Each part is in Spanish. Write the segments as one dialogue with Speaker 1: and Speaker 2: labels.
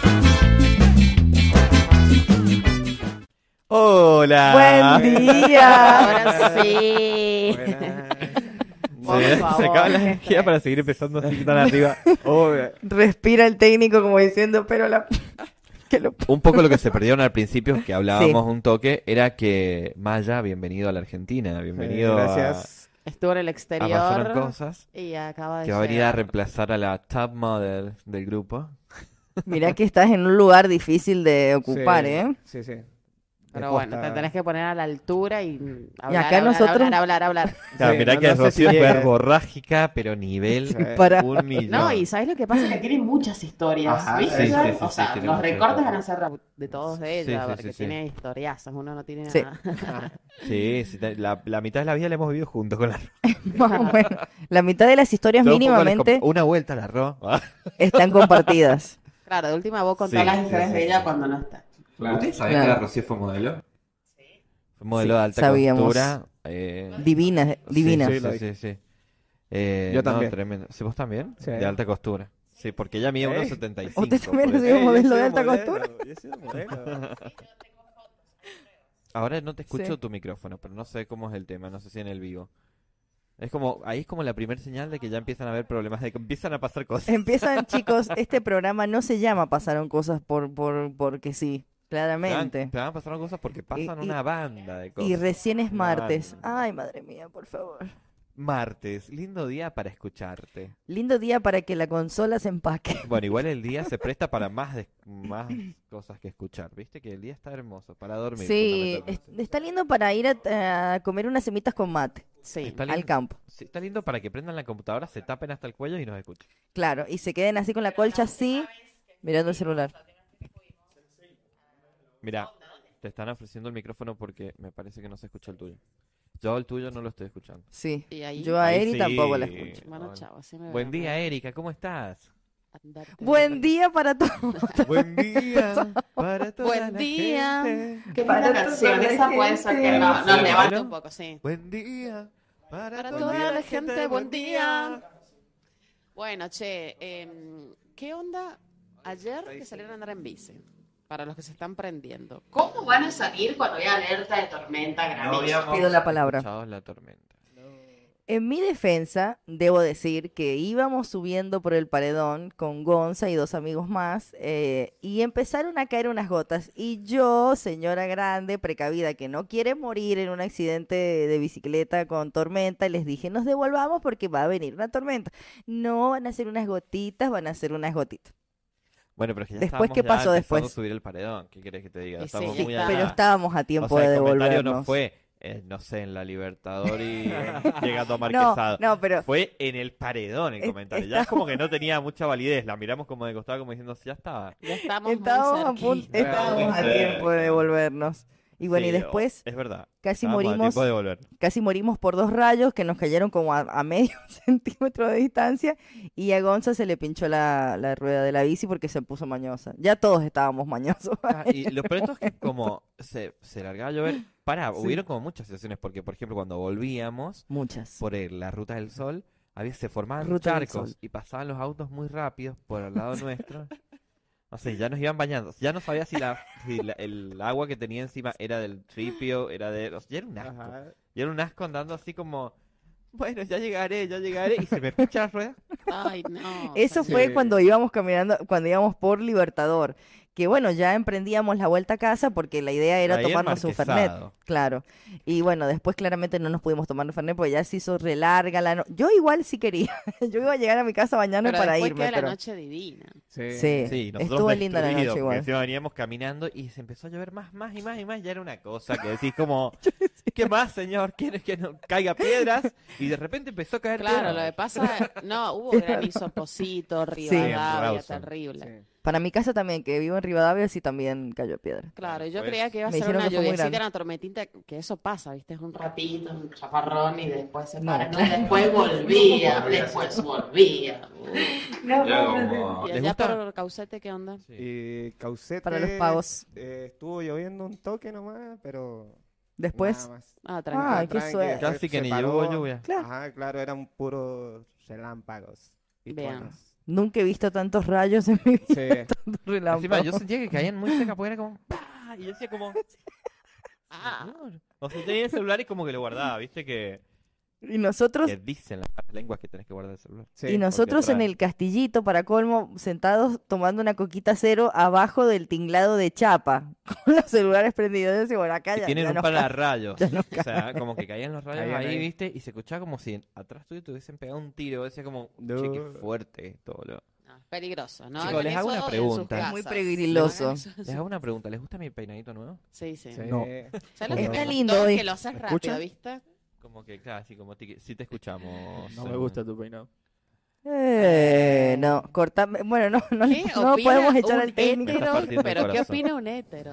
Speaker 1: Ah.
Speaker 2: Hola.
Speaker 3: Buen día.
Speaker 4: Ahora sí.
Speaker 2: Se,
Speaker 4: Por
Speaker 2: Eh, se
Speaker 4: favor.
Speaker 2: acaba la energía para seguir empezando así tan arriba. Obvio.
Speaker 3: Respira el técnico como diciendo, pero la... que lo...
Speaker 2: Un poco lo que se perdieron al principio, que hablábamos
Speaker 3: Sí.
Speaker 2: un toque, era que Maya, bienvenido a la Argentina, bienvenido a-
Speaker 5: gracias.
Speaker 4: Estuvo en el
Speaker 2: a, Amazonas
Speaker 4: exterior
Speaker 2: Ah, Cosas,
Speaker 4: y acaba de
Speaker 2: que va a venir a
Speaker 4: llegar.
Speaker 2: reemplazar a la top model del grupo.
Speaker 3: Mirá que estás en un lugar difícil de ocupar,
Speaker 5: Sí,
Speaker 3: ¿eh?
Speaker 5: Sí, sí.
Speaker 4: Pero bueno, te tenés que poner a la altura y hablar,
Speaker 3: acá
Speaker 4: hablar,
Speaker 3: nosotros-
Speaker 4: hablar, hablar, hablar.
Speaker 2: Claro,
Speaker 5: Sí,
Speaker 2: mirá
Speaker 5: no-
Speaker 2: que
Speaker 5: no
Speaker 2: es
Speaker 5: sé si
Speaker 2: Rocío fue
Speaker 5: llegue.
Speaker 2: verborrágica, pero nivel eh,
Speaker 5: Sí,
Speaker 3: para-
Speaker 2: un millón.
Speaker 4: No, y ¿sabés lo que pasa? Que tiene muchas historias,
Speaker 5: Ajá,
Speaker 4: ¿viste?
Speaker 5: sí, sí,
Speaker 2: sí,
Speaker 4: o
Speaker 2: sí,
Speaker 4: sea,
Speaker 2: tiene
Speaker 4: los
Speaker 2: muchas
Speaker 4: recortes
Speaker 2: historias.
Speaker 4: van a ser de todos de
Speaker 2: Sí,
Speaker 4: ella,
Speaker 2: sí,
Speaker 4: porque
Speaker 2: sí, sí.
Speaker 4: tiene historiazas, uno no tiene
Speaker 3: Sí.
Speaker 4: nada.
Speaker 2: Sí, sí, te- la, la mitad de la vida la hemos vivido juntos con la
Speaker 3: Más o menos. La mitad de las historias
Speaker 2: Yo un poco les
Speaker 3: mínimamente
Speaker 2: comp- Una vuelta a la ro.
Speaker 3: están compartidas.
Speaker 4: Claro, de última vos contás
Speaker 2: Sí,
Speaker 4: las
Speaker 2: sí,
Speaker 4: historias
Speaker 2: sí,
Speaker 4: de
Speaker 2: sí.
Speaker 4: ella cuando no está.
Speaker 2: ¿Ustedes
Speaker 3: sabían Claro. que la
Speaker 2: Rocío fue modelo? Sí. Fue modelo de alta
Speaker 3: sabíamos.
Speaker 2: costura. eh,
Speaker 3: Divinas, divinas.
Speaker 2: Sí, sí,
Speaker 5: la
Speaker 2: sí. sí. Eh,
Speaker 5: Yo
Speaker 2: no,
Speaker 5: también.
Speaker 2: tremendo. ¿Sí, vos también?
Speaker 5: Sí.
Speaker 2: De alta costura. Sí, porque ella mide
Speaker 5: ¿Eh?
Speaker 2: 1,75.
Speaker 3: ¿Usted también
Speaker 2: por
Speaker 3: es
Speaker 2: eso.
Speaker 3: de- modelo de alta costura?
Speaker 5: Yo he sido modelo.
Speaker 2: Ahora no te escucho
Speaker 3: Sí.
Speaker 2: tu micrófono, pero no sé cómo es el tema, no sé si en el vivo. Es como, ahí es como la primera señal de que ya empiezan a haber problemas, de que empiezan a pasar cosas.
Speaker 3: Empiezan, chicos, este programa no se llama Pasaron cosas por, por porque sí,
Speaker 2: Te van,
Speaker 3: claramente.
Speaker 2: te van pasando cosas porque pasan
Speaker 3: y-
Speaker 2: una banda de cosas.
Speaker 3: Y recién es martes.
Speaker 2: Van.
Speaker 3: Ay, madre mía, por favor.
Speaker 2: Martes, lindo día para escucharte.
Speaker 3: Lindo día para que la consola se empaque.
Speaker 2: Bueno, igual el día se presta para más des- más cosas que escuchar, ¿viste? Que el día está hermoso para dormir.
Speaker 3: Sí, es-
Speaker 2: fundamentalmente.
Speaker 3: está lindo para ir a, a comer unas semitas con mate
Speaker 4: Sí.
Speaker 2: Está
Speaker 3: al
Speaker 2: lindo.
Speaker 3: campo.
Speaker 2: Sí, está lindo para que prendan la computadora, se tapen hasta el cuello y nos escuchen.
Speaker 3: Claro, y se queden así con la colcha así, mirando el celular.
Speaker 2: Mira, te están ofreciendo el micrófono porque me parece que no se escucha el tuyo. Yo el tuyo no lo estoy escuchando.
Speaker 3: Sí.
Speaker 4: Y ahí-
Speaker 3: Yo a
Speaker 2: Ahí
Speaker 3: Eri
Speaker 2: sí.
Speaker 3: tampoco la escucho.
Speaker 4: Bueno, chao, así me verán,
Speaker 2: Buen día,
Speaker 4: ¿no?
Speaker 2: Erika, ¿cómo estás?
Speaker 4: Andarte de
Speaker 3: Buen
Speaker 4: ver-
Speaker 3: día para todos.
Speaker 2: Buen día para toda
Speaker 4: Buen
Speaker 2: la
Speaker 4: día.
Speaker 2: gente.
Speaker 4: Qué
Speaker 3: Para
Speaker 4: linda canción,
Speaker 3: toda la
Speaker 4: esa puede ser que
Speaker 3: gente.
Speaker 4: no,
Speaker 2: Sí,
Speaker 4: nos
Speaker 2: ¿no?
Speaker 4: levante un poco, sí.
Speaker 2: Buen día para,
Speaker 4: Para toda la gente, buen día. Bueno, che, em, ¿qué onda ayer que salieron a andar en bici? Para los que se están prendiendo. ¿Cómo van a salir cuando hay alerta de tormenta, granizo?
Speaker 3: Pido la palabra.
Speaker 2: escuchado la tormenta.
Speaker 3: En mi defensa, debo decir que íbamos subiendo por el paredón con Gonza y dos amigos más eh, y empezaron a caer unas gotas. Y yo, señora grande, precavida, que no quiere morir en un accidente de, de bicicleta con tormenta, les dije, nos devolvamos porque va a venir una tormenta. No van a ser unas gotitas, van a ser unas gotitas.
Speaker 2: Bueno, pero es que ya
Speaker 3: Después,
Speaker 2: estábamos
Speaker 3: ¿qué
Speaker 2: ya
Speaker 3: pasó
Speaker 2: empezando
Speaker 3: después?
Speaker 2: a subir el paredón, ¿qué querés que te diga?
Speaker 4: Y
Speaker 2: Estamos
Speaker 4: sí,
Speaker 2: muy
Speaker 4: está.
Speaker 2: allá.
Speaker 3: Pero estábamos a
Speaker 2: O
Speaker 3: tiempo
Speaker 2: sea,
Speaker 3: de
Speaker 2: el comentario
Speaker 3: devolvernos.
Speaker 2: no fue, eh, no sé, en la Libertador y llegando a
Speaker 3: no,
Speaker 2: Marquesado.
Speaker 3: no, pero
Speaker 2: Fue en el paredón el
Speaker 3: Es-
Speaker 2: comentario. Ya es como que no tenía mucha validez. La miramos como de costado, como diciendo, ya estaba.
Speaker 4: Ya estamos
Speaker 3: estábamos a,
Speaker 4: muy
Speaker 3: pun-
Speaker 4: cerquita.
Speaker 3: estábamos a
Speaker 2: Sí.
Speaker 3: tiempo de devolvernos. Y bueno, y
Speaker 2: Sí, o-
Speaker 3: después
Speaker 2: Es verdad.
Speaker 3: casi
Speaker 2: Estábamos a
Speaker 3: morimos.
Speaker 2: tiempo de volver.
Speaker 3: casi morimos por dos rayos que nos cayeron como a, a medio centímetro de distancia y a Gonza se le pinchó la, la rueda de la bici porque se puso mañosa. Ya todos estábamos mañosos.
Speaker 2: Ah, y lo peor de todo es que como se, se largaba a llover. Pará, hubieron como muchas situaciones. Porque, por ejemplo, cuando volvíamos
Speaker 3: Muchas.
Speaker 2: por el- la Ruta del Sol, había, se formaban
Speaker 3: Ruta del
Speaker 2: charcos
Speaker 3: Sol.
Speaker 2: y pasaban los autos muy rápidos por al lado nuestro. No sé, ya nos iban bañando. Ya no sabía si, la, si la- el agua que tenía encima era del tripio, era de... o sea, ya era un asco.
Speaker 5: Ajá.
Speaker 2: Y era un asco andando así como, bueno, ya llegaré, ya llegaré. Y se me pincha la rueda.
Speaker 4: Ay, no.
Speaker 3: Eso
Speaker 4: sí.
Speaker 3: fue
Speaker 5: Sí.
Speaker 3: cuando íbamos caminando, cuando íbamos por Libertador, que bueno, ya emprendíamos la vuelta a casa porque la idea era
Speaker 2: Ahí en
Speaker 3: tomarnos un Fernet,
Speaker 2: Marquesado.
Speaker 3: claro. Y bueno, después claramente no nos pudimos tomar un Fernet porque ya se hizo relarga la noche. Yo igual sí quería, yo iba a llegar a mi casa bañarme
Speaker 4: Pero
Speaker 3: para
Speaker 4: después
Speaker 3: irme,
Speaker 4: queda la
Speaker 3: pero...
Speaker 4: noche divina.
Speaker 5: Sí.
Speaker 3: Sí,
Speaker 2: Sí, nosotros
Speaker 3: estuvo linda la
Speaker 2: destruidos,
Speaker 3: noche
Speaker 2: porque
Speaker 3: igual.
Speaker 2: encima veníamos caminando y se empezó a llover más, más y más y más. Ya era una cosa que decís como, ¿qué más, señor? ¿Quieres que no caiga piedras? Y de repente empezó a caer
Speaker 4: Claro,
Speaker 2: piedras.
Speaker 4: lo que pasa, no, hubo granizo en Posito, Rivadavia,
Speaker 2: Rawson.
Speaker 4: terrible.
Speaker 5: Sí.
Speaker 3: Para mi casa también, que vivo en Rivadavia, sí también cayó piedra.
Speaker 4: Claro, yo
Speaker 2: Pues,
Speaker 4: creía que iba a
Speaker 3: me
Speaker 4: ser
Speaker 3: dijeron
Speaker 4: una
Speaker 3: que fue muy
Speaker 4: lluviacita,
Speaker 3: grande.
Speaker 4: una tormentita, que eso pasa, ¿viste? Es un ratito, un chaparrón y después se
Speaker 3: No,
Speaker 4: para. No, después volvía, después volvía. Y
Speaker 2: ¿Les
Speaker 4: allá
Speaker 2: gusta?
Speaker 4: por Caucete, ¿qué onda?
Speaker 2: Sí.
Speaker 5: Y Caucete.
Speaker 3: Para los pagos.
Speaker 5: eh, estuvo lloviendo un toque nomás, pero.
Speaker 3: Después,
Speaker 5: nada más.
Speaker 4: Ah,
Speaker 3: Ah,
Speaker 4: tranquilo.
Speaker 3: qué suerte.
Speaker 5: después
Speaker 2: Casi que
Speaker 5: se
Speaker 2: ni
Speaker 5: paró.
Speaker 2: hubo lluvia.
Speaker 3: Claro.
Speaker 5: Ajá, claro, eran puros relámpagos. Y
Speaker 4: Vean.
Speaker 5: truenos.
Speaker 3: nunca he visto tantos rayos en mi vida,
Speaker 5: Sí.
Speaker 3: tantos relámpagos.
Speaker 2: Encima yo sentía que caían muy cerca porque era como, ¡pah! Y yo decía como,
Speaker 4: Ah,
Speaker 2: Señor. O sea, tenía el celular y como que lo guardaba, viste que,
Speaker 3: Y nosotros,
Speaker 2: que dicen las malas lenguas que tenés que guardar el celular.
Speaker 5: Sí,
Speaker 3: y nosotros en
Speaker 2: trae.
Speaker 3: el castillito, para colmo, sentados tomando una coquita cero abajo del tinglado de chapa, con los celulares prendidos. Yo decía, bueno, acá
Speaker 2: Que
Speaker 3: ya,
Speaker 2: tienen
Speaker 3: ya
Speaker 2: un
Speaker 3: nos
Speaker 2: par de
Speaker 3: ca-
Speaker 2: rayos.
Speaker 3: ya nos
Speaker 2: O sea, como que caían los rayos
Speaker 5: Caían
Speaker 2: ahí,
Speaker 5: ahí.
Speaker 2: viste, y se escuchaba como si en- atrás tuyo te hubiesen pegado un tiro. Decía como, che, qué
Speaker 5: No.
Speaker 2: fuerte todo lo.
Speaker 4: no, es peligroso, ¿no?
Speaker 2: Chicos,
Speaker 4: Hagan
Speaker 2: les hago
Speaker 4: eso
Speaker 2: una
Speaker 4: en sus
Speaker 2: pregunta.
Speaker 4: casas.
Speaker 3: Muy peligroso.
Speaker 4: Hagan eso en
Speaker 2: Les
Speaker 4: sus-
Speaker 2: hago una pregunta, ¿les gusta mi peinadito nuevo?
Speaker 4: Sí, sí.
Speaker 5: Sí.
Speaker 2: No.
Speaker 4: Ya lo
Speaker 5: Está
Speaker 4: tenemos
Speaker 3: lindo
Speaker 4: todo,
Speaker 3: hoy.
Speaker 4: que lo haces
Speaker 5: ¿Me
Speaker 4: rápido,
Speaker 5: escuchas?
Speaker 4: ¿viste?
Speaker 2: Como que, claro, así como, si te escuchamos.
Speaker 6: No me
Speaker 2: Samuel.
Speaker 6: gusta tu peinado.
Speaker 3: Eh, no, cortame. Bueno, no, no,
Speaker 4: ¿Qué
Speaker 3: no
Speaker 4: opina
Speaker 3: podemos echar
Speaker 4: un
Speaker 3: al técnico.
Speaker 4: hétero?
Speaker 2: Está partiendo el
Speaker 4: ¿eh? Pero ¿qué
Speaker 2: corazón.
Speaker 4: opina un hétero?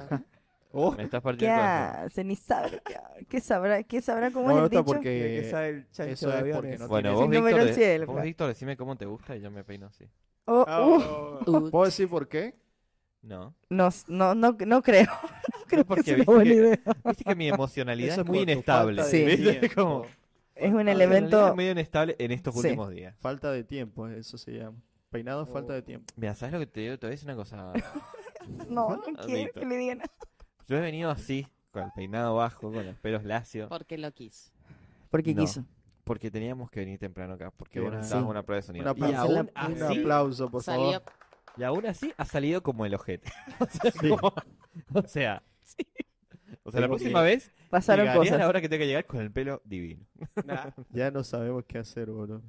Speaker 5: Oh,
Speaker 2: Me estás
Speaker 3: ¿Qué
Speaker 2: partiendo el corazón.
Speaker 3: hace? Ni sabe. qué ha- ¿Qué sabrá? ¿Qué sabrá cómo
Speaker 6: No
Speaker 3: es
Speaker 6: me
Speaker 3: el
Speaker 6: gusta
Speaker 3: dicho?
Speaker 6: porque
Speaker 5: que sabe el chancho
Speaker 6: eso
Speaker 5: de
Speaker 6: es
Speaker 5: aviones.
Speaker 6: porque no
Speaker 2: Bueno,
Speaker 6: tiene-
Speaker 2: vos,
Speaker 3: Sin número
Speaker 2: Víctor,
Speaker 3: al
Speaker 6: eh,
Speaker 2: de-
Speaker 3: cielo,
Speaker 2: vos,
Speaker 3: claro.
Speaker 2: Víctor, decime cómo te gusta y yo me peino así.
Speaker 3: Oh,
Speaker 5: Ah,
Speaker 3: uh,
Speaker 5: oh.
Speaker 4: Uts.
Speaker 6: ¿Puedo decir por qué?
Speaker 2: No.
Speaker 3: no, no, no, no creo. No creo
Speaker 2: porque
Speaker 3: que sea
Speaker 2: viste
Speaker 3: una buena
Speaker 2: que-
Speaker 3: idea.
Speaker 2: Viste que mi emocionalidad
Speaker 6: Eso
Speaker 2: es muy
Speaker 6: por tu
Speaker 2: inestable.
Speaker 6: falta de
Speaker 2: ¿viste?
Speaker 6: tiempo.
Speaker 2: Como-
Speaker 3: Es un
Speaker 2: mi emocionalidad es
Speaker 3: elemento.
Speaker 2: medio inestable en estos
Speaker 3: Sí. Oh.
Speaker 2: últimos días.
Speaker 6: Falta de tiempo, eso se llama. Peinado, es falta de tiempo.
Speaker 2: Mira, ¿sabes lo que te digo? Te voy a decir una cosa.
Speaker 3: No, no quiero
Speaker 2: Admito.
Speaker 3: que le digan nada.
Speaker 2: Yo he venido así, con el peinado bajo, con los pelos lacios,
Speaker 4: Porque lo quiso.
Speaker 3: Porque
Speaker 2: No.
Speaker 3: quiso.
Speaker 2: porque teníamos que venir temprano acá, porque
Speaker 6: Qué
Speaker 2: vos no
Speaker 6: grande.
Speaker 2: estabas en una prueba de
Speaker 6: Un
Speaker 2: sonido. Y
Speaker 6: aplauso,
Speaker 2: aún,
Speaker 6: un
Speaker 2: así,
Speaker 6: aplauso, por
Speaker 4: Salió
Speaker 6: favor.
Speaker 2: y aún así ha salido como el ojete. O sea, como- o sea, o sea, la
Speaker 6: Sí.
Speaker 2: próxima vez
Speaker 3: Pasaron
Speaker 2: llegaría la
Speaker 3: cosas.
Speaker 2: hora que tenga que llegar con el pelo divino.
Speaker 5: Nah.
Speaker 6: Ya no sabemos qué hacer, boludo.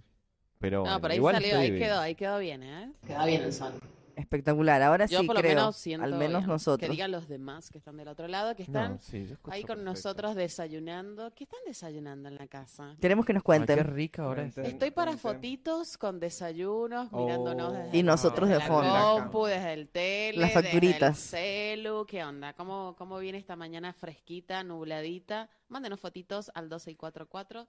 Speaker 2: Pero bueno,
Speaker 4: No, pero ahí
Speaker 2: igual
Speaker 4: salió,
Speaker 2: estoy
Speaker 4: ahí
Speaker 2: divino.
Speaker 4: quedó, ahí quedó bien, ¿eh? Queda bien el sol.
Speaker 3: Espectacular. Ahora
Speaker 4: Yo
Speaker 3: sí
Speaker 4: por lo
Speaker 3: creo.
Speaker 4: menos siento
Speaker 3: al menos
Speaker 4: bien.
Speaker 3: nosotros.
Speaker 4: Que digan los demás que están del otro lado, que
Speaker 2: No,
Speaker 4: están
Speaker 2: sí, yo escucho
Speaker 4: ahí con
Speaker 2: perfecto.
Speaker 4: nosotros desayunando. ¿Qué están desayunando en la casa?
Speaker 3: Queremos que nos
Speaker 2: Ay, qué
Speaker 3: cuenten.
Speaker 2: rica ahora es.
Speaker 5: Cuenten.
Speaker 4: Estoy para
Speaker 5: Cuenten.
Speaker 4: fotitos con desayunos,
Speaker 5: Oh.
Speaker 4: mirándonos desde
Speaker 3: Y nosotros
Speaker 4: desde
Speaker 3: de
Speaker 4: la
Speaker 3: fondo.
Speaker 4: compu, desde el tele,
Speaker 3: Las facturitas.
Speaker 4: desde el celu. ¿Qué onda? ¿Cómo, ¿Cómo viene esta mañana fresquita, nubladita? Mándenos fotitos al 12 y 4, 4.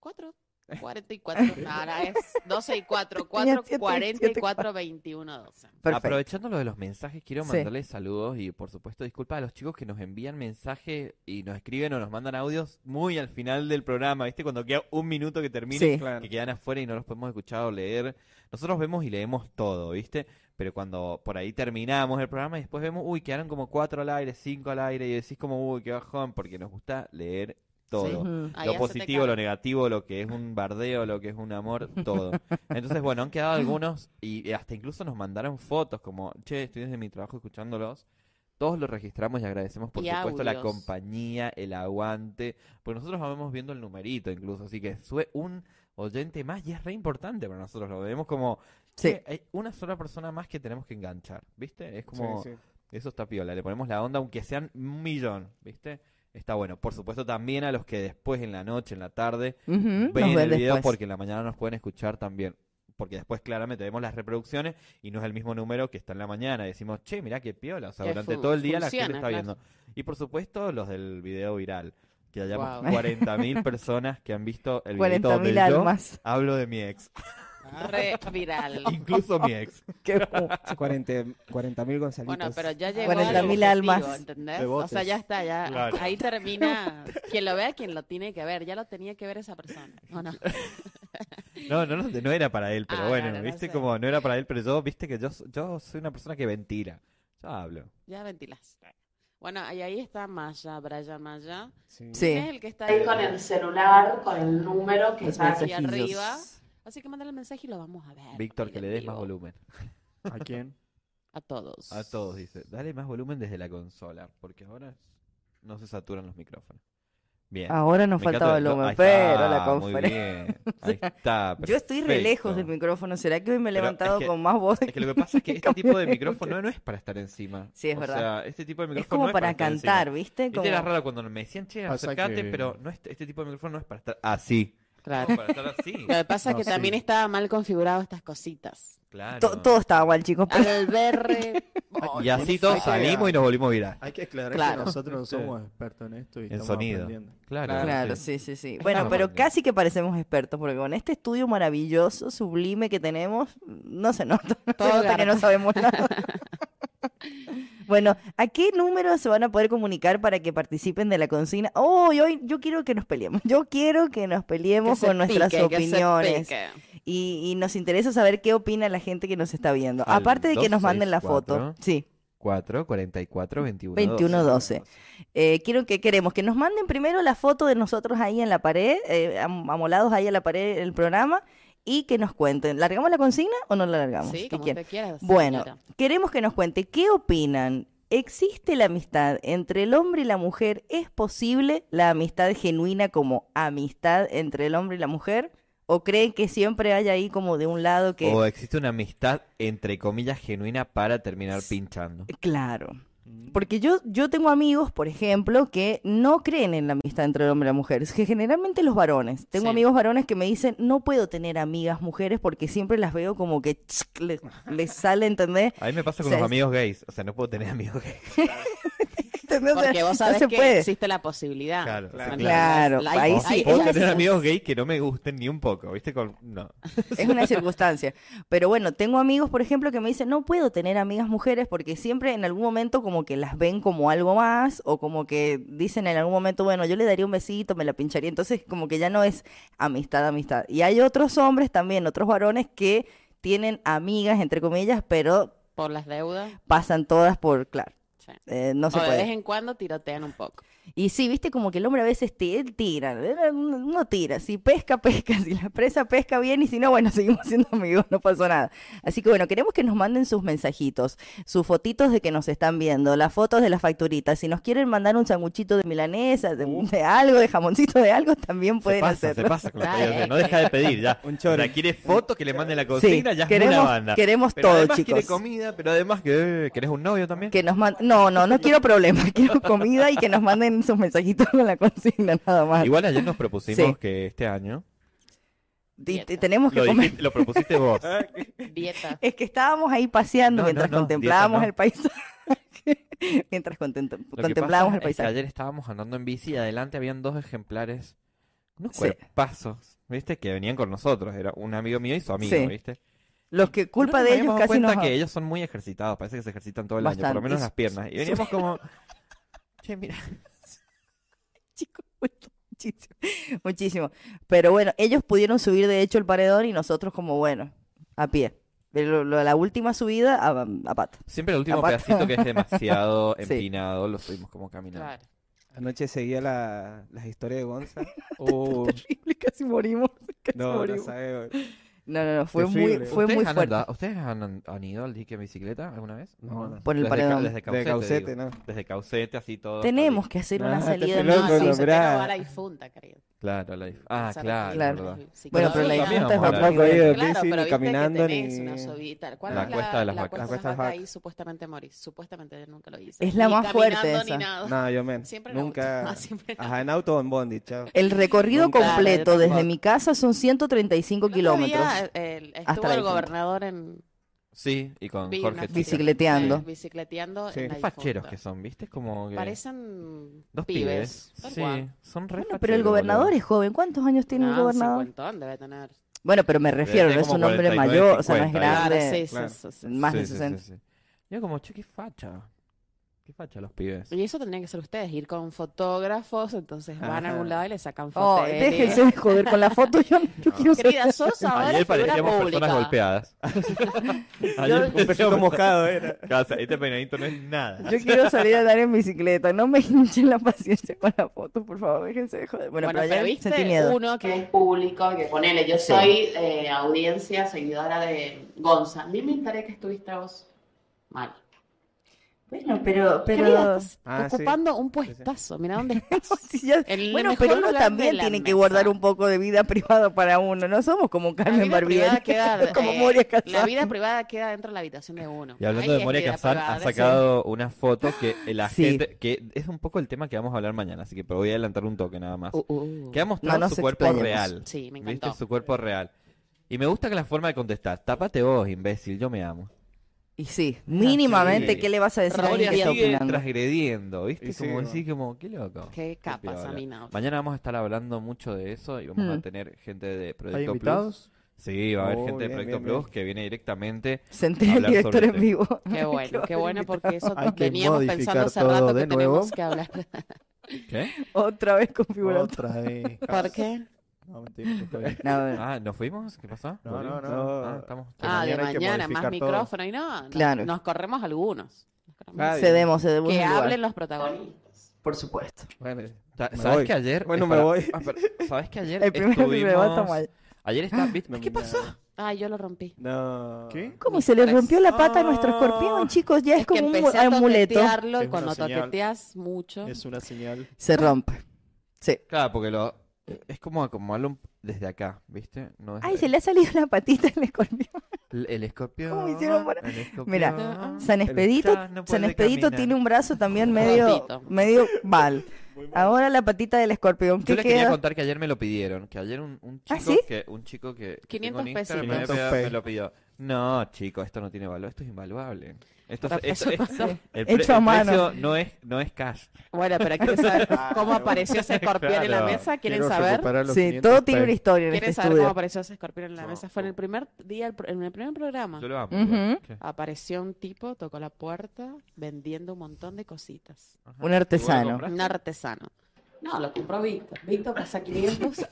Speaker 4: 4. 44, ahora es 12 y 4, 4,
Speaker 3: siete,
Speaker 4: 44, 21, 12.
Speaker 3: Perfecto.
Speaker 2: Aprovechando lo de los mensajes, quiero
Speaker 3: Sí.
Speaker 2: mandarles saludos y por supuesto disculpas a los chicos que nos envían mensajes y nos escriben o nos mandan audios muy al final del programa, ¿viste? Cuando queda un minuto que termine,
Speaker 3: Sí.
Speaker 5: Claro.
Speaker 2: que quedan afuera y no los podemos escuchar o leer. Nosotros vemos y leemos todo, ¿viste? Pero cuando por ahí terminamos el programa y después vemos, uy, quedaron como cuatro al aire, cinco al aire y decís como, uy, qué bajón, porque nos gusta leer todo.
Speaker 3: Ujú.
Speaker 4: Ahí
Speaker 2: Lo
Speaker 4: hacete
Speaker 2: positivo,
Speaker 4: cargo.
Speaker 2: lo negativo, lo que es un bardeo, lo que es un amor, todo. Entonces, bueno, han quedado algunos y hasta incluso nos mandaron fotos como, che, estoy desde mi trabajo escuchándolos. Todos los registramos y agradecemos, por
Speaker 4: Y
Speaker 2: supuesto, la
Speaker 4: audios.
Speaker 2: compañía, el aguante. Pues nosotros vamos viendo el numerito incluso, así que sube un oyente más y es re importante para nosotros. Lo vemos como,
Speaker 3: Sí.
Speaker 2: "Che, hay una sola persona más que tenemos que enganchar, ¿viste? Es
Speaker 5: Sí,
Speaker 2: como...
Speaker 5: sí.
Speaker 2: Eso está piola, le ponemos la onda aunque sean un millón, ¿viste? Está bueno. Por supuesto también a los que después en la noche, en la tarde,
Speaker 3: Ujú, Nos
Speaker 2: ven el
Speaker 3: ven
Speaker 2: video
Speaker 3: después.
Speaker 2: porque en la mañana nos pueden escuchar también. Porque después claramente vemos las reproducciones y no es el mismo número que está en la mañana. Y decimos, che, mirá qué piola. O sea,
Speaker 4: Que
Speaker 2: durante
Speaker 4: fu-
Speaker 2: todo el día la gente
Speaker 4: funciona,
Speaker 2: está
Speaker 4: claro.
Speaker 2: viendo. Y por supuesto los del video viral. Que hayamos
Speaker 4: Guau.
Speaker 2: 40.000 personas que han visto el video donde
Speaker 3: 40.000
Speaker 2: yo
Speaker 3: almas.
Speaker 2: hablo de mi ex.
Speaker 4: Re viral.
Speaker 2: Incluso mi ex.
Speaker 3: Qué bu-
Speaker 5: 40 mil Gonzalitos.
Speaker 4: Bueno, pero ya llegó
Speaker 3: 40.000
Speaker 4: al
Speaker 3: almas.
Speaker 4: objetivo, ¿entendés?
Speaker 6: De
Speaker 4: O sea,
Speaker 6: votos.
Speaker 4: ya está, ya
Speaker 2: Claro.
Speaker 4: ahí termina. Quien lo vea, quien lo tiene que ver, ya lo tenía que ver esa persona. ¿o no?
Speaker 2: No, no, no, no era para él, pero
Speaker 4: Ah,
Speaker 2: bueno,
Speaker 4: no, no, no
Speaker 2: viste
Speaker 4: sé.
Speaker 2: como no era para él, pero yo, viste que yo, yo soy una persona que ventila. Yo hablo.
Speaker 4: Ya ventilás. Bueno, y ahí está Maya, Brian Maya.
Speaker 5: Sí.
Speaker 3: Sí.
Speaker 4: Es el que está ahí con el celular, con el número que
Speaker 3: Los
Speaker 4: está aquí
Speaker 3: mensajillos.
Speaker 4: arriba. Así que mándale el mensaje Ah, y lo vamos a ver.
Speaker 2: Víctor,
Speaker 4: ahí
Speaker 2: que
Speaker 4: en
Speaker 2: le des
Speaker 4: vivo.
Speaker 2: más volumen.
Speaker 6: ¿A quién?
Speaker 4: A todos.
Speaker 2: A todos, dice. Dale más volumen desde la consola, porque ahora no se saturan los micrófonos. Bien.
Speaker 3: Ahora nos
Speaker 2: Me
Speaker 3: faltaba
Speaker 2: encanta-
Speaker 3: el
Speaker 2: ahí
Speaker 3: hombre,
Speaker 2: está,
Speaker 3: pero la
Speaker 2: muy
Speaker 3: conferencia.
Speaker 2: bien. Ahí está.
Speaker 3: Yo estoy re lejos del
Speaker 2: perfecto.
Speaker 3: micrófono. ¿Será que hoy me he
Speaker 2: Pero
Speaker 3: levantado
Speaker 2: es que-
Speaker 3: con más voz?
Speaker 2: Es que lo que pasa es que este
Speaker 3: Cambié
Speaker 2: tipo de
Speaker 3: de
Speaker 2: micrófono no es para estar encima.
Speaker 3: Sí, es
Speaker 2: o
Speaker 3: verdad.
Speaker 2: sea, este tipo de
Speaker 3: Es
Speaker 2: micrófono
Speaker 3: como
Speaker 2: no es
Speaker 3: para
Speaker 2: estar
Speaker 3: cantar,
Speaker 2: encima.
Speaker 3: ¿viste?
Speaker 2: Viste,
Speaker 3: Como...
Speaker 2: era raro cuando me decían, che,
Speaker 6: Pasa
Speaker 2: acercate,
Speaker 6: que-
Speaker 2: pero no este, este tipo de micrófono no es para estar así.
Speaker 4: Claro.
Speaker 2: No, para estar así.
Speaker 4: Lo que pasa
Speaker 6: No,
Speaker 4: es que
Speaker 6: sí.
Speaker 4: también estaba mal configurado estas cositas.
Speaker 2: Claro.
Speaker 3: To- todo estaba mal, chicos. pero-
Speaker 4: Al berre.
Speaker 2: Y así todos
Speaker 6: Hay que-
Speaker 2: salimos y nos volvimos viral.
Speaker 6: Hay que aclarar
Speaker 4: Claro.
Speaker 6: que nosotros no somos expertos en esto y
Speaker 2: En
Speaker 6: estamos
Speaker 2: sonido.
Speaker 6: aprendiendo.
Speaker 2: Claro.
Speaker 3: Claro, sí, sí, sí. Bueno,
Speaker 2: Estamos
Speaker 3: pero
Speaker 2: aprendiendo.
Speaker 3: casi que parecemos expertos, porque con este estudio maravilloso, sublime que tenemos, no se nota, no se
Speaker 4: Todo
Speaker 3: nota que
Speaker 4: garpa.
Speaker 3: no sabemos nada. Bueno, ¿a qué número se van a poder comunicar para que participen de la consigna? Oh, yo, yo quiero que nos peleemos. Yo quiero que nos
Speaker 4: Que
Speaker 3: peleemos
Speaker 4: se
Speaker 3: con nuestras
Speaker 4: pique, que se
Speaker 3: opiniones.
Speaker 4: pique.
Speaker 3: Y, y nos interesa saber qué opina la gente que nos está viendo.
Speaker 2: Al
Speaker 3: Aparte de que nos manden la
Speaker 2: 264.
Speaker 3: foto. Sí,
Speaker 2: 4 44 21
Speaker 3: 21
Speaker 2: 12.
Speaker 3: 12. Eh, quiero que queremos que nos manden primero la foto de nosotros ahí en la pared, eh, am- amolados ahí en la pared del programa, y que nos cuenten. ¿Largamos la consigna o no la largamos?
Speaker 4: Sí,
Speaker 3: ¿Qué
Speaker 4: como
Speaker 3: quieren?
Speaker 4: te quieras.
Speaker 3: Bueno,
Speaker 4: señora.
Speaker 3: queremos que nos cuente, ¿qué opinan? ¿Existe la amistad entre el hombre y la mujer? ¿Es posible la amistad genuina como amistad entre el hombre y la mujer? ¿O creen que siempre hay ahí como de un lado que...
Speaker 2: O existe una amistad, entre comillas, genuina para terminar pinchando.
Speaker 3: Claro.
Speaker 4: Mm.
Speaker 3: Porque yo, yo tengo amigos, por ejemplo, que no creen en la amistad entre el hombre y la mujer, es que generalmente los varones. Tengo
Speaker 4: Sí.
Speaker 3: amigos varones que me dicen, no puedo tener amigas mujeres porque siempre las veo como que tsk, le- les sale, ¿entendés?
Speaker 2: A mí me pasa con
Speaker 3: O sea,
Speaker 2: los
Speaker 3: es-
Speaker 2: amigos gays. O sea, no puedo tener amigos gays.
Speaker 3: ¿Entendés? O sea,
Speaker 4: Porque vos
Speaker 3: no
Speaker 4: sabés
Speaker 3: se
Speaker 4: que
Speaker 3: puede.
Speaker 4: existe la posibilidad.
Speaker 2: Claro, sí,
Speaker 4: ¿entendés?
Speaker 3: claro.
Speaker 4: La-
Speaker 3: Ahí
Speaker 2: O
Speaker 3: sí,
Speaker 2: puedo
Speaker 3: ahí
Speaker 2: tener
Speaker 3: sí.
Speaker 2: amigos gays que no me gusten ni un poco, ¿viste? Con... No.
Speaker 3: Es una circunstancia. Pero bueno, tengo amigos, por ejemplo, que me dicen, no puedo tener amigas mujeres porque siempre en algún momento como que las ven como algo más o como que dicen en algún momento, bueno, yo le daría un besito, me la pincharía. Entonces como que ya no es amistad, amistad. Y hay otros hombres también, otros varones que tienen amigas, entre comillas, pero
Speaker 4: Por las deudas.
Speaker 3: pasan todas por, claro,
Speaker 4: sí.
Speaker 3: eh, no se
Speaker 4: o de
Speaker 3: puede.
Speaker 4: vez en cuando tirotean un poco.
Speaker 3: Y sí, viste como que el hombre a veces ti- él tira, él no tira, si pesca, pesca, si la presa pesca bien y si no, bueno, seguimos siendo amigos, no pasó nada. Así que bueno, queremos que nos manden sus mensajitos, sus fotitos de que nos están viendo, las fotos de las facturitas, si nos quieren mandar un sanguchito de milanesa, de, de algo, de jamoncito de algo, también
Speaker 2: Uh. se
Speaker 3: pueden
Speaker 2: pasa,
Speaker 3: hacerlo.
Speaker 2: se pasa con los
Speaker 4: Dale,
Speaker 2: pedidos. o sea,
Speaker 4: eh.
Speaker 2: no deja de pedir ya.
Speaker 5: Un
Speaker 2: O
Speaker 5: choro.
Speaker 2: sea, quiere fotos que le manden la
Speaker 3: Sí,
Speaker 2: consigna, ya es una
Speaker 3: queremos,
Speaker 2: banda.
Speaker 3: queremos
Speaker 2: Pero
Speaker 3: todo,
Speaker 2: además quiere
Speaker 3: chicos.
Speaker 2: comida, pero además que eh, querés un novio también.
Speaker 3: Que nos man- No, no, no quiero problemas, quiero comida y que nos manden sus mensajitos con la consigna, nada más.
Speaker 2: Igual ayer nos propusimos
Speaker 3: Sí.
Speaker 2: que este año
Speaker 3: Y- y tenemos que
Speaker 2: lo,
Speaker 3: comer. Ah,
Speaker 2: dijiste- lo propusiste vos.
Speaker 4: Dieta.
Speaker 3: Es que estábamos ahí paseando
Speaker 2: No,
Speaker 3: mientras
Speaker 2: no, no,
Speaker 3: contemplábamos
Speaker 2: dieta no.
Speaker 3: el paisaje. mientras contento-
Speaker 2: Lo que
Speaker 3: contemplábamos el
Speaker 2: pasa es que
Speaker 3: paisaje.
Speaker 2: ayer estábamos andando en bici y adelante habían dos ejemplares, unos
Speaker 3: Sí.
Speaker 2: cuerpazos, ¿viste? Que venían con nosotros. Era un amigo mío y su amigo,
Speaker 3: Sí.
Speaker 2: ¿viste?
Speaker 3: Los que culpa
Speaker 2: No nos
Speaker 3: de
Speaker 2: habíamos
Speaker 3: ellos
Speaker 2: dado
Speaker 3: casi
Speaker 2: cuenta
Speaker 3: nos...
Speaker 2: que ellos son muy ejercitados, parece que se ejercitan todo el año, por
Speaker 3: Bastante.
Speaker 2: lo menos
Speaker 3: Y
Speaker 2: las
Speaker 3: su-
Speaker 2: piernas. Y
Speaker 3: su-
Speaker 2: veníamos como, che, mira,
Speaker 3: Chicos, cuesta muchísimo. Muchísimo. Pero bueno, ellos pudieron subir de hecho el paredón y nosotros como bueno, a pie. Pero lo- la última subida a, a pata.
Speaker 2: siempre el último
Speaker 3: Aparte-
Speaker 2: pedacito que es demasiado
Speaker 3: Sí.
Speaker 2: empinado, lo subimos como caminando.
Speaker 4: Claro.
Speaker 5: Anoche seguía la, las historias de Gonza. Oh,
Speaker 3: Terrible, casi morimos. Casi
Speaker 5: no, no
Speaker 3: morimos.
Speaker 5: sabes.
Speaker 3: No, no, no, fue muy,
Speaker 5: Terrible.
Speaker 3: fue
Speaker 2: ¿Ustedes
Speaker 3: muy
Speaker 2: han
Speaker 3: fuerte.
Speaker 2: andado- ¿Ustedes han, han ido al dique en bicicleta alguna vez?
Speaker 5: No, no.
Speaker 3: Por el
Speaker 2: desde, ca-
Speaker 3: paredón.
Speaker 2: desde
Speaker 5: De
Speaker 2: Caucete,
Speaker 5: Caucete,
Speaker 2: digo.
Speaker 5: ¿no?
Speaker 2: Desde Caucete, así todo.
Speaker 3: Tenemos que hacer una
Speaker 5: No,
Speaker 3: salida
Speaker 5: te
Speaker 3: en
Speaker 5: loco,
Speaker 4: No,
Speaker 5: no,
Speaker 4: sí,
Speaker 3: bici.
Speaker 4: se te
Speaker 5: mirá.
Speaker 4: acabó la difunta, querido.
Speaker 2: Claro, la dif- Ah,
Speaker 4: Esa
Speaker 2: claro,
Speaker 3: Claro.
Speaker 2: es verdad.
Speaker 4: Sí,
Speaker 3: Bueno,
Speaker 4: que
Speaker 3: pero la
Speaker 4: todavía
Speaker 3: difunta es
Speaker 4: vamos a
Speaker 3: otra
Speaker 4: hablar.
Speaker 5: cosa. Tampoco he ido en
Speaker 4: Claro,
Speaker 5: bici,
Speaker 4: pero
Speaker 5: ni
Speaker 4: viste que
Speaker 5: caminando,
Speaker 4: tenés
Speaker 5: ni-
Speaker 4: una subida. ¿Cuál
Speaker 2: La
Speaker 4: es la,
Speaker 2: cuesta de las
Speaker 4: la
Speaker 2: vacas.
Speaker 4: cuesta de
Speaker 5: La
Speaker 4: las
Speaker 5: cuesta de las
Speaker 4: vacas?
Speaker 5: vacas.
Speaker 4: Ahí supuestamente morís. Supuestamente nunca lo hice.
Speaker 3: Es la
Speaker 4: Ni
Speaker 3: más fuerte
Speaker 4: caminando,
Speaker 3: esa.
Speaker 4: Ni nada.
Speaker 5: No, yo men.
Speaker 4: Siempre en auto.
Speaker 5: Nunca.
Speaker 4: Ah, siempre en
Speaker 5: Ajá, en auto o en bondi, chao.
Speaker 3: El recorrido
Speaker 5: Nunca.
Speaker 3: completo
Speaker 5: Dale,
Speaker 3: desde
Speaker 5: tampoco.
Speaker 3: mi casa son 135
Speaker 4: El otro
Speaker 3: kilómetros.
Speaker 4: día, el- estuvo
Speaker 3: Hasta la
Speaker 4: el
Speaker 3: difunta.
Speaker 4: gobernador en
Speaker 2: Sí, y con
Speaker 4: Vi
Speaker 2: Jorge
Speaker 4: una-
Speaker 2: Chica.
Speaker 3: Bicicleteando.
Speaker 4: sí, bicicleteando.
Speaker 5: Sí.
Speaker 4: en la
Speaker 2: Qué facheros
Speaker 4: difunta.
Speaker 2: que son, ¿viste? Es Como que
Speaker 4: Parecen
Speaker 2: dos
Speaker 4: pibes.
Speaker 2: pibes.
Speaker 4: tal
Speaker 2: Sí,
Speaker 4: cual.
Speaker 2: son re
Speaker 3: Bueno, pero el
Speaker 2: facheros,
Speaker 3: gobernador
Speaker 2: boludo.
Speaker 3: es joven. ¿Cuántos años tiene el
Speaker 4: No, un
Speaker 3: gobernador?
Speaker 4: cincuentón debe tener.
Speaker 3: Bueno, pero me refiero, no
Speaker 2: Debe
Speaker 3: es
Speaker 2: tener
Speaker 3: un
Speaker 2: como
Speaker 3: hombre
Speaker 2: 49,
Speaker 3: mayor, o sea, no es
Speaker 2: 50,
Speaker 4: Claro,
Speaker 3: grande,
Speaker 4: sí, sí,
Speaker 5: claro.
Speaker 4: sí, sí.
Speaker 3: más de
Speaker 2: Sí, sí,
Speaker 3: 60.
Speaker 2: sí, sí. Yo como, che, qué facha. Qué facha los pibes.
Speaker 4: Y eso tendrían que ser ustedes, ir con fotógrafos, entonces van a
Speaker 5: Ajá.
Speaker 4: algún lado y le sacan
Speaker 3: Oh,
Speaker 4: fotos.
Speaker 3: déjense de joder con la foto, yo, yo quiero ser-
Speaker 4: Querida, sos ahora
Speaker 2: Ayer
Speaker 4: figura
Speaker 2: parecíamos personas
Speaker 4: pública.
Speaker 2: golpeadas. Ayer
Speaker 5: Un pesito mojado
Speaker 4: ¿eh?
Speaker 5: era.
Speaker 2: Casa, este peinadito no es nada.
Speaker 3: yo quiero salir a andar en bicicleta, no me hinchen la paciencia con la foto, por favor, déjense de joder. Bueno,
Speaker 4: Bueno,
Speaker 3: pero
Speaker 4: pero
Speaker 3: ayer
Speaker 4: viste
Speaker 3: sentí miedo.
Speaker 4: uno que es público, que ponele, yo
Speaker 3: Sí.
Speaker 4: soy eh, audiencia seguidora de Gonza. Ni me enteré que estuviste vos mal.
Speaker 3: Bueno, pero,
Speaker 4: Querida,
Speaker 3: pero...
Speaker 4: estás
Speaker 5: Ah, sí.
Speaker 4: ocupando un puestazo, mira dónde estás.
Speaker 3: si ya-
Speaker 4: El
Speaker 3: Bueno,
Speaker 4: mejor
Speaker 3: pero uno
Speaker 4: lugar de
Speaker 3: también
Speaker 4: la
Speaker 3: tiene que
Speaker 4: mesa.
Speaker 3: guardar un poco de vida privada para uno, no somos como
Speaker 4: La
Speaker 3: Carmen
Speaker 4: vida privada
Speaker 3: Barbieri,
Speaker 4: queda,
Speaker 3: como
Speaker 4: eh,
Speaker 3: Moria
Speaker 4: La
Speaker 3: Casán.
Speaker 4: vida privada queda dentro de la habitación de uno.
Speaker 2: Y hablando
Speaker 4: Ahí
Speaker 2: de
Speaker 4: es
Speaker 2: Moria
Speaker 4: vida
Speaker 2: Kazan,
Speaker 4: privada,
Speaker 2: ha
Speaker 4: sí.
Speaker 2: sacado una foto que la
Speaker 3: Sí.
Speaker 2: gente, que es un poco el tema que vamos a hablar mañana, así que pero voy a adelantar un toque nada más.
Speaker 4: Uh, uh.
Speaker 2: Que ha mostrado
Speaker 3: No nos
Speaker 2: su cuerpo
Speaker 3: explayemos.
Speaker 2: real.
Speaker 4: Sí, me
Speaker 2: ¿Viste?
Speaker 4: encantó.
Speaker 2: Su cuerpo real. Y me gusta que la forma de contestar, tápate vos, imbécil, yo me amo.
Speaker 3: Y sí, mínimamente,
Speaker 2: sí.
Speaker 3: ¿qué le vas a decir a alguien
Speaker 2: Moria
Speaker 3: que está
Speaker 2: sigue
Speaker 3: opinando?
Speaker 2: transgrediendo, ¿viste?
Speaker 5: Y sí,
Speaker 2: como
Speaker 5: bueno.
Speaker 2: así, como, qué loco.
Speaker 4: Qué capas,
Speaker 2: piola.
Speaker 4: Amina.
Speaker 2: Mañana vamos a estar hablando mucho de eso y vamos a
Speaker 3: Mm.
Speaker 2: tener gente de Proyecto
Speaker 6: ¿Hay
Speaker 2: Plus.
Speaker 6: invitados?
Speaker 2: Sí, va a haber
Speaker 5: Oh,
Speaker 2: gente de
Speaker 5: bien,
Speaker 2: Proyecto
Speaker 5: bien,
Speaker 2: Plus
Speaker 5: bien.
Speaker 2: que viene directamente.
Speaker 3: Senté el
Speaker 2: Hablar
Speaker 3: director
Speaker 2: sobre este-
Speaker 3: en
Speaker 2: el
Speaker 3: vivo.
Speaker 4: Qué bueno, qué bueno, porque eso
Speaker 6: Hay que
Speaker 4: veníamos
Speaker 6: modificar
Speaker 4: pensando hace
Speaker 6: todo
Speaker 4: rato
Speaker 6: de
Speaker 4: que
Speaker 6: nuevo.
Speaker 4: tenemos que hablar.
Speaker 2: ¿Qué?
Speaker 3: Otra vez configurando.
Speaker 6: Otra vez.
Speaker 4: ¿Por qué?
Speaker 6: No, mentira, está bien.
Speaker 3: No, no.
Speaker 2: Ah, ¿nos fuimos? ¿Qué pasó?
Speaker 6: No,
Speaker 2: ¿Volvimos?
Speaker 6: no, no.
Speaker 2: Ah, estamos...
Speaker 6: Que
Speaker 4: Ah, de
Speaker 6: mañana hay que
Speaker 4: mañana, más
Speaker 6: modificar todo.
Speaker 4: micrófono y no. no,
Speaker 3: Claro.
Speaker 4: Nos corremos algunos. claramente.
Speaker 5: Está bien.
Speaker 3: Cedemos, cedemos
Speaker 4: Que
Speaker 3: el lugar,
Speaker 4: hablen los protagonistas.
Speaker 3: por supuesto.
Speaker 5: Bueno,
Speaker 2: Ta-
Speaker 5: Me
Speaker 2: ¿Sabes
Speaker 5: voy.
Speaker 2: que ayer?
Speaker 5: Bueno, me
Speaker 2: espera,
Speaker 5: voy.
Speaker 2: ah, pero, ¿Sabes que ayer
Speaker 3: El primero que me va está
Speaker 2: estuvimos-
Speaker 3: mal.
Speaker 2: Ayer está... ¿viste?
Speaker 6: No,
Speaker 2: ¿Qué
Speaker 6: nada.
Speaker 2: pasó?
Speaker 4: Ah, yo lo rompí.
Speaker 5: no.
Speaker 6: ¿Qué?
Speaker 3: ¿Cómo se le rompió la pata a nuestro
Speaker 2: Ah.
Speaker 3: escorpión, chicos? Ya es,
Speaker 4: Oh. que
Speaker 3: como un mu-
Speaker 4: empecé a
Speaker 3: amuleto.
Speaker 4: toquetearlo y
Speaker 6: Es
Speaker 4: cuando
Speaker 6: una señal.
Speaker 4: toqueteas mucho.
Speaker 6: Es una señal.
Speaker 3: Se rompe. Sí.
Speaker 2: Claro, porque lo... Es como acomodarlo un- desde acá, ¿viste? No es
Speaker 3: Ay, se le ha salido la patita al escorpión.
Speaker 2: El, el escorpión.
Speaker 3: ¿Cómo hicieron para-
Speaker 2: el escorpión,
Speaker 4: ah,
Speaker 3: Mira,
Speaker 2: el
Speaker 3: San Expedito,
Speaker 2: chas no
Speaker 3: San
Speaker 2: puede
Speaker 3: Expedito
Speaker 2: caminar.
Speaker 3: tiene un brazo también medio,
Speaker 4: Cortito.
Speaker 3: medio mal. Ahora la patita del escorpión.
Speaker 2: Yo
Speaker 3: ¿Qué
Speaker 2: les quería
Speaker 3: queda?
Speaker 2: contar que ayer me lo pidieron, que ayer un, un chico
Speaker 3: ¿Ah, sí?
Speaker 2: que un chico que que
Speaker 4: 500
Speaker 2: tengo en Instagram me,
Speaker 6: 500
Speaker 2: había-
Speaker 6: pesos.
Speaker 2: me lo pidió. No, chico, esto no tiene valor, esto es invaluable. Esto es-
Speaker 4: Para
Speaker 2: esto
Speaker 4: pasar-
Speaker 2: es-
Speaker 4: pasar.
Speaker 2: el
Speaker 3: Hecho a
Speaker 2: el
Speaker 3: mano.
Speaker 2: precio no es no es cash.
Speaker 4: Bueno, pero quieren saber cómo
Speaker 5: Ah,
Speaker 4: apareció ese escorpión en la
Speaker 2: Claro.
Speaker 4: mesa. ¿Quieren
Speaker 6: Quiero
Speaker 4: saber?
Speaker 6: recuperar los
Speaker 3: Sí,
Speaker 6: 500
Speaker 3: todo tiene una
Speaker 6: pesos.
Speaker 3: historia en este
Speaker 4: ¿Quieren saber cómo
Speaker 3: estudio.
Speaker 4: apareció ese escorpión en la
Speaker 2: No,
Speaker 4: mesa? Fue en el primer día, el pr- en el primer programa.
Speaker 2: Yo lo amo.
Speaker 3: Ujú.
Speaker 2: igual, que-
Speaker 4: Apareció un tipo, tocó la puerta, vendiendo un montón de cositas.
Speaker 2: ajá.
Speaker 3: Un artesano.
Speaker 2: ¿Compraste?
Speaker 4: Un artesano. No, lo compró Víctor. Víctor pasa 500.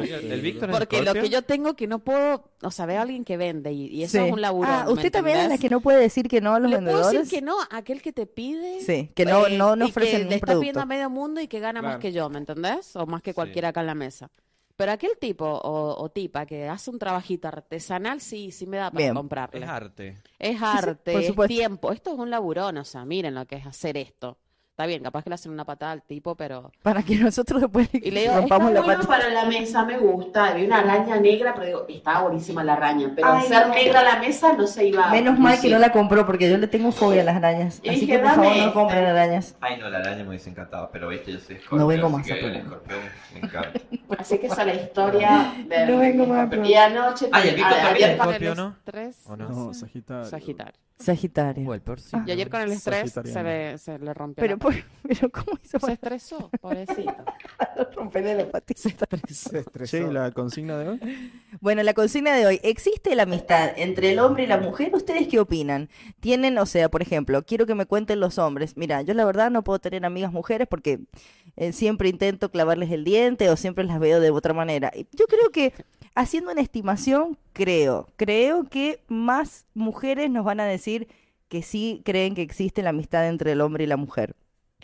Speaker 2: El, el Víctor es
Speaker 4: Porque lo que
Speaker 2: escorpio.
Speaker 4: yo tengo que no puedo, o sea, veo a alguien que vende y, y eso
Speaker 3: Sí.
Speaker 4: es un laburo.
Speaker 3: Ah, usted también es la que no puede decir que no a los
Speaker 4: ¿Le puedo
Speaker 3: vendedores.
Speaker 4: decir que no a aquel que te pide?
Speaker 3: Sí, que no,
Speaker 4: Eh,
Speaker 3: no,
Speaker 4: y
Speaker 3: no
Speaker 4: que
Speaker 3: ofrecen
Speaker 4: le
Speaker 3: un
Speaker 4: está pidiendo a
Speaker 3: producto.
Speaker 4: medio mundo y que gana más
Speaker 2: Claro.
Speaker 4: que yo, ¿me entendés? O más que
Speaker 2: Sí.
Speaker 4: cualquiera acá en la mesa. Pero aquel tipo o, o tipa que hace un trabajito artesanal, sí, sí me da para
Speaker 3: Bien.
Speaker 4: comprarle.
Speaker 2: Es arte.
Speaker 4: Es
Speaker 3: por
Speaker 4: arte, es
Speaker 3: supuesto.
Speaker 4: tiempo. Esto es un laburón, o sea, miren lo que es hacer esto. Está bien, capaz que le hacen una patada al tipo, pero...
Speaker 3: Para que nosotros después le
Speaker 4: Y le digo,
Speaker 3: rompamos
Speaker 4: está
Speaker 3: la
Speaker 4: bueno
Speaker 3: pata.
Speaker 4: para la mesa, me gusta. Había una araña negra, pero digo, estaba buenísima la araña. Pero
Speaker 3: Ay,
Speaker 4: al ser
Speaker 3: no.
Speaker 4: negra la mesa no se iba a
Speaker 3: Menos mal que
Speaker 4: lucir.
Speaker 3: no la compró porque yo le tengo fobia a las arañas.
Speaker 4: Y
Speaker 3: Así
Speaker 4: dije,
Speaker 3: que por favor
Speaker 4: dame
Speaker 3: no
Speaker 4: esta.
Speaker 3: compren arañas.
Speaker 2: Ay, no, la araña me hubiese encantado, pero viste, yo soy
Speaker 3: escorpio, vengo así más a que el Perú.
Speaker 2: escorpión me encanta.
Speaker 4: Así que esa es la historia de...
Speaker 3: No vengo más, pero-
Speaker 4: Ah, Y anoche...
Speaker 2: Ay, el Vico
Speaker 4: a-
Speaker 2: también
Speaker 4: ayer
Speaker 2: es
Speaker 4: con
Speaker 2: escorpio,
Speaker 4: el
Speaker 2: ¿no?
Speaker 4: estrés-
Speaker 2: ¿O no?
Speaker 6: No, Sagitario.
Speaker 4: Sagitario.
Speaker 3: Sagitario.
Speaker 2: el peor sí.
Speaker 4: Y ayer con el estrés se
Speaker 6: Sagitariano.
Speaker 4: le, se le rompió
Speaker 3: Pero,
Speaker 4: la
Speaker 3: por- pero ¿cómo hizo
Speaker 4: Se
Speaker 3: para
Speaker 4: estresó, pobrecito.
Speaker 3: romperle la patita?
Speaker 5: Se estresó.
Speaker 6: Che, la consigna de hoy.
Speaker 3: Bueno, la consigna de hoy, ¿existe la amistad entre el hombre y la mujer? ¿Ustedes qué opinan? Tienen, o sea, por ejemplo, quiero que me cuenten los hombres. Mira, yo la verdad no puedo tener amigas mujeres porque eh, siempre intento clavarles el diente o siempre las veo de otra manera. Y Yo creo que haciendo una estimación, creo, creo que más mujeres nos van a decir que sí creen que existe la amistad entre el hombre y la mujer.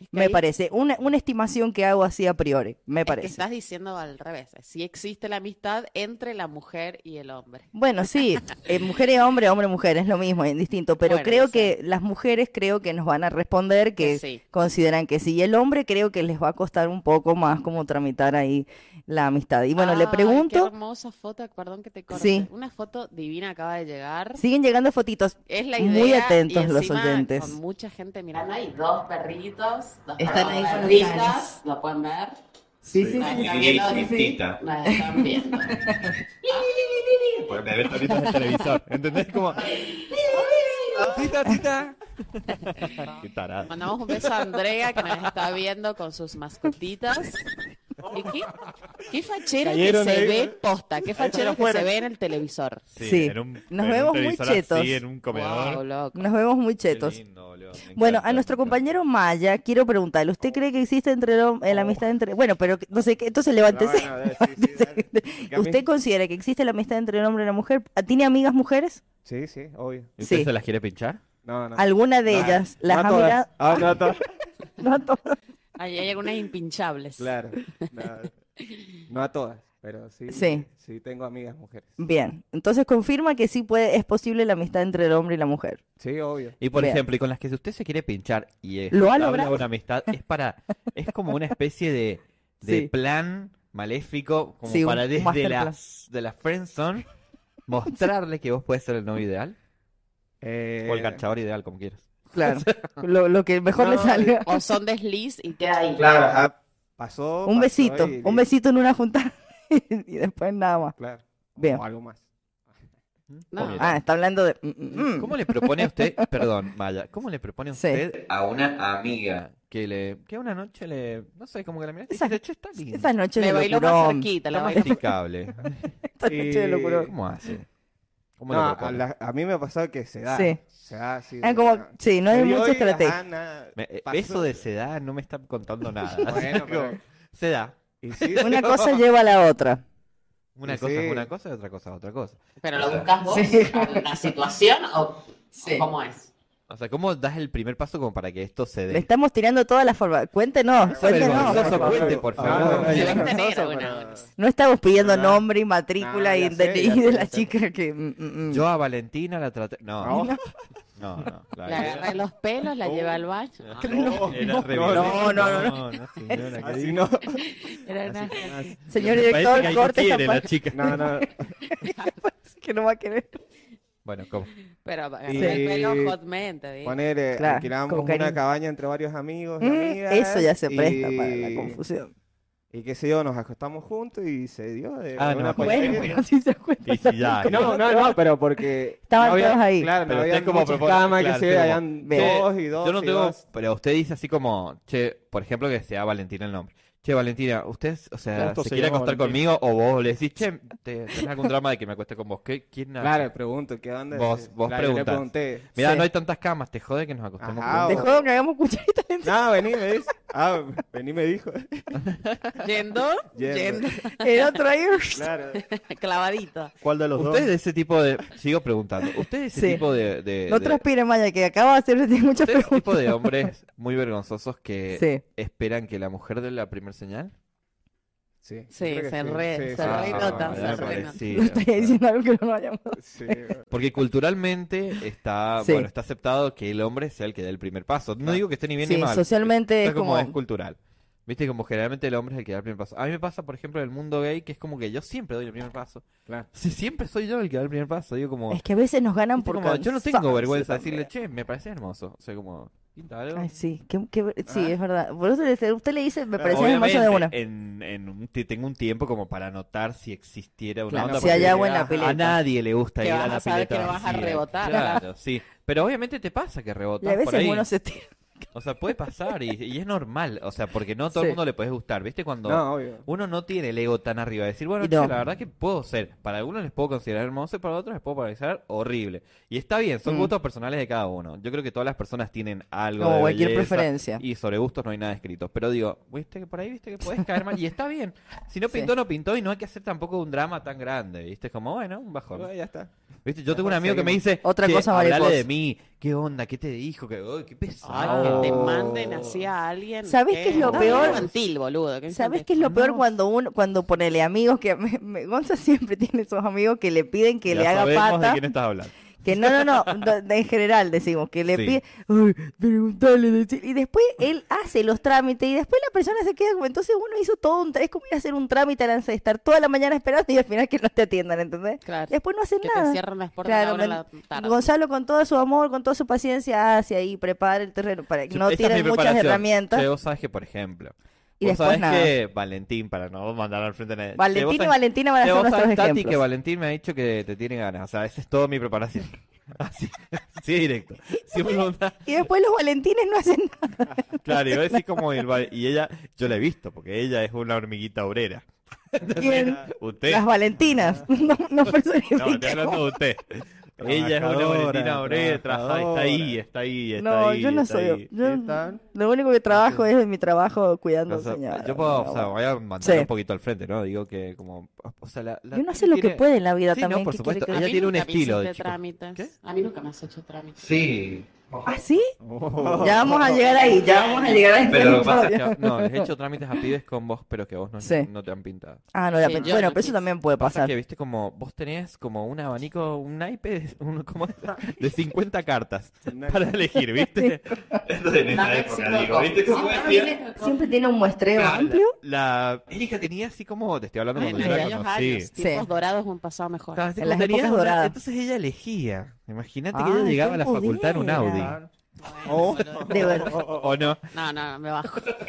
Speaker 4: Es que
Speaker 3: Me
Speaker 4: ahí-
Speaker 3: parece, una, una estimación que hago así a priori, me
Speaker 4: es que
Speaker 3: parece.
Speaker 4: estás diciendo al revés. Si existe la amistad entre la mujer y el hombre.
Speaker 3: Bueno, sí, eh, mujer y hombre, hombre y mujer, es lo mismo, es distinto, pero
Speaker 4: Bueno,
Speaker 3: creo
Speaker 4: sí.
Speaker 3: que las mujeres creo que nos van a responder que
Speaker 4: Que sí.
Speaker 3: consideran que sí, y el hombre creo que les va a costar un poco más como tramitar ahí la amistad. Y bueno, le
Speaker 4: Ay, qué
Speaker 3: pregunto,
Speaker 4: hermosa foto, perdón que te corte.
Speaker 3: Sí.
Speaker 4: Una foto divina acaba de llegar.
Speaker 3: siguen llegando fotitos,
Speaker 4: Es la idea.
Speaker 3: Muy atentos
Speaker 4: y
Speaker 3: los
Speaker 4: encima
Speaker 3: oyentes.
Speaker 4: Con mucha gente mirando. Hay dos perritos. Dos
Speaker 3: Están ahí con los canes.
Speaker 4: Lo pueden ver.
Speaker 3: Sí, sí,
Speaker 4: Ahí
Speaker 3: sí,
Speaker 4: está viendo,
Speaker 3: sí, sí, sí.
Speaker 2: Tita.
Speaker 4: la están viendo.
Speaker 2: Porque Pues me ves ahorita en el televisor. ¿Entendés? Como.
Speaker 4: Ah.
Speaker 2: Tita, tita. Qué tarada.
Speaker 4: Mandamos un beso a Andrea que nos está viendo con sus mascotitas. ¿Y qué, qué fachero que
Speaker 5: Cayeron
Speaker 4: se
Speaker 5: ahí,
Speaker 4: ve
Speaker 5: ¿eh?
Speaker 4: posta? ¿Qué fachero que se ve en el televisor?
Speaker 3: Sí.
Speaker 2: en un-
Speaker 3: Nos
Speaker 2: en un
Speaker 3: vemos muy
Speaker 2: televisor
Speaker 3: chetos.
Speaker 2: así, en un comedor.
Speaker 4: Wow, loco.
Speaker 3: nos vemos muy
Speaker 2: Qué
Speaker 3: chetos.
Speaker 2: lindo, boludo, me
Speaker 3: Bueno,
Speaker 2: encanta,
Speaker 3: a nuestro
Speaker 2: me encanta.
Speaker 3: compañero Maya quiero preguntarle, ¿usted cree que existe entre el hom- eh,
Speaker 4: Oh.
Speaker 3: la amistad entre, bueno, pero no sé, qué- entonces levántese.
Speaker 5: No, bueno, sí, sí, dale. Que a mí-
Speaker 3: ¿Usted considera que existe la amistad entre el hombre y la mujer? ¿Tiene amigas mujeres?
Speaker 5: Sí, sí, obvio.
Speaker 2: ¿Usted
Speaker 3: Sí.
Speaker 2: se las quiere pinchar?
Speaker 5: No, no.
Speaker 3: ¿Alguna de
Speaker 5: No,
Speaker 3: ellas
Speaker 5: no
Speaker 3: las
Speaker 5: a
Speaker 3: ha
Speaker 5: todas.
Speaker 3: mirado?
Speaker 5: Ah, no a todas.
Speaker 3: No a todas.
Speaker 4: Hay, hay algunas impinchables.
Speaker 5: Claro. No, no a todas, pero sí.
Speaker 3: Sí.
Speaker 5: Sí, tengo amigas mujeres.
Speaker 3: Bien, entonces confirma que sí puede, es posible la amistad entre el hombre y la mujer.
Speaker 5: Sí, obvio.
Speaker 2: Y por
Speaker 3: Bien.
Speaker 2: ejemplo, y con las que usted se quiere pinchar y es
Speaker 3: ¿Lo ha
Speaker 2: habla
Speaker 3: logrado?
Speaker 2: una amistad, es para, es como una especie de, de
Speaker 3: Sí.
Speaker 2: plan maléfico, como
Speaker 3: Sí, un
Speaker 2: para desde
Speaker 3: masterplan.
Speaker 2: la, de la friendzone mostrarle que vos puedes ser el novio ideal
Speaker 5: Eh,
Speaker 2: o el ganchador ideal, como quieras.
Speaker 3: Claro, lo, lo que mejor le
Speaker 5: No,
Speaker 3: salga.
Speaker 4: O son desliz y queda ahí.
Speaker 5: Claro, ah, ajá, pasó.
Speaker 3: Un
Speaker 5: pasó
Speaker 3: besito,
Speaker 5: y-
Speaker 3: un besito en una juntada y después nada más.
Speaker 5: Claro.
Speaker 3: Bien.
Speaker 5: O algo más.
Speaker 4: No.
Speaker 2: Obvio.
Speaker 3: Ah, está hablando de... mm, mm,
Speaker 2: ¿Cómo le propone a usted, perdón, Maya, cómo le propone a
Speaker 3: Sí.
Speaker 2: usted a una amiga que le que una noche le, no sé, como que la miraste y
Speaker 3: Esa-
Speaker 2: dice, "Che, está
Speaker 3: mm.
Speaker 2: linda,
Speaker 3: Esas noches
Speaker 4: Me
Speaker 3: de
Speaker 4: bailó más
Speaker 3: locurón.
Speaker 4: cerquita, la
Speaker 2: está
Speaker 4: bailó.
Speaker 2: masticable".
Speaker 3: Esas noches de
Speaker 5: Y-
Speaker 3: locurón.
Speaker 2: ¿Cómo hace? ¿Cómo
Speaker 5: No,
Speaker 2: le
Speaker 5: a,
Speaker 2: propone?
Speaker 5: la- a mí me ha pasado que se da.
Speaker 3: Sí.
Speaker 5: Se da así.
Speaker 3: Ah,
Speaker 5: de-
Speaker 3: como, sí, no hay
Speaker 5: Y
Speaker 3: mucha
Speaker 5: hoy,
Speaker 3: estrategia.
Speaker 5: ajá, nada,
Speaker 2: Me- eh,
Speaker 5: pasó.
Speaker 2: eso de sedad no me está contando nada.
Speaker 5: Bueno, pero-
Speaker 2: Se da.
Speaker 5: y sí,
Speaker 3: Una cosa lleva a la otra.
Speaker 2: Una
Speaker 5: Y
Speaker 2: cosa
Speaker 5: sí.
Speaker 2: es una cosa y otra cosa es otra cosa.
Speaker 4: Pero lo buscas vos,
Speaker 3: Sí.
Speaker 4: la situación o o cómo es.
Speaker 2: O sea, ¿cómo das el primer paso como para que esto se dé?
Speaker 3: Le estamos tirando todas las formas. Cuéntenos,
Speaker 2: Es
Speaker 3: cuéntenos.
Speaker 2: vergonzoso,
Speaker 5: por favor.
Speaker 2: cuente, por
Speaker 5: Ah,
Speaker 2: favor.
Speaker 5: bueno,
Speaker 4: Se
Speaker 5: ya.
Speaker 4: deben tener
Speaker 5: Vergonzoso,
Speaker 4: una,
Speaker 5: pero-
Speaker 4: unas.
Speaker 3: No estamos pidiendo
Speaker 5: No.
Speaker 3: nombre y matrícula
Speaker 5: No,
Speaker 3: y
Speaker 5: ya sé,
Speaker 3: DNI
Speaker 5: ya sé,
Speaker 3: de
Speaker 5: ya
Speaker 3: la
Speaker 5: sé.
Speaker 3: chica que... mm, mm, mm.
Speaker 2: Yo a Valentina la traté. No,
Speaker 5: No.
Speaker 2: no, no. la
Speaker 4: La
Speaker 2: verdad.
Speaker 4: agarra de los pelos, la lleva al baño.
Speaker 2: No, era re
Speaker 5: Oh. Ah, no,
Speaker 2: violento.
Speaker 3: no, no,
Speaker 2: señora, qué
Speaker 5: Así no.
Speaker 4: Era una-
Speaker 3: Señor
Speaker 2: Me parece
Speaker 3: director,
Speaker 2: que ahí no
Speaker 3: corte esa
Speaker 2: quiere la
Speaker 3: parte
Speaker 2: chica.
Speaker 5: No, no.
Speaker 3: que no va a querer.
Speaker 2: Bueno, ¿cómo?
Speaker 4: Pero agarra
Speaker 5: Sí.
Speaker 4: el pelo hotmente, digo.
Speaker 5: Poner, eh,
Speaker 3: Claro,
Speaker 5: alquilamos
Speaker 3: con
Speaker 5: una
Speaker 3: cariño.
Speaker 5: cabaña entre varios amigos y
Speaker 3: Mm,
Speaker 5: amigas.
Speaker 3: Eso ya se presta
Speaker 5: y-
Speaker 3: para la confusión.
Speaker 5: Y qué sé yo, nos acostamos juntos y se dio de
Speaker 2: Ah,
Speaker 5: una
Speaker 2: no,
Speaker 5: paella.
Speaker 3: Bueno, pero si se cuenta.
Speaker 2: Felicidad.
Speaker 5: No, no, no, pero porque.
Speaker 3: Estaban
Speaker 5: no había-
Speaker 3: todos ahí.
Speaker 5: Claro,
Speaker 2: Pero
Speaker 5: no
Speaker 2: usted
Speaker 5: había
Speaker 2: como
Speaker 5: como muchas
Speaker 2: propone-
Speaker 5: camas
Speaker 2: claro,
Speaker 5: que se
Speaker 2: usted
Speaker 5: veían
Speaker 3: como-
Speaker 2: Che,
Speaker 5: dos y dos.
Speaker 2: Yo no
Speaker 5: y
Speaker 2: tengo,
Speaker 5: dos.
Speaker 2: pero usted dice así como, che, por ejemplo que sea Valentina el nombre. Che, Valentina, ¿usted, o sea,
Speaker 6: Justo
Speaker 2: se
Speaker 6: se
Speaker 2: quiere
Speaker 6: llama
Speaker 2: acostar
Speaker 6: Valentina.
Speaker 2: conmigo o vos le decís, che, te, tenés algún drama de que me acueste con vos? ¿Qué, ¿Quién hace?
Speaker 5: Claro, pregunto, ¿qué onda?
Speaker 2: Vos- vos
Speaker 5: Claro, yo le
Speaker 2: preguntás.
Speaker 5: pregunté.
Speaker 2: Mirá,
Speaker 3: Sí.
Speaker 2: no hay tantas camas, te jode que nos acostemos
Speaker 5: Ajá,
Speaker 3: Te
Speaker 2: juntos.
Speaker 3: jodo que hagamos cucharita de
Speaker 5: No, vení, me dice. Ah, vení, me dijo.
Speaker 4: Yendo, yendo,
Speaker 5: Yendo.
Speaker 3: El otro ahí.
Speaker 5: Claro.
Speaker 4: clavadito.
Speaker 6: ¿Cuál de los
Speaker 2: Usted es
Speaker 6: dos?
Speaker 2: de ese tipo de, sigo preguntando, usted es ese
Speaker 3: Sí.
Speaker 2: tipo de, de-
Speaker 3: No
Speaker 2: de-
Speaker 3: transpire, Maya, que acaba de hacer de muchas
Speaker 2: usted Este es ese tipo
Speaker 3: preguntas.
Speaker 2: de hombres muy vergonzosos que
Speaker 3: Sí.
Speaker 2: esperan que la mujer dé la primer señal?
Speaker 5: Sí,
Speaker 4: Sí,
Speaker 5: creo que
Speaker 4: se re- se
Speaker 2: Ah,
Speaker 4: re nota,
Speaker 2: me
Speaker 4: se re nota.
Speaker 2: parecía,
Speaker 3: No estoy
Speaker 2: claro.
Speaker 3: diciendo algo que no lo hayamos.
Speaker 5: sí.
Speaker 2: Porque culturalmente está,
Speaker 3: Sí.
Speaker 2: bueno, está aceptado que el hombre sea el que dé el primer paso. No digo que esté ni bien
Speaker 3: Sí,
Speaker 2: ni mal.
Speaker 3: socialmente
Speaker 2: Esto
Speaker 3: es como.
Speaker 2: es cultural. Viste, como generalmente el hombre es el que da el primer paso. A mí me pasa, por ejemplo, en el mundo gay, que es como que yo siempre doy el primer paso.
Speaker 5: Claro.
Speaker 2: Si siempre soy yo el que da el primer paso, digo como...
Speaker 3: Es que a veces nos ganan
Speaker 2: viste,
Speaker 3: por
Speaker 2: como, yo no
Speaker 3: cansancio
Speaker 2: tengo vergüenza de
Speaker 3: también.
Speaker 2: decirle, che, me parece hermoso. O sea, como... pinta algo.
Speaker 3: Ay, sí, qué- qué- sí,
Speaker 5: Ah.
Speaker 3: es verdad. Por eso le- usted le dice, me
Speaker 5: Claro,
Speaker 3: parece más de una.
Speaker 2: Obviamente, en, en un ti- tengo un tiempo como para notar si existiera una
Speaker 5: Claro,
Speaker 2: onda.
Speaker 5: si
Speaker 2: porque
Speaker 5: hay agua
Speaker 3: en la
Speaker 2: a-
Speaker 3: pileta.
Speaker 2: A nadie le gusta
Speaker 4: Que
Speaker 2: ir a
Speaker 4: vas
Speaker 2: la
Speaker 4: a saber
Speaker 2: pileta
Speaker 4: que no vas a
Speaker 2: vacía.
Speaker 4: rebotar.
Speaker 2: Claro, sí. Pero obviamente te pasa que
Speaker 3: Y
Speaker 2: rebotas
Speaker 3: a
Speaker 2: por
Speaker 3: veces
Speaker 2: ahí.
Speaker 3: uno se tira.
Speaker 2: O sea, puede pasar y, y es normal. O sea, porque no a todo
Speaker 3: Sí.
Speaker 2: el mundo le puedes gustar. ¿Viste? Cuando
Speaker 5: No, obvio.
Speaker 2: uno no tiene el ego tan arriba. Decir, bueno,
Speaker 3: Y no.
Speaker 2: che, la verdad que puedo ser. Para algunos les puedo considerar hermoso y para otros les puedo parecer horrible. Y está bien, son
Speaker 3: Mm.
Speaker 2: gustos personales de cada uno. Yo creo que todas las personas tienen algo
Speaker 3: Como
Speaker 2: de
Speaker 3: cualquier
Speaker 2: belleza
Speaker 3: preferencia.
Speaker 2: Y sobre gustos no hay nada escrito. Pero digo, viste que por ahí viste que puedes caer mal. Y está bien. Si no
Speaker 3: Sí.
Speaker 2: pintó, no pintó. Y no hay que hacer tampoco un drama tan grande. Viste, como bueno, un bajón.
Speaker 5: Bueno, ya está.
Speaker 2: ¿Viste? Yo tengo un amigo que me dice,
Speaker 3: Otra
Speaker 2: "Che,
Speaker 3: cosa
Speaker 2: hablale
Speaker 3: mariposa".
Speaker 2: de mí, ¿qué onda? ¿Qué te dijo? ¿Qué, uy, qué pesado.
Speaker 4: Ay, que te
Speaker 5: Oh.
Speaker 4: manden así a alguien.
Speaker 3: ¿Sabes qué es lo
Speaker 4: No,
Speaker 3: peor?
Speaker 4: infantil, boludo. que
Speaker 3: ¿Sabes
Speaker 4: infantil.
Speaker 3: qué es lo peor
Speaker 2: No.
Speaker 3: cuando uno, cuando ponele amigos que me, me- Gonza siempre tiene esos amigos que le piden que
Speaker 2: Ya
Speaker 3: le haga
Speaker 2: sabemos de
Speaker 3: pata,
Speaker 2: quién estás hablando.
Speaker 3: que no, no, no, no, de- en general decimos que le
Speaker 2: Sí.
Speaker 3: pide, "Ay, preguntale, decile", y después él hace los trámites y después la persona se queda como, entonces uno hizo todo un, tra- es como ir a hacer un trámite al estar toda la mañana esperando y al final que no te atiendan, ¿entendés?
Speaker 4: Claro.
Speaker 3: Después no hacen
Speaker 4: Que te
Speaker 3: nada.
Speaker 4: cierran las puertas a
Speaker 3: Claro,
Speaker 4: la hora
Speaker 3: men-
Speaker 4: de la tarde.
Speaker 3: Gonzalo con todo su amor, con toda su paciencia hace ahí, prepara el terreno para que no
Speaker 2: Esta es mi
Speaker 3: tiren muchas
Speaker 2: preparación.
Speaker 3: herramientas.
Speaker 2: Che, vos sabés que, por ejemplo,
Speaker 3: Y
Speaker 2: vos
Speaker 3: después
Speaker 2: sabés
Speaker 3: nada.
Speaker 2: que Valentín, para no mandar al frente a nadie. Che, vos
Speaker 3: Valentín y
Speaker 2: sabés-
Speaker 3: Valentina van a
Speaker 2: che,
Speaker 3: ser
Speaker 2: vos
Speaker 3: nuestros
Speaker 2: sabés, Tati,
Speaker 3: ejemplos.
Speaker 2: que Valentín me ha dicho que te tiene ganas. O sea, esa es toda mi preparación. Así, así de directo. Sin preguntar.
Speaker 3: Y después los Valentines no hacen nada.
Speaker 2: Claro, y vos decís como el Val- Y ella, yo la he visto, porque ella es una hormiguita obrera.
Speaker 3: ¿Quién?
Speaker 2: Usted.
Speaker 3: Las Valentinas. No, no personifiquemos.
Speaker 2: No, estoy hablando de usted. Ella es una
Speaker 5: Trabajadora,
Speaker 2: Valentina obrera, trabajadora, está ahí,
Speaker 5: trabajadora.
Speaker 2: está ahí, está
Speaker 3: No,
Speaker 2: ahí.
Speaker 3: yo no
Speaker 2: está
Speaker 3: soy.
Speaker 2: ahí.
Speaker 3: yo-
Speaker 5: ¿Qué tal?
Speaker 3: lo único que trabajo es en mi trabajo cuidando
Speaker 2: O sea,
Speaker 3: señora.
Speaker 2: yo puedo, o sea, voy a mantener
Speaker 3: Sí.
Speaker 2: un poquito al frente, ¿no? Digo que como, o sea, la, la-
Speaker 3: y uno hace lo que
Speaker 2: tiene-
Speaker 3: puede en la vida
Speaker 2: Sí, no,
Speaker 3: también.
Speaker 2: por
Speaker 3: ¿qué
Speaker 2: supuesto.
Speaker 3: quiere
Speaker 4: A
Speaker 2: Ella
Speaker 4: mí
Speaker 2: tiene un
Speaker 4: nunca me
Speaker 2: estilo de
Speaker 4: hiciste
Speaker 2: chico.
Speaker 4: trámites.
Speaker 2: ¿Qué?
Speaker 4: A mí nunca me has hecho trámites.
Speaker 2: Sí,
Speaker 3: que- ¿Ah, sí?
Speaker 4: Oh.
Speaker 3: Ya vamos a llegar ahí. Ya vamos a llegar a ese
Speaker 2: pero lo que pasa
Speaker 3: punto.
Speaker 2: es que no, les he hecho trámites a pibes con vos, pero que vos no,
Speaker 3: Sí.
Speaker 2: no te han pintado.
Speaker 3: Ah, no, la
Speaker 4: Sí,
Speaker 3: pen-
Speaker 4: yo
Speaker 3: bueno,
Speaker 4: no
Speaker 3: pero eso
Speaker 4: quise.
Speaker 3: también puede
Speaker 2: Pasa
Speaker 3: pasar.
Speaker 2: que, viste, como vos tenés como un abanico, un naipe, de- un- ¿cómo es? de 50 cartas para elegir, ¿viste? Esto en esa
Speaker 4: También sí
Speaker 2: época,
Speaker 4: me
Speaker 2: digo,
Speaker 4: tocó.
Speaker 2: ¿viste cómo
Speaker 4: Sí,
Speaker 2: decía?
Speaker 4: también me tocó.
Speaker 3: Siempre tiene un muestreo
Speaker 2: La-
Speaker 3: amplio.
Speaker 2: La Erika tenía así como, te estoy hablando
Speaker 4: Ay,
Speaker 2: cuando
Speaker 4: en
Speaker 2: yo la
Speaker 4: aquellos
Speaker 2: conocí.
Speaker 4: años, tipos
Speaker 3: Sí.
Speaker 4: dorados me han pasado mejor.
Speaker 2: Claro, así
Speaker 3: En
Speaker 2: como
Speaker 3: las
Speaker 2: tenías
Speaker 3: épocas
Speaker 2: una-
Speaker 3: doradas.
Speaker 2: Entonces ella elegía. Imagínate que
Speaker 3: Ay,
Speaker 2: ella llegaba
Speaker 3: qué
Speaker 2: a la facultad en un Audi.
Speaker 3: pudiera.
Speaker 5: Oh.
Speaker 3: De verdad.
Speaker 2: ¿O no?
Speaker 4: No, no, me bajo.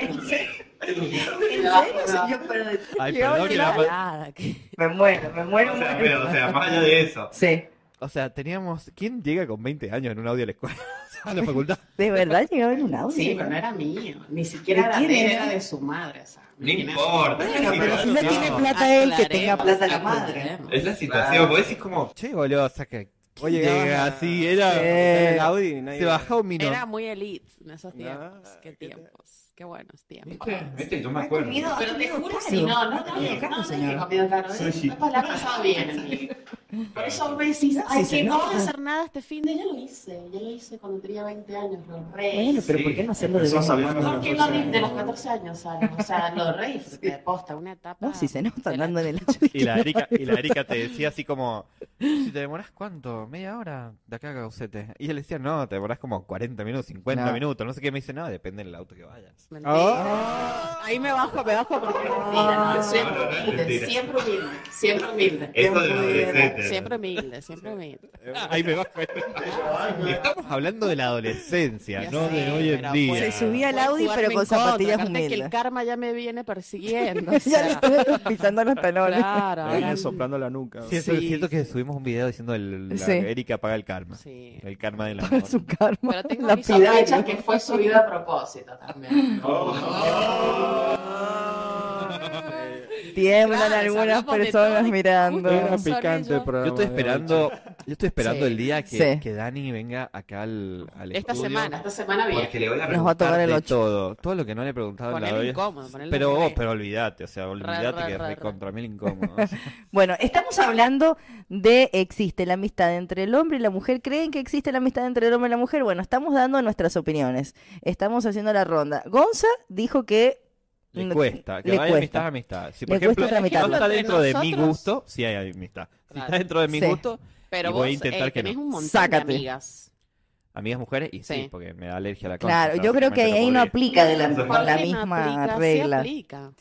Speaker 3: ¿En serio? O sea, yo, pero-
Speaker 2: Ay,
Speaker 3: Llegaba
Speaker 2: perdón que la-
Speaker 3: llegaba.
Speaker 4: Nada, que-
Speaker 3: Me muero, me muero. muero.
Speaker 2: más allá de eso.
Speaker 3: Sí,
Speaker 2: O sea, teníamos. ¿Quién llega con 20 años en un Audi a la escuela? a la facultad.
Speaker 3: de verdad llegaba en un audio.
Speaker 4: Sí, pero no era mío. Ni siquiera
Speaker 3: ¿De
Speaker 4: era
Speaker 3: quién
Speaker 4: de él,
Speaker 3: era?
Speaker 4: era de su madre. o sea, imagínate.
Speaker 3: Bueno, pero si no tiene plata él,
Speaker 4: Aclaremos,
Speaker 3: que tenga plata la madre.
Speaker 4: aclaremos.
Speaker 2: Es la situación. Vos decís como. Che, boludo, o sea que. ¿quién
Speaker 5: Oye,
Speaker 2: llega
Speaker 5: ah,
Speaker 2: así, era.
Speaker 3: sí.
Speaker 5: En el Audi y nadie-
Speaker 2: Se bajó un minón.
Speaker 4: Era muy elite en esos
Speaker 5: Nada,
Speaker 4: tiempos. Qué
Speaker 5: ¿qué te-
Speaker 4: tiempos. Qué buenos tiempos.
Speaker 7: ¿Viste? ¿Viste? Yo me acuerdo.
Speaker 4: Pero te juro que si no, no te
Speaker 8: Comido caro,
Speaker 4: no, no
Speaker 8: señora.
Speaker 4: he comido caro. ¿eh?
Speaker 7: Sí.
Speaker 4: No es la pasado bien. Por eso vos me decís, ay, que no voy a hacer nada este fin de... Ya lo hice, ya lo hice cuando tenía 20 años, lo re...
Speaker 8: Bueno, pero
Speaker 7: Sí,
Speaker 8: ¿por qué no hacerlo de
Speaker 7: empezó
Speaker 8: vez en
Speaker 7: sabiendo
Speaker 8: cuando?
Speaker 7: los
Speaker 4: Porque lo de, de los 14 años, algo, o sea, lo re disfruté, posta, una etapa...
Speaker 3: No, si se nota
Speaker 4: de la-
Speaker 3: andando en el auto.
Speaker 2: Y la, Erika, y la Erika te decía así como, si te demorás cuánto, media hora de acá a Caucete. Y él decía, no, te demorás como 40 minutos, 50
Speaker 3: No.
Speaker 2: minutos, no sé qué. Me dice, no, depende del auto que vayas. Ah,
Speaker 4: Mentira. Ahí me bajo, me bajo porque es
Speaker 7: Ah.
Speaker 4: mentira. no, siempre
Speaker 7: No, no, no,
Speaker 4: humilde,
Speaker 7: mentira.
Speaker 4: siempre humilde, siempre humilde.
Speaker 7: Eso de los
Speaker 4: Siempre humilde, siempre humilde.
Speaker 2: Ahí me bajo. Estamos hablando de la adolescencia,
Speaker 4: Ya
Speaker 2: no
Speaker 4: sé,
Speaker 2: de hoy en
Speaker 4: pero
Speaker 2: día.
Speaker 3: Se subía al
Speaker 4: Puedes
Speaker 3: Audi,
Speaker 4: jugarme
Speaker 3: pero
Speaker 4: en
Speaker 3: con
Speaker 4: contra,
Speaker 3: zapatillas
Speaker 4: aparte que el
Speaker 3: humildes.
Speaker 4: karma ya me viene persiguiendo. o
Speaker 3: Ya
Speaker 4: sea,
Speaker 3: le estoy pisando los talones.
Speaker 4: claro,
Speaker 6: Me viene
Speaker 4: ahora-
Speaker 6: soplando la nuca.
Speaker 2: Sí,
Speaker 6: ¿no?
Speaker 2: eso es
Speaker 4: Sí.
Speaker 2: cierto que subimos un video diciendo el, la-
Speaker 3: Sí.
Speaker 2: Erika paga el karma.
Speaker 4: Sí.
Speaker 2: El karma del amor.
Speaker 3: Para su karma.
Speaker 4: Pero tengo
Speaker 3: la
Speaker 4: mis
Speaker 3: piedad,
Speaker 4: sospechas
Speaker 3: ¿no?
Speaker 4: que fue subido a propósito también.
Speaker 3: Tiemblan
Speaker 4: Claro,
Speaker 3: algunas
Speaker 4: hablamos de
Speaker 3: personas
Speaker 4: todo y-
Speaker 3: mirando.
Speaker 4: Uy,
Speaker 6: Era
Speaker 4: Son ellos.
Speaker 6: picante el programa.
Speaker 2: Yo estoy
Speaker 6: de hoy,
Speaker 2: esperando, yo estoy esperando
Speaker 4: Sí.
Speaker 2: el día que,
Speaker 3: Sí.
Speaker 2: que Dani venga acá al, al
Speaker 4: Esta
Speaker 2: estudio.
Speaker 4: semana, esta semana bien.
Speaker 7: Porque le voy a
Speaker 3: Nos va a
Speaker 7: preguntar.
Speaker 3: tocar el
Speaker 2: de
Speaker 3: 8.
Speaker 2: todo, todo lo que no le he preguntado en la
Speaker 4: Ponele
Speaker 2: doy-
Speaker 4: incómodo, ponele
Speaker 2: pero
Speaker 4: re.
Speaker 2: oh, pero olvídate, o sea, olvídate
Speaker 4: re,
Speaker 2: que
Speaker 4: re,
Speaker 2: es
Speaker 4: re.
Speaker 2: recontra mil incómodo. o sea.
Speaker 3: Bueno, estamos hablando de existe la amistad entre el hombre y la mujer. ¿Creen que existe la amistad entre el hombre y la mujer? Bueno, estamos dando nuestras opiniones. Estamos haciendo la ronda. Gonza dijo que mm,
Speaker 2: le
Speaker 3: No,
Speaker 2: cuesta, que
Speaker 3: le
Speaker 2: vaya
Speaker 3: cuesta.
Speaker 2: amistad, amistad. Si por
Speaker 3: Le cuesta
Speaker 2: ejemplo,
Speaker 3: tramitarlo.
Speaker 2: no está dentro de mi
Speaker 4: Nosotros-
Speaker 2: gusto, sí hay amistad. Si
Speaker 4: Claro.
Speaker 2: está dentro de mi
Speaker 3: Sí.
Speaker 2: gusto,
Speaker 4: Pero
Speaker 2: Y
Speaker 4: vos
Speaker 2: voy a intentar
Speaker 4: eh,
Speaker 2: que no.
Speaker 4: tenés un montón
Speaker 3: Sácate.
Speaker 4: de amigas.
Speaker 2: amigas mujeres y sí,
Speaker 4: Sí.
Speaker 2: porque me da alergia a la concha.
Speaker 3: Claro,
Speaker 2: o sea,
Speaker 3: yo creo que ahí
Speaker 2: básicamente
Speaker 3: no
Speaker 2: no podría.
Speaker 3: aplica de la,
Speaker 7: ¿Por
Speaker 3: por la
Speaker 4: qué no
Speaker 3: misma
Speaker 4: aplica? Sí
Speaker 3: regla.
Speaker 4: aplica.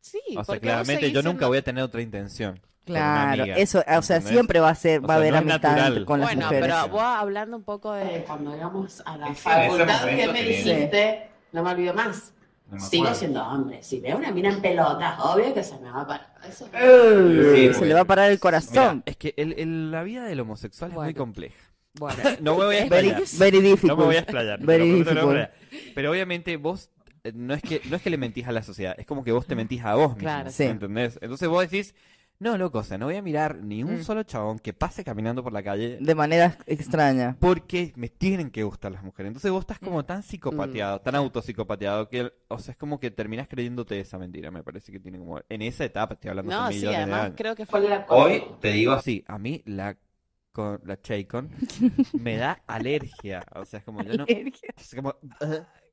Speaker 4: Sí,
Speaker 2: O sea,
Speaker 4: porque vos
Speaker 2: claramente
Speaker 4: seguís
Speaker 2: yo nunca
Speaker 4: siendo-
Speaker 2: voy a tener otra intención. con una
Speaker 3: Claro,
Speaker 2: amiga,
Speaker 3: eso, o sea,
Speaker 2: ¿entendés?
Speaker 3: siempre va a ser,
Speaker 2: O
Speaker 3: va a
Speaker 2: sea,
Speaker 3: haber
Speaker 2: no es
Speaker 3: amistad
Speaker 2: natural.
Speaker 3: entre- con las
Speaker 4: Bueno,
Speaker 3: mujeres.
Speaker 4: pero vos hablando un poco de cuando íbamos a
Speaker 7: En
Speaker 4: la
Speaker 7: ese
Speaker 4: facultad que
Speaker 7: momento
Speaker 4: me
Speaker 7: tenés-
Speaker 4: dijiste, no me olvido más.
Speaker 7: No me
Speaker 4: Sigo
Speaker 7: acuerdo.
Speaker 4: siendo hombre. Si veo una mina en pelotas, obvio que se me va a parar. Eso
Speaker 3: Eh.
Speaker 7: Sí,
Speaker 3: se
Speaker 7: porque-
Speaker 3: le va a parar el
Speaker 2: Mira,
Speaker 3: corazón.
Speaker 2: es que el- el- la vida del homosexual es muy
Speaker 4: Bueno.
Speaker 2: compleja.
Speaker 4: Bueno,
Speaker 2: No me voy a
Speaker 3: very,
Speaker 2: explayar.
Speaker 3: very
Speaker 2: No me voy a
Speaker 3: difficult.
Speaker 2: explayar. te lo
Speaker 3: Very
Speaker 2: prometo, no me voy a
Speaker 3: difficult.
Speaker 2: explayar. Pero obviamente vos eh, no es que no es que le mentís a la sociedad, es como que vos te mentís a vos mismo,
Speaker 4: Claro,
Speaker 3: sí.
Speaker 2: ¿entendés? Entonces vos decís, no, loco, o sea, no voy a mirar ni un
Speaker 3: Mm.
Speaker 2: solo chabón que pase caminando por la calle
Speaker 3: De manera extraña.
Speaker 2: porque me tienen que gustar las mujeres. Entonces vos estás como tan psicopateado,
Speaker 3: Mm.
Speaker 2: tan autopsicopateado que, o sea, es como que terminás creyéndote esa mentira, me parece que tiene como en esa etapa estoy hablando
Speaker 4: no,
Speaker 2: hace
Speaker 4: sí,
Speaker 2: millones de
Speaker 4: además
Speaker 2: años.
Speaker 4: creo que fue la
Speaker 7: Hoy te digo así.
Speaker 2: Sí, a mí la con la Chaycon me da alergia, o sea, es como yo no o sea, como,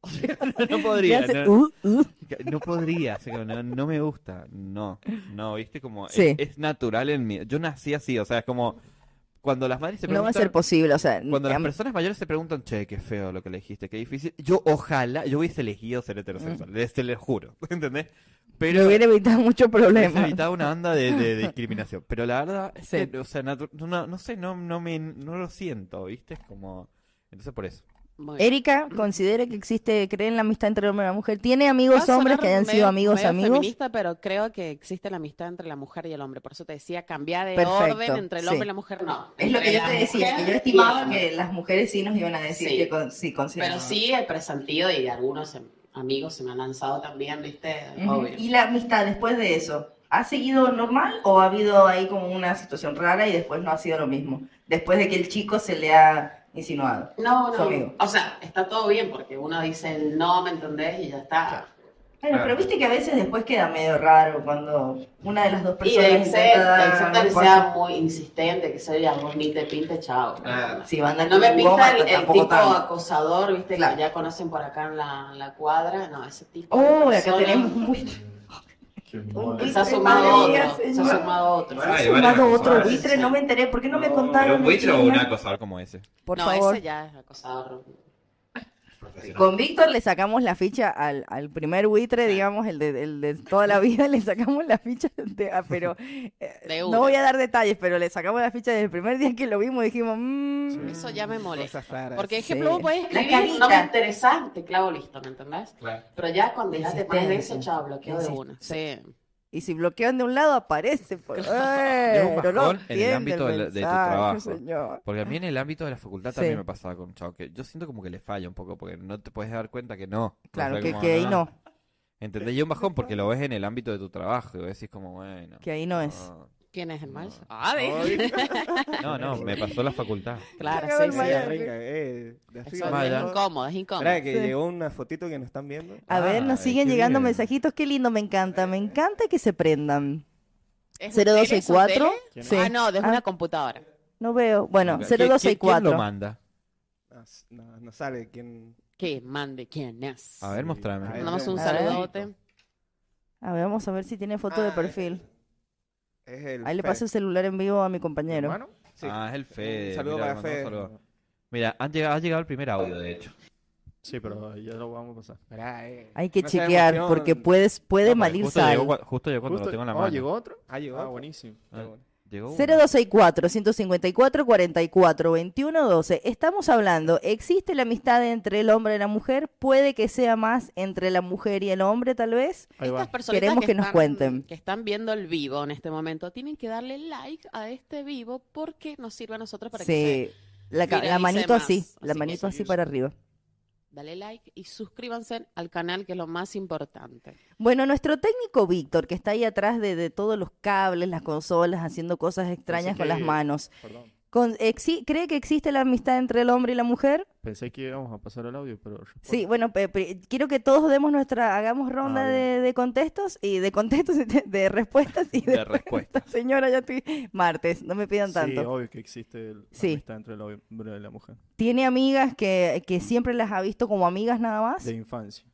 Speaker 2: no
Speaker 3: Le
Speaker 2: podría,
Speaker 3: hace,
Speaker 2: no,
Speaker 3: "Uh, uh".
Speaker 2: no podría, o sea, como, no, no me gusta, no, no, viste como
Speaker 3: Sí.
Speaker 2: es, es natural en mí. Yo nací así, o sea, es como cuando las madres se
Speaker 3: No va a
Speaker 2: preguntan
Speaker 3: ser posible, o sea,
Speaker 2: cuando las
Speaker 3: am-
Speaker 2: personas mayores se preguntan, che, qué feo lo que le dijiste, qué difícil, yo ojalá, yo hubiese elegido ser
Speaker 3: Mm.
Speaker 2: heterosexual, les- te lo juro, ¿entendés? Pero
Speaker 3: le hubiera evitado muchos
Speaker 2: hubiese
Speaker 3: problemas.
Speaker 2: evitado una onda de, de discriminación. Pero la verdad, es
Speaker 3: Sí.
Speaker 2: que, o sea, natu- no, no sé, no, no, me, no lo siento, ¿viste? Es como... Entonces por eso.
Speaker 4: Bueno.
Speaker 3: Erika considera que existe, cree en la amistad entre el hombre y la mujer. ¿Tiene amigos
Speaker 4: Va a sonar
Speaker 3: hombres que hayan
Speaker 4: medio-
Speaker 3: sido amigos
Speaker 4: medio
Speaker 3: amigos?
Speaker 4: feminista, pero creo que existe la amistad entre la mujer y el hombre. Por eso te decía, cambiar de
Speaker 3: Perfecto,
Speaker 4: orden entre el
Speaker 3: sí.
Speaker 4: hombre y la mujer, no.
Speaker 3: Es lo que
Speaker 4: Entre
Speaker 3: yo
Speaker 4: la
Speaker 3: te decía,
Speaker 4: mujer
Speaker 3: que yo
Speaker 4: y el
Speaker 3: estimaba
Speaker 4: hombre.
Speaker 3: que las mujeres sí nos iban a decir
Speaker 4: Sí.
Speaker 3: que con- sí consideraban.
Speaker 4: Pero sí, el presentido y de algunos em- amigos se me han lanzado también, ¿viste?
Speaker 3: Ujú.
Speaker 4: Obvio.
Speaker 3: ¿Y la amistad después de eso? ¿Ha seguido normal o ha habido ahí como una situación rara y después no ha sido lo mismo? Después de que el chico se le ha insinuado.
Speaker 4: No,
Speaker 3: Su
Speaker 4: no.
Speaker 3: amigo.
Speaker 4: O sea, está todo bien porque uno dice el no, ¿me entendés? Y ya está.
Speaker 3: Bueno, pero viste que a veces después queda medio raro cuando una de las dos
Speaker 4: Y de
Speaker 3: personas intenta dar-
Speaker 4: excepto que sea muy insistente, que se diga vos ni te pinte, chao.
Speaker 7: Ah,
Speaker 3: Si van a andar
Speaker 4: No me
Speaker 3: con
Speaker 4: pinta
Speaker 3: goma,
Speaker 4: el, el
Speaker 3: tampoco
Speaker 4: tipo
Speaker 3: tanto.
Speaker 4: acosador, viste,
Speaker 3: Claro.
Speaker 4: que ya conocen por acá en la, en la cuadra. No, ese tipo. de
Speaker 3: Oh, acá
Speaker 4: persona
Speaker 3: tenemos un buitre.
Speaker 8: Qué
Speaker 3: Un
Speaker 8: mal.
Speaker 3: buitre,
Speaker 4: Se ha
Speaker 3: madre
Speaker 4: sumado otro.
Speaker 3: mía,
Speaker 4: Se ha
Speaker 3: señor.
Speaker 4: sumado otro.
Speaker 3: Se ha
Speaker 7: Ay,
Speaker 3: sumado
Speaker 7: bueno,
Speaker 3: otro
Speaker 7: vale.
Speaker 3: buitre, no me enteré. ¿Por qué no me
Speaker 7: No,
Speaker 3: contaron?
Speaker 7: ¿Pero un
Speaker 3: el
Speaker 7: buitre o
Speaker 3: chisme?
Speaker 7: un acosador como
Speaker 2: eh.
Speaker 7: ese?
Speaker 3: Por
Speaker 4: no,
Speaker 3: favor.
Speaker 4: ese ya es acosador.
Speaker 7: Profesional.
Speaker 3: Con Víctor le sacamos la ficha al, al primer buitre, digamos, el de, el de toda la vida, le sacamos la ficha, de- ah, pero eh,
Speaker 4: De una.
Speaker 3: no voy a dar detalles, pero le sacamos la ficha desde el primer día que lo vimos, dijimos, "Mm,
Speaker 4: Eso ya me molesta.
Speaker 5: Cosas raras.
Speaker 4: Porque,
Speaker 3: Sí.
Speaker 4: ejemplo, vos podés
Speaker 3: La
Speaker 4: escribir, no me
Speaker 3: carita.
Speaker 4: interesa, te clavo listo, ¿me entendés?
Speaker 7: Claro.
Speaker 4: Pero ya cuando ya te pones de eso,
Speaker 3: Insistencia.
Speaker 4: chao, bloqueo de
Speaker 3: Insist-
Speaker 4: una. Sí.
Speaker 3: y si bloquean de un lado aparece, pues,
Speaker 2: Es un
Speaker 3: eh, no lo
Speaker 2: bajón en el
Speaker 3: entiende
Speaker 2: ámbito de la- de tu
Speaker 3: mensaje,
Speaker 2: trabajo.
Speaker 3: señor.
Speaker 2: Porque a mí en el ámbito de la facultad
Speaker 3: Sí.
Speaker 2: también me pasaba con un chavo que yo siento como que le falla un poco porque no te puedes dar cuenta que no. O
Speaker 3: Claro,
Speaker 2: sea,
Speaker 3: que,
Speaker 2: como,
Speaker 3: que ahí no,
Speaker 2: ¿Entendés? Y un bajón porque lo ves en el ámbito de tu trabajo y vos decís como, bueno.
Speaker 3: que ahí no es.
Speaker 2: no.
Speaker 4: ¿Quién es el mal? Ah,
Speaker 5: Ay,
Speaker 4: de...
Speaker 2: No, no, me pasó la facultad.
Speaker 4: Claro,
Speaker 3: Cagado
Speaker 4: sí,
Speaker 3: el
Speaker 4: sí.
Speaker 3: mal.
Speaker 5: Maya
Speaker 3: sí.
Speaker 5: Rica, eh. de
Speaker 4: Eso
Speaker 5: así
Speaker 4: es
Speaker 5: abajo.
Speaker 4: incómodo, es incómodo.
Speaker 5: Espera, que
Speaker 3: Sí.
Speaker 5: llegó una fotito que nos están viendo. Ah,
Speaker 3: A ver, nos
Speaker 2: Ay,
Speaker 3: siguen
Speaker 2: Ah, eh, qué
Speaker 3: llegando
Speaker 2: bien. Eh.
Speaker 3: mensajitos. Qué lindo, me encanta. Me encanta que se prendan.
Speaker 4: ¿Es un tele? ¿Es un
Speaker 3: 0264.
Speaker 4: tele?
Speaker 6: ¿Quién es?
Speaker 3: Sí.
Speaker 4: Ah, no, desde
Speaker 3: Ah.
Speaker 4: una computadora.
Speaker 3: No veo. Bueno,
Speaker 2: ¿Qui- qui- ¿Quién lo
Speaker 3: 0264.
Speaker 2: manda?
Speaker 5: No, Ah, no, no sale quién.
Speaker 4: Que mande quién es.
Speaker 2: A ver, mostrame.
Speaker 5: A ver.
Speaker 4: Mandamos un
Speaker 3: A ver.
Speaker 4: saludote.
Speaker 3: A ver, vamos a ver si tiene foto de
Speaker 5: Ah,
Speaker 3: perfil.
Speaker 5: Es el.
Speaker 3: Ahí le
Speaker 5: Fe.
Speaker 3: paso el celular en vivo a mi compañero.
Speaker 5: ¿Hermano? Sí.
Speaker 2: Ah, es el Fede.
Speaker 5: Un saludo
Speaker 2: Mira, le
Speaker 5: para
Speaker 2: mandamos
Speaker 5: Fede.
Speaker 2: saludos. Mira, han llegado, ha llegado el primer audio, de hecho.
Speaker 6: Sí, pero ya lo vamos a pasar.
Speaker 5: Esperá, eh.
Speaker 3: Hay que
Speaker 5: No sea
Speaker 3: chequear
Speaker 5: emoción.
Speaker 3: porque puedes, puede
Speaker 2: Ah,
Speaker 3: mal
Speaker 2: porque
Speaker 3: ir
Speaker 2: justo
Speaker 3: sal.
Speaker 2: llegó cua- justo yo cuando
Speaker 6: Justo-
Speaker 2: lo tengo en la
Speaker 6: Ah,
Speaker 2: mano.
Speaker 6: ¿llegó otro?
Speaker 5: Ah, llegó.
Speaker 6: Ah, buenísimo.
Speaker 2: Ah,
Speaker 5: Está bueno.
Speaker 2: llegó uno.
Speaker 3: 0264 154 44 21 12. Estamos hablando, ¿existe la amistad entre el hombre y la mujer? Puede que sea más entre la mujer y el hombre, tal vez.
Speaker 6: Ahí
Speaker 4: Estas
Speaker 6: va.
Speaker 4: personitas
Speaker 3: Queremos que nos
Speaker 4: están-
Speaker 3: cuenten.
Speaker 4: Que están viendo el vivo en este momento. Tienen que darle like a este vivo porque nos sirve a nosotros para que se...
Speaker 3: Sí, la, ca- la
Speaker 4: viralice
Speaker 3: manito
Speaker 4: más.
Speaker 3: así,
Speaker 4: Así
Speaker 3: la
Speaker 4: que
Speaker 3: manito así
Speaker 6: seguir-
Speaker 3: para arriba.
Speaker 4: Dale like y suscríbanse al canal que es lo más importante.
Speaker 3: Bueno, nuestro técnico Víctor, que está ahí atrás de, de todos los cables, las consolas, haciendo cosas extrañas con las
Speaker 6: que-
Speaker 3: manos,
Speaker 6: Perdón.
Speaker 3: con- exi- ¿cree que existe la amistad entre el hombre y la mujer?
Speaker 6: Pensé que íbamos a pasar el audio, pero.
Speaker 3: Sí, bueno, pe- pe- quiero que todos demos nuestra, hagamos ronda
Speaker 6: Ah,
Speaker 3: de, de contextos y de contextos, y de, de respuestas y de,
Speaker 2: De respuesta.
Speaker 3: Señora, ya estoy martes, no me pidan
Speaker 6: Sí,
Speaker 3: tanto.
Speaker 6: obvio que existe el
Speaker 3: Sí.
Speaker 6: amistad entre el hombre y la mujer.
Speaker 3: ¿Tiene amigas que, que siempre las ha visto como amigas nada más?
Speaker 6: De infancia.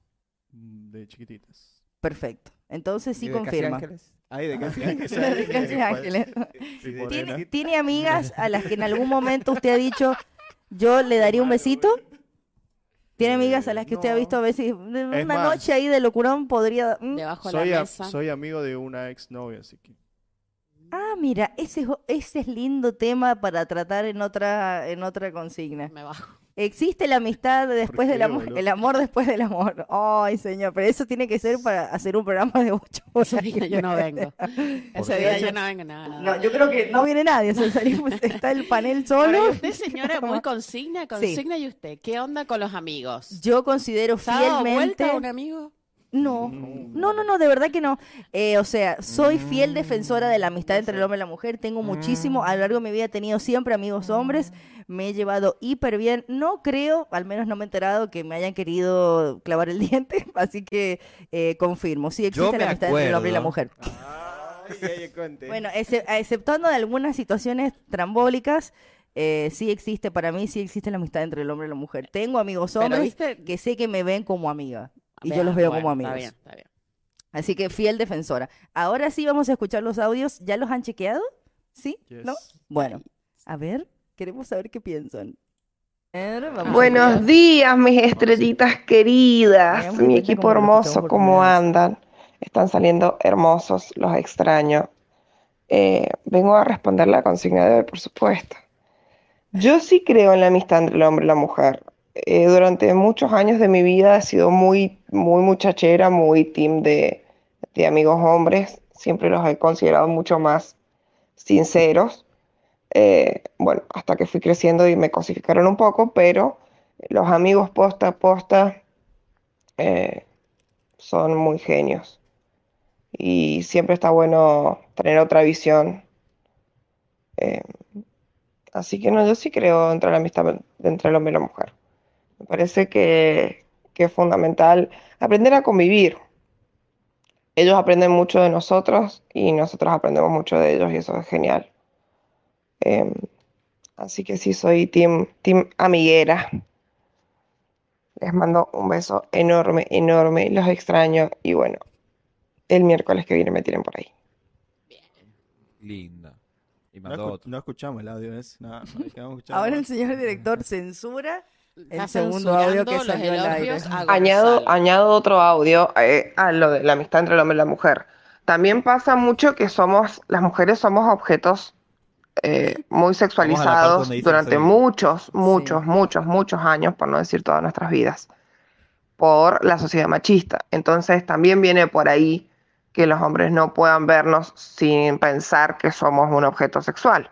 Speaker 6: De chiquititas. Ah,
Speaker 3: Perfecto. Entonces sí
Speaker 5: ¿Y de Casi
Speaker 3: confirma.
Speaker 5: Ángeles? Ay, de casi
Speaker 6: Que
Speaker 5: ángeles.
Speaker 6: sea
Speaker 3: De Casi Ángeles.
Speaker 5: Sí,
Speaker 6: Y
Speaker 5: de-
Speaker 6: morena.
Speaker 3: ¿Tiene, tiene amigas a las que en algún momento usted ha dicho, yo le daría un besito? ¿Tiene amigas a las que usted ha
Speaker 6: No.
Speaker 3: visto a veces una
Speaker 6: Es más-
Speaker 3: noche ahí de locurón podría... mm,
Speaker 4: Debajo de
Speaker 6: Soy,
Speaker 4: la
Speaker 6: a-
Speaker 4: mesa.
Speaker 6: soy amigo de una ex novia, así que.
Speaker 3: Ah, mira, ese es, o- ese es lindo tema para tratar en otra, en otra consigna.
Speaker 4: Me bajo.
Speaker 3: ¿Existe la amistad después
Speaker 6: qué,
Speaker 3: del amor?
Speaker 6: boludo?
Speaker 3: El amor después del amor. Ay, señor, pero eso tiene que ser para hacer un programa de ocho horas.
Speaker 4: Ese día yo no vengo. Ese
Speaker 2: qué?
Speaker 4: día yo no vengo. No, no, no.
Speaker 3: No, yo creo que no viene nadie. o sea, salimos- está el panel solo.
Speaker 4: Ahora, y usted, señora, este muy consigna, consigna. ¿Y usted? ¿Qué onda con los amigos?
Speaker 3: Yo considero
Speaker 4: ¿Se ha dado vuelta a un
Speaker 3: fielmente...
Speaker 4: amigo?
Speaker 3: No, no, no, no, de verdad que no. Eh, o sea, soy fiel defensora de la amistad entre el hombre y la mujer.
Speaker 2: Mm.
Speaker 3: Tengo muchísimo, a lo largo de mi vida he tenido siempre amigos hombres. Me he llevado hiper bien. No creo, al menos no me he enterado que me hayan querido clavar el diente. Así que eh, confirmo, sí
Speaker 2: Yo
Speaker 3: existe la
Speaker 2: me
Speaker 3: amistad entre el hombre y la
Speaker 2: acuerdo. Ah,
Speaker 3: mujer.
Speaker 5: Ay, ya, ya conté.
Speaker 3: Bueno, eh, exce- exceptuando de algunas situaciones trambólicas, eh, sí existe, para mí sí existe la amistad entre el hombre y la mujer. Tengo amigos
Speaker 4: Pero,
Speaker 3: hombres
Speaker 4: ¿viste?
Speaker 3: que sé que me ven como amiga y yo
Speaker 4: Bien,
Speaker 3: los veo
Speaker 4: bueno,
Speaker 3: como
Speaker 4: Está
Speaker 3: amigos.
Speaker 4: bien, está bien.
Speaker 3: Así que fiel defensora. Ahora sí vamos a escuchar los audios. ¿Ya los han chequeado? ¿Sí?
Speaker 6: Yes.
Speaker 3: ¿No? Bueno, a ver, queremos saber qué piensan. A ver, vamos a
Speaker 8: Buenos
Speaker 3: escuchar.
Speaker 8: días, mis estrellitas queridas,
Speaker 3: Veamos
Speaker 8: mi
Speaker 3: cómo
Speaker 8: equipo
Speaker 3: nos
Speaker 8: hermoso,
Speaker 3: escuchamos por
Speaker 8: ¿cómo
Speaker 3: primera vez.
Speaker 8: andan? Están saliendo hermosos, los extraño. Eh, vengo a responder la consigna de hoy, por supuesto. Yo sí creo en la amistad entre el hombre y la mujer. Eh, durante muchos años de mi vida he sido muy, muy muchachera, muy team de, de amigos hombres. Siempre los he considerado mucho más sinceros. Eh, bueno, hasta que fui creciendo y me cosificaron un poco, pero los amigos posta a posta eh, son muy genios. Y siempre está bueno tener otra visión. Eh, así que no, yo sí creo entre la amistad entre el hombre y la mujer. Me parece que, que es fundamental aprender a convivir. Ellos aprenden mucho de nosotros y nosotros aprendemos mucho de ellos y eso es genial. Em, así que sí, soy team, team amiguera. Les mando un beso enorme, enorme. Los extraño. Y bueno, el miércoles que viene me tienen por ahí.
Speaker 2: Linda. Y
Speaker 6: No,
Speaker 2: mandó
Speaker 6: escu-
Speaker 2: otro.
Speaker 6: no escuchamos el audio ese. No, no, quedamos escuchando.
Speaker 3: Ahora el señor director censura. El
Speaker 4: Está
Speaker 3: segundo audio que
Speaker 4: censurando los
Speaker 3: salió al aire.
Speaker 4: elogios a
Speaker 8: Añado,
Speaker 4: Gonzalo.
Speaker 8: añado otro audio eh, a lo de la amistad entre el hombre y la mujer. También pasa mucho que somos, las mujeres somos objetos eh, muy sexualizados
Speaker 2: donde dice
Speaker 8: durante
Speaker 2: eso.
Speaker 8: muchos, muchos, muchos, muchos años, por no decir todas nuestras vidas, por la sociedad machista. Entonces también viene por ahí que los hombres no puedan vernos sin pensar que somos un objeto sexual.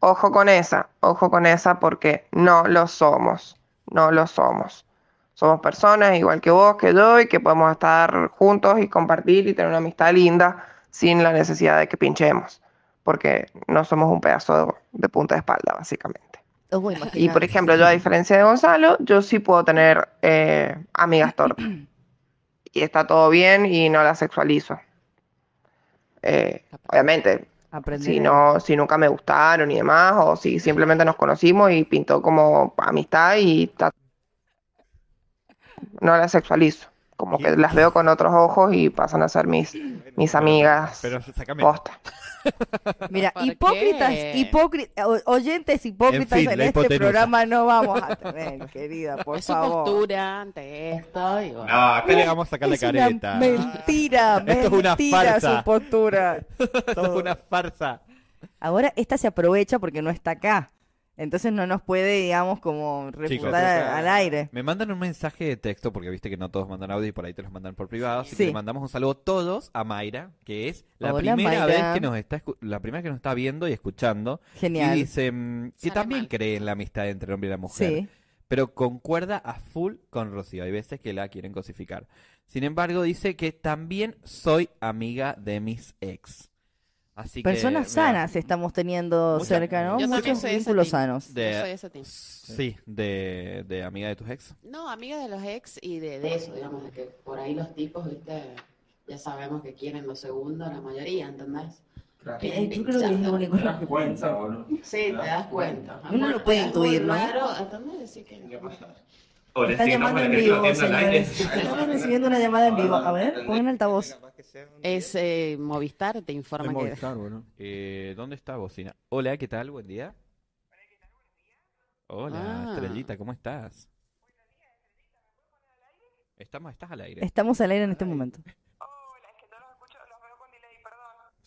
Speaker 8: Ojo con esa, ojo con esa porque no lo somos, no lo somos. Somos personas igual que vos, que yo, y que podemos estar juntos y compartir y tener una amistad linda sin la necesidad de que pinchemos. porque no somos un pedazo de punta de espalda, básicamente.
Speaker 3: Oh,
Speaker 8: Y por
Speaker 3: imagínate.
Speaker 8: ejemplo, yo a diferencia de Gonzalo, yo sí puedo tener eh, amigas torpes. Y está todo bien y no las sexualizo. Eh, obviamente,
Speaker 3: Aprendí
Speaker 8: si
Speaker 3: de-
Speaker 8: no, si nunca me gustaron y demás, o si simplemente nos conocimos y pintó como amistad y ta- no las sexualizo. Como que las veo con otros ojos y pasan a ser mis, mis amigas.
Speaker 2: Pero sácame.
Speaker 8: Posta.
Speaker 3: Mira,
Speaker 4: ¿Para
Speaker 3: hipócritas,
Speaker 4: qué?
Speaker 3: hipócritas, oyentes hipócritas
Speaker 2: En
Speaker 3: en,
Speaker 2: fin, la
Speaker 3: este
Speaker 2: hipotenusa.
Speaker 3: programa no vamos a tener, querida, por
Speaker 4: es su
Speaker 3: favor.
Speaker 4: postura ante esto. y bueno.
Speaker 2: No, acá le vamos a sacar la
Speaker 3: Es una
Speaker 2: careta.
Speaker 3: mentira,
Speaker 2: Esto es una
Speaker 3: mentira
Speaker 2: farsa.
Speaker 3: su postura.
Speaker 2: Esto es una farsa.
Speaker 3: Ahora esta se aprovecha porque no está acá. Entonces no nos puede, digamos, como
Speaker 2: Chicos,
Speaker 3: refutar a- al aire.
Speaker 2: Me mandan un mensaje de texto porque viste que no todos mandan audio y por ahí te los mandan por privado. Así
Speaker 3: Sí.
Speaker 2: que le mandamos un saludo todos a Mayra, que es la
Speaker 3: Hola,
Speaker 2: primera
Speaker 3: Mayra.
Speaker 2: vez que nos está escu- la primera que nos está viendo y escuchando. Y
Speaker 3: Genial.
Speaker 2: dice mm, que
Speaker 4: Sale
Speaker 2: también
Speaker 4: mal.
Speaker 2: cree en la amistad entre el hombre y la mujer.
Speaker 3: Sí.
Speaker 2: pero concuerda a full con Rocío. Hay veces que la quieren cosificar. Sin embargo, dice que también soy amiga de mis ex. Así que,
Speaker 3: Personas
Speaker 2: mira,
Speaker 3: sanas estamos teniendo
Speaker 2: Mucha-
Speaker 3: cerca, ¿no?
Speaker 2: Yo
Speaker 4: también
Speaker 3: Muchos
Speaker 4: soy de ese
Speaker 3: vínculos
Speaker 4: team.
Speaker 3: sanos.
Speaker 2: de-
Speaker 4: Yo soy ese team.
Speaker 2: Sí, de, de amiga de tus ex.
Speaker 4: No, amiga de los ex y de, de eso, digamos, de que por ahí los tipos, viste, ya sabemos que quieren lo segundo, la mayoría, ¿entendés? Quieren
Speaker 3: Eh, Yo creo que es lo único en lo que pienso.
Speaker 4: Sí, te das cuenta.
Speaker 3: Uno lo puede intuir, ¿no?
Speaker 4: Claro, ¿entendés? Decir que...
Speaker 3: Está llamando en vivo, señores. Estamos recibiendo una llamada en vivo. A ver, pon en altavoz.
Speaker 4: Es eh, Movistar, te
Speaker 6: Es
Speaker 4: informa que...
Speaker 6: Movistar, boludo.
Speaker 2: Eh, ¿Dónde está Bocina? Hola, ¿qué tal? Buen día. Hola,
Speaker 4: Ah.
Speaker 2: Estrellita, ¿cómo estás? Estamos, estás al aire.
Speaker 3: Estamos al aire en este momento.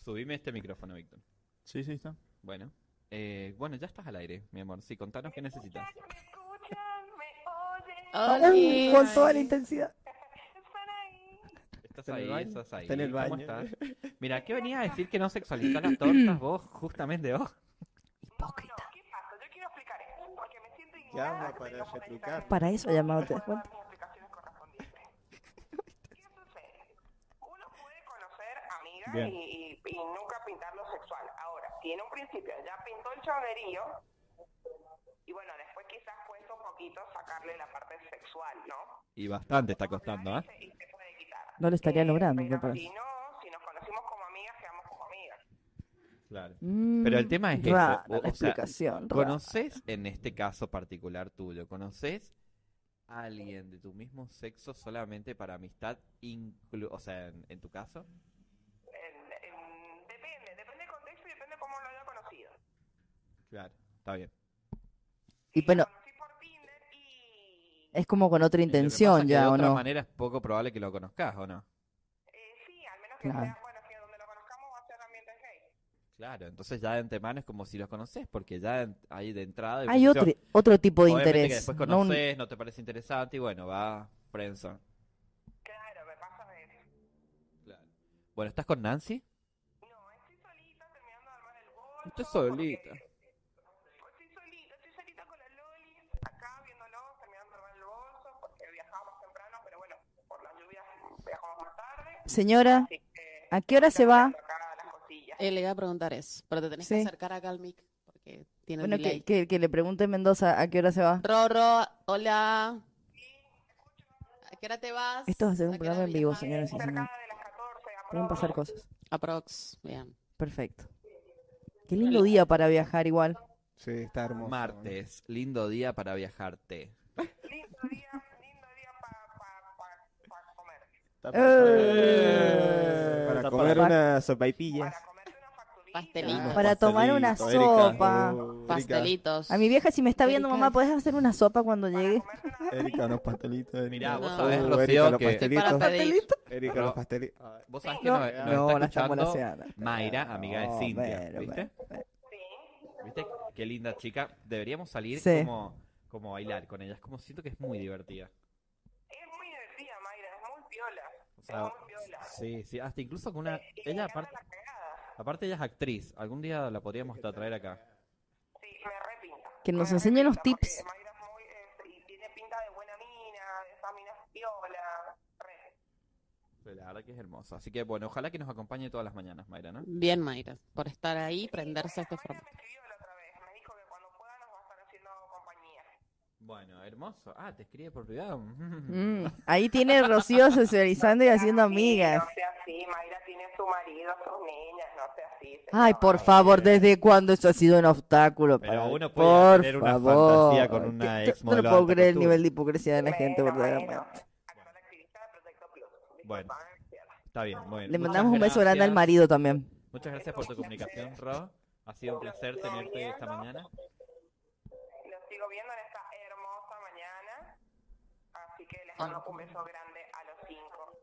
Speaker 2: Subime este micrófono, Víctor.
Speaker 6: Sí, sí, está.
Speaker 2: Bueno, eh, bueno, ya estás al aire, mi amor. Sí, contanos qué necesitas.
Speaker 4: Oli.
Speaker 3: Con toda la intensidad.
Speaker 2: Estás
Speaker 6: Está en el
Speaker 2: ahí,
Speaker 6: baño,
Speaker 2: estás ahí.
Speaker 6: está en el
Speaker 2: ¿Cómo
Speaker 6: baño.
Speaker 2: estás? Mira, ¿qué venía a decir que no sexualizás las tortas vos, justamente vos?
Speaker 3: Hipócrita.
Speaker 6: Llama para retrucar.
Speaker 3: Para eso ha llamado, ¿te das cuenta?
Speaker 8: Uno puede conocer amigas
Speaker 6: Bien.
Speaker 8: y, y- y nunca pintar lo sexual. Ahora, tiene un principio, ya pintó el chabonerío y bueno, después quizás cuesta un poquito sacarle la parte sexual, ¿no?
Speaker 2: Y bastante está costando,
Speaker 6: ¿ah?
Speaker 2: ¿eh?
Speaker 8: Y se puede quitar.
Speaker 3: No lo estaría
Speaker 8: Eh,
Speaker 3: logrando,
Speaker 8: pero
Speaker 3: me parece.
Speaker 8: si no, si nos conocimos como amigas, quedamos como amigas.
Speaker 2: Claro.
Speaker 3: Mm,
Speaker 2: Pero el tema es
Speaker 3: rara
Speaker 2: eso. O,
Speaker 3: la
Speaker 2: o sea,
Speaker 3: explicación. rara.
Speaker 2: ¿conoces en este caso particular tuyo? ¿Conoces a alguien de tu mismo sexo solamente para amistad? inclu- o sea, en, en tu caso.
Speaker 8: El- el- depende, depende del contexto y depende cómo lo haya conocido.
Speaker 2: Claro. Está bien.
Speaker 3: Y bueno,
Speaker 8: Conocí por Tinder y
Speaker 3: es como con otra
Speaker 2: Lo que pasa
Speaker 3: intención
Speaker 2: es que de
Speaker 3: ya, ¿o
Speaker 2: otra
Speaker 3: no?
Speaker 2: manera es poco probable que lo conozcas, ¿o no?
Speaker 8: eh, sí, al menos que
Speaker 3: Claro.
Speaker 8: sea, bueno, que donde lo conozcamos va a ser ambientes gay.
Speaker 2: Claro, entonces ya de antemano es como si los conoces, porque ya en- ahí de entrada.
Speaker 3: Hay otro, otro tipo de interés.
Speaker 2: después
Speaker 3: no un-
Speaker 2: conoces, no te parece interesante y bueno, va friendzone.
Speaker 8: Claro, me pasa de eso.
Speaker 2: Bueno, ¿estás con Nancy?
Speaker 8: No, estoy solita terminando de armar el bolso.
Speaker 2: Estás solita.
Speaker 8: porque- Estoy solita, estoy solita con la Loli, acá viéndolo, terminando de armar el bolso, porque viajábamos temprano, pero bueno, por las lluvias viajamos más tarde.
Speaker 3: Señora,
Speaker 8: Así que
Speaker 3: ¿a qué hora se va?
Speaker 8: acá las cosillas.
Speaker 4: Eh, le iba a preguntar eso, pero te tenés
Speaker 3: Sí.
Speaker 4: que acercar acá al mic, porque tiene
Speaker 3: Bueno,
Speaker 4: un
Speaker 3: que,
Speaker 4: delay.
Speaker 3: que, que le pregunte Mendoza a qué hora se va.
Speaker 4: Rorro, hola. ¿A qué hora te vas?
Speaker 3: Esto va a ser un
Speaker 4: qué
Speaker 3: programa
Speaker 4: hora
Speaker 3: en vivo,
Speaker 4: viajas?
Speaker 3: señores y señores.
Speaker 8: Cerca de las 14, a
Speaker 3: Pueden pasar cosas.
Speaker 4: Aprox, bien.
Speaker 3: Perfecto. Qué lindo día para viajar igual.
Speaker 6: Sí, está hermoso.
Speaker 2: Martes, lindo día para viajarte.
Speaker 8: lindo día, lindo día para pa, pa, pa comer.
Speaker 6: Está
Speaker 3: Eh.
Speaker 6: Para
Speaker 5: Para
Speaker 6: comer
Speaker 5: comer
Speaker 3: pa-
Speaker 5: unas sopaipillas.
Speaker 8: Para comerte una facturita.
Speaker 4: Pastelitos.
Speaker 3: Para tomar una sopa.
Speaker 2: Uh,
Speaker 4: Pastelitos.
Speaker 3: A mi vieja, si me está
Speaker 4: Erika.
Speaker 3: viendo, mamá, ¿podés hacer una sopa cuando llegue?
Speaker 6: Erika, unos pastelitos. Erika.
Speaker 2: Mirá, vos
Speaker 4: No.
Speaker 2: sabés,
Speaker 5: Uh,
Speaker 2: Rocío,
Speaker 5: Erika, los
Speaker 2: que,
Speaker 4: Y para
Speaker 5: pastelitos.
Speaker 4: pedir.
Speaker 5: Erika, los pastelitos.
Speaker 2: Ah, vos sabés que no, nos
Speaker 3: No,
Speaker 2: está
Speaker 3: la estamos
Speaker 2: escuchando
Speaker 3: laseando.
Speaker 2: Mayra, amiga de
Speaker 5: No,
Speaker 2: Cintia,
Speaker 3: Bueno,
Speaker 2: ¿viste?
Speaker 3: bueno.
Speaker 2: ¿Viste? Qué linda chica. Deberíamos salir
Speaker 3: Sí.
Speaker 2: como, como a bailar con ella. Es como siento que es muy divertida.
Speaker 8: Es muy divertida, Mayra, es muy piola.
Speaker 2: O sea,
Speaker 8: Es muy piola.
Speaker 2: sí, sí, hasta incluso con una...
Speaker 8: Y
Speaker 2: Ella
Speaker 8: me
Speaker 2: aparte,
Speaker 8: encanta la cagada.
Speaker 2: aparte ella es actriz. Algún día la podríamos hasta traer acá.
Speaker 8: Sí, me repinta.
Speaker 3: Que nos
Speaker 8: Me
Speaker 3: enseñe
Speaker 8: repinta,
Speaker 3: los tips.
Speaker 8: porque Mayra es muy, eh, y tiene pinta de buena mina, de esa mina piola. re.
Speaker 2: Pero la verdad que es hermoso. Así que bueno, ojalá que nos acompañe todas las mañanas, Mayra, ¿no?
Speaker 4: Bien, Mayra, por estar ahí, prenderse a este formato.
Speaker 2: Bueno, hermoso. Ah, te escribe por privado.
Speaker 3: Mm, Ahí tiene Rocío socializando y haciendo amigas.
Speaker 8: No sea así, Mayra tiene su marido, sus niñas, no sea así.
Speaker 3: Ay, por favor, ¿desde cuándo eso ha sido un obstáculo?
Speaker 2: Pero
Speaker 3: para-
Speaker 2: uno puede
Speaker 3: por
Speaker 2: tener una
Speaker 3: favor.
Speaker 2: fantasía con una
Speaker 3: Que-
Speaker 2: ex
Speaker 3: no
Speaker 2: modelo
Speaker 3: lo
Speaker 2: de
Speaker 3: puedo
Speaker 2: alta
Speaker 3: creer el
Speaker 2: costura.
Speaker 3: nivel de hipocresía de la gente, verdaderamente.
Speaker 2: Bueno, está bien. Bueno,
Speaker 3: Le
Speaker 2: muchas
Speaker 3: mandamos un beso grande al
Speaker 2: gracias.
Speaker 3: marido también.
Speaker 2: Muchas gracias por tu comunicación, Ro. Ha sido un placer tenerte esta mañana.
Speaker 8: Los sigo viendo en esta hermosa mañana. Así que les mando un beso grande a los cinco.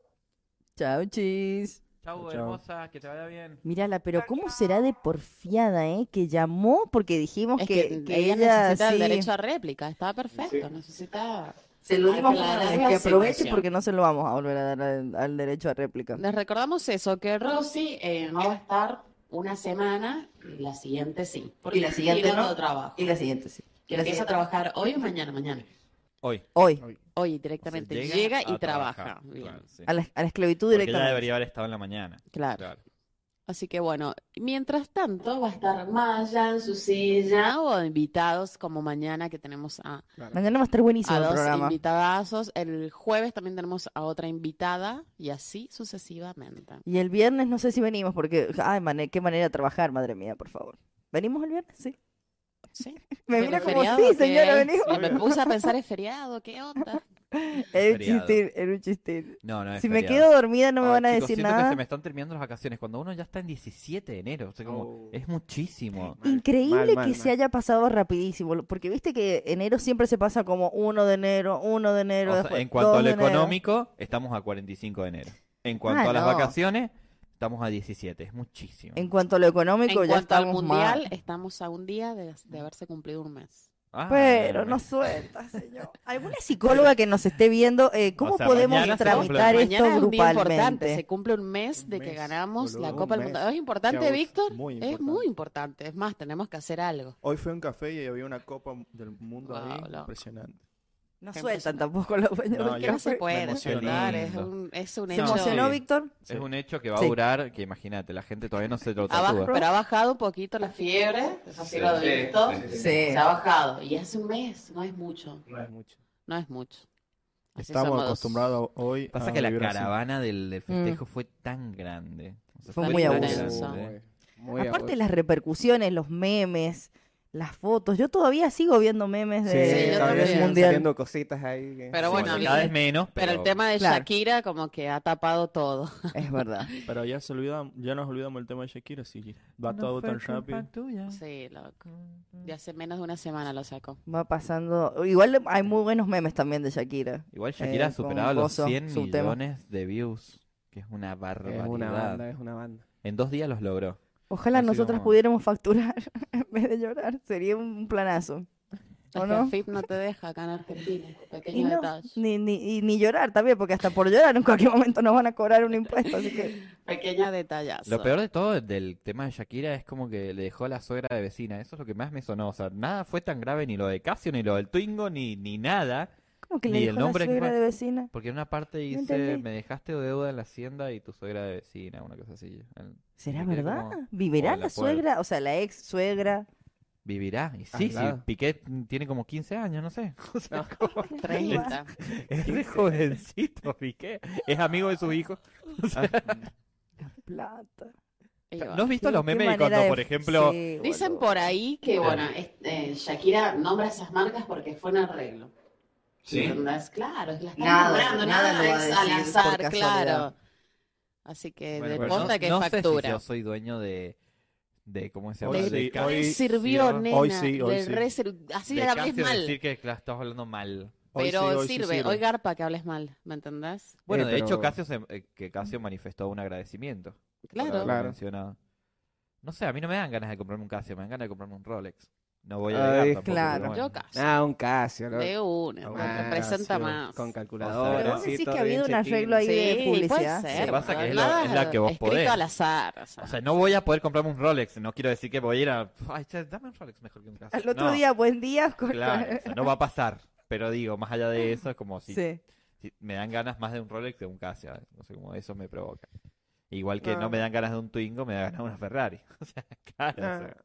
Speaker 3: Chao, chis.
Speaker 2: Chau,
Speaker 6: Chau.
Speaker 2: hermosa, que te vaya bien.
Speaker 3: Mírala, pero ¿cómo será de porfiada, eh? Que llamó porque dijimos
Speaker 4: Es
Speaker 3: que,
Speaker 4: que,
Speaker 3: que
Speaker 4: ella,
Speaker 3: ella
Speaker 4: necesita el
Speaker 3: sí.
Speaker 4: derecho a réplica, está perfecto, necesita...
Speaker 3: Se lo digo
Speaker 4: Aclarar
Speaker 3: una vez,
Speaker 4: la
Speaker 3: que aproveche
Speaker 4: situación.
Speaker 3: porque no se lo vamos a volver a dar al, al derecho a réplica.
Speaker 4: Les recordamos eso, que Rosy eh, no va a estar una semana y la siguiente sí. Porque
Speaker 3: Y la siguiente
Speaker 4: tiene
Speaker 3: no.
Speaker 4: otro trabajo.
Speaker 3: Y la siguiente, sí.
Speaker 4: Que empieza a trabajar hoy o mañana, mañana.
Speaker 2: Hoy.
Speaker 3: Hoy,
Speaker 4: Hoy directamente.
Speaker 2: O sea,
Speaker 4: llega,
Speaker 2: a
Speaker 4: y trabaja.
Speaker 2: trabajar.
Speaker 4: Bien.
Speaker 2: Claro, sí.
Speaker 3: a la, a la esclavitud
Speaker 2: Porque ella
Speaker 3: directamente.
Speaker 2: debería haber estado en la mañana.
Speaker 4: Claro.
Speaker 2: Claro.
Speaker 4: Así que bueno, mientras tanto va a estar Maya en su silla o invitados como mañana que tenemos a,
Speaker 3: Mañana va a estar buenísimo
Speaker 4: a
Speaker 3: el
Speaker 4: dos
Speaker 3: programa.
Speaker 4: invitadazos. El jueves también tenemos a otra invitada y así sucesivamente.
Speaker 3: Y el viernes no sé si venimos porque, ay, mane- qué manera de trabajar, madre mía, por favor. ¿Venimos el viernes? Sí.
Speaker 4: Sí.
Speaker 3: Me
Speaker 4: Pero
Speaker 3: mira como,
Speaker 4: feriado,
Speaker 3: sí,
Speaker 4: ¿qué
Speaker 3: señora,
Speaker 4: es?
Speaker 3: venimos.
Speaker 4: Me puse a pensar, es feriado, ¿qué onda?
Speaker 3: Era un
Speaker 2: Feriado.
Speaker 3: chistín, era un chistín.
Speaker 2: No, no es
Speaker 3: Si me
Speaker 2: feriado.
Speaker 3: quedo dormida no me
Speaker 2: Ay,
Speaker 3: van a
Speaker 2: chicos,
Speaker 3: decir
Speaker 2: siento que
Speaker 3: nada.
Speaker 2: se me están terminando las vacaciones. Cuando uno ya está en 17 de enero, o sea, como,
Speaker 6: Oh.
Speaker 2: es muchísimo.
Speaker 3: Increíble
Speaker 5: Mal, mal,
Speaker 3: que se
Speaker 5: mal.
Speaker 3: haya pasado rapidísimo, lo- porque viste que enero siempre se pasa como 1 de enero, 1 de enero,
Speaker 2: O sea,
Speaker 3: después
Speaker 2: en cuanto a
Speaker 3: 2
Speaker 2: lo
Speaker 3: de enero.
Speaker 2: económico, estamos a 45 de enero. En cuanto
Speaker 3: Ah,
Speaker 2: a las
Speaker 3: no.
Speaker 2: vacaciones, estamos a 17. Es muchísimo.
Speaker 3: En cuanto a lo
Speaker 4: En
Speaker 3: económico ya
Speaker 4: cuanto al
Speaker 3: estamos
Speaker 4: mundial,
Speaker 3: mal.
Speaker 4: estamos a un día de, de haberse cumplido un mes.
Speaker 2: Ah,
Speaker 3: Pero no
Speaker 2: bueno.
Speaker 3: suelta, señor. ¿Alguna psicóloga que nos esté viendo, eh, cómo
Speaker 2: sea,
Speaker 3: podemos
Speaker 2: mañana se
Speaker 3: tramitar
Speaker 2: cumple.
Speaker 3: esto
Speaker 4: Mañana es un día importante, se
Speaker 3: grupalmente?
Speaker 4: cumple un mes
Speaker 6: Un
Speaker 4: de que
Speaker 6: mes,
Speaker 4: ganamos la
Speaker 6: boludo,
Speaker 4: Copa
Speaker 6: un
Speaker 4: del Mundo.
Speaker 6: mes.
Speaker 4: ¿Es importante,
Speaker 6: Chavos,
Speaker 4: Víctor?
Speaker 6: muy
Speaker 4: Es muy importante. Es más, tenemos que hacer algo.
Speaker 6: Hoy fue un café y había una copa del mundo ahí.
Speaker 4: Wow, loco.
Speaker 6: Impresionante.
Speaker 3: No sueltan tampoco los dueños
Speaker 6: No,
Speaker 3: del
Speaker 6: ya
Speaker 4: Que no se
Speaker 3: café.
Speaker 6: me
Speaker 4: puede
Speaker 6: emocionó.
Speaker 4: soltar, es
Speaker 2: Lindo.
Speaker 4: un, Mm, es un
Speaker 3: ¿Se
Speaker 4: hecho.
Speaker 3: emocionó,
Speaker 2: Sí.
Speaker 3: Víctor?
Speaker 2: Es un hecho que va a
Speaker 3: Sí.
Speaker 2: durar, que imagínate, la gente todavía no se lo
Speaker 4: Ha baj-
Speaker 2: tatúa.
Speaker 4: pero ha bajado un poquito la fiebre, eso sí
Speaker 7: Sí,
Speaker 4: lo advierto.
Speaker 7: sí, sí, sí.
Speaker 3: Sí.
Speaker 4: Se ha bajado. Y hace un mes, no es mucho.
Speaker 6: No es mucho.
Speaker 4: No es mucho. Así
Speaker 6: Estamos
Speaker 4: somos.
Speaker 6: acostumbrados hoy
Speaker 2: Pasa
Speaker 6: a
Speaker 2: que la
Speaker 6: vivir así.
Speaker 2: caravana del, del festejo fue tan grande. O sea,
Speaker 3: Mm. Fue
Speaker 2: tan
Speaker 3: muy
Speaker 2: grande,
Speaker 3: abuso.
Speaker 2: ¿eh?
Speaker 6: Muy
Speaker 3: Aparte
Speaker 6: abuso.
Speaker 3: las repercusiones, los memes, las fotos. Yo todavía sigo viendo memes
Speaker 5: Sí,
Speaker 3: de-
Speaker 4: Sí, yo
Speaker 5: todavía
Speaker 3: del
Speaker 4: también.
Speaker 5: siguen
Speaker 3: mundial.
Speaker 5: saliendo cositas ahí. que-
Speaker 4: Pero bueno,
Speaker 2: Sí,
Speaker 4: el-
Speaker 2: cada vez menos, pero,
Speaker 4: Pero el tema de
Speaker 3: Claro.
Speaker 4: Shakira como que ha tapado todo.
Speaker 3: Es verdad.
Speaker 6: Pero ya, se olvidamos, ya nos olvidamos el tema de Shakira, sí. Va todo tan rápido.
Speaker 4: Sí, loco. De hace menos de una semana lo sacó.
Speaker 3: Va pasando. Igual hay muy buenos memes también de Shakira.
Speaker 2: Igual Shakira
Speaker 3: Eh,
Speaker 2: ha superado
Speaker 3: con
Speaker 2: los
Speaker 3: Gozo,
Speaker 2: 100
Speaker 3: su tema.
Speaker 2: millones de views, que es una barbaridad.
Speaker 5: Es una banda, es una banda.
Speaker 2: En dos días los logró.
Speaker 3: Ojalá
Speaker 2: Así
Speaker 3: nosotras
Speaker 2: vamos.
Speaker 3: pudiéramos facturar en vez de llorar. Sería un planazo.
Speaker 4: Es
Speaker 3: ¿O
Speaker 4: que
Speaker 3: no?
Speaker 4: el FIP no te deja acá en Argentina.
Speaker 3: Y
Speaker 4: Pequeño
Speaker 3: no,
Speaker 4: detalle.
Speaker 3: ni, ni, y ni llorar también, porque hasta por llorar en cualquier momento nos van a cobrar un impuesto. Así que
Speaker 4: Pequeño detallazo.
Speaker 2: Lo peor de todo del tema de Shakira es como que le dejó a la suegra de vecina. Eso es lo que más me sonó. O sea, nada fue tan grave, ni lo de Casio, ni lo del Twingo, ni, ni nada.
Speaker 3: como que le
Speaker 2: Ni
Speaker 3: dijo
Speaker 2: el
Speaker 3: a la
Speaker 2: nombre que
Speaker 3: suegra
Speaker 2: va-
Speaker 3: de vecina.
Speaker 2: Porque en una parte dice,
Speaker 3: entendí.
Speaker 2: me dejaste deuda en la hacienda y tu suegra de vecina, una cosa así. El-
Speaker 3: ¿Será
Speaker 2: me quedé
Speaker 3: verdad?
Speaker 2: como,
Speaker 3: ¿Vivirá
Speaker 2: "Hola,
Speaker 3: la suegra? O sea, la ex suegra.
Speaker 2: Vivirá.
Speaker 6: Ah,
Speaker 2: Y sí, sí,
Speaker 5: Claro.
Speaker 2: Piqué tiene como 15 años, no sé. O sea, como-
Speaker 4: 30.
Speaker 2: es re jovencito, Piqué. Es amigo de sus hijos. O sea,
Speaker 6: Ah.
Speaker 3: Plata.
Speaker 4: Y bueno.
Speaker 2: ¿No has visto
Speaker 3: ¿Qué-
Speaker 2: los
Speaker 3: qué
Speaker 2: memes de
Speaker 3: manera
Speaker 2: cuando,
Speaker 3: de-
Speaker 2: por ejemplo,
Speaker 3: sí.
Speaker 4: Dicen por ahí que, bueno, es- eh, Shakira nombra esas marcas porque fue un arreglo.
Speaker 7: Sí.
Speaker 4: ¿Entendés? Claro, es que la están
Speaker 3: Nada,
Speaker 4: nombrando, nada
Speaker 3: nada lo va a
Speaker 4: es
Speaker 3: decir
Speaker 4: al
Speaker 3: por
Speaker 4: azar,
Speaker 3: casualidad.
Speaker 4: claro. Así que
Speaker 2: Bueno,
Speaker 4: de
Speaker 2: pero
Speaker 4: posta
Speaker 2: no,
Speaker 4: que
Speaker 2: no sé si
Speaker 4: factura.
Speaker 2: yo soy dueño de, de ¿cómo se llama?
Speaker 6: Hoy
Speaker 2: De
Speaker 6: sí,
Speaker 2: ca-
Speaker 6: hoy-
Speaker 4: Te sirvió,
Speaker 6: sí,
Speaker 4: nena.
Speaker 6: hoy sí, hoy
Speaker 4: de
Speaker 6: sí.
Speaker 4: re sir- Así
Speaker 2: de
Speaker 4: la hables
Speaker 2: Casio
Speaker 4: mal.
Speaker 2: decir que la estás hablando mal.
Speaker 6: Hoy sí,
Speaker 4: Pero
Speaker 6: hoy sí
Speaker 4: sirve.
Speaker 6: sirve.
Speaker 4: Hoy garpa que hables mal, ¿me entendés?
Speaker 2: Bueno, de
Speaker 5: pero-
Speaker 2: hecho, Casio se- eh, que Casio manifestó un agradecimiento. por
Speaker 4: Claro.
Speaker 2: haberlo
Speaker 5: Claro.
Speaker 2: mencionado. No sé, a mí no me dan ganas de comprarme un Casio, me dan ganas de comprarme un Rolex. No voy a
Speaker 5: Ay,
Speaker 2: llegar tampoco,
Speaker 3: claro.
Speaker 2: pero bueno.
Speaker 4: Yo casi.
Speaker 5: Ah, un Casio, ¿no?
Speaker 4: de una.
Speaker 6: Ah,
Speaker 4: no
Speaker 5: bueno,
Speaker 4: representa
Speaker 6: sí,
Speaker 4: más.
Speaker 5: Con
Speaker 2: O sea,
Speaker 5: calculadora.
Speaker 2: Pero
Speaker 3: vos
Speaker 5: así,
Speaker 3: decís que
Speaker 5: todo
Speaker 3: ha habido
Speaker 5: bien
Speaker 3: un
Speaker 5: chiquín.
Speaker 3: arreglo ahí. de publicidad.
Speaker 4: Puede
Speaker 2: Lo
Speaker 4: ser,
Speaker 2: que pasa
Speaker 4: ¿no?
Speaker 2: que es la- es la que vos
Speaker 4: escrito
Speaker 2: podés.
Speaker 4: al azar. o sea.
Speaker 2: O sea, no voy a poder comprarme un Rolex. No quiero decir que voy a ir a. Ay, che, dame un Rolex mejor que un Casio.
Speaker 3: Al otro
Speaker 2: No,
Speaker 3: día, buen día. con-
Speaker 2: Claro, o sea, no va a pasar. Pero digo, más allá de eso, es como si
Speaker 3: Sí.
Speaker 2: sí, me dan ganas más de un Rolex que de un Casio. ¿eh? No sé cómo eso me provoca. Igual que no me dan ganas de un Twingo, me dan ganas de una Ferrari. O sea, claro. o sea.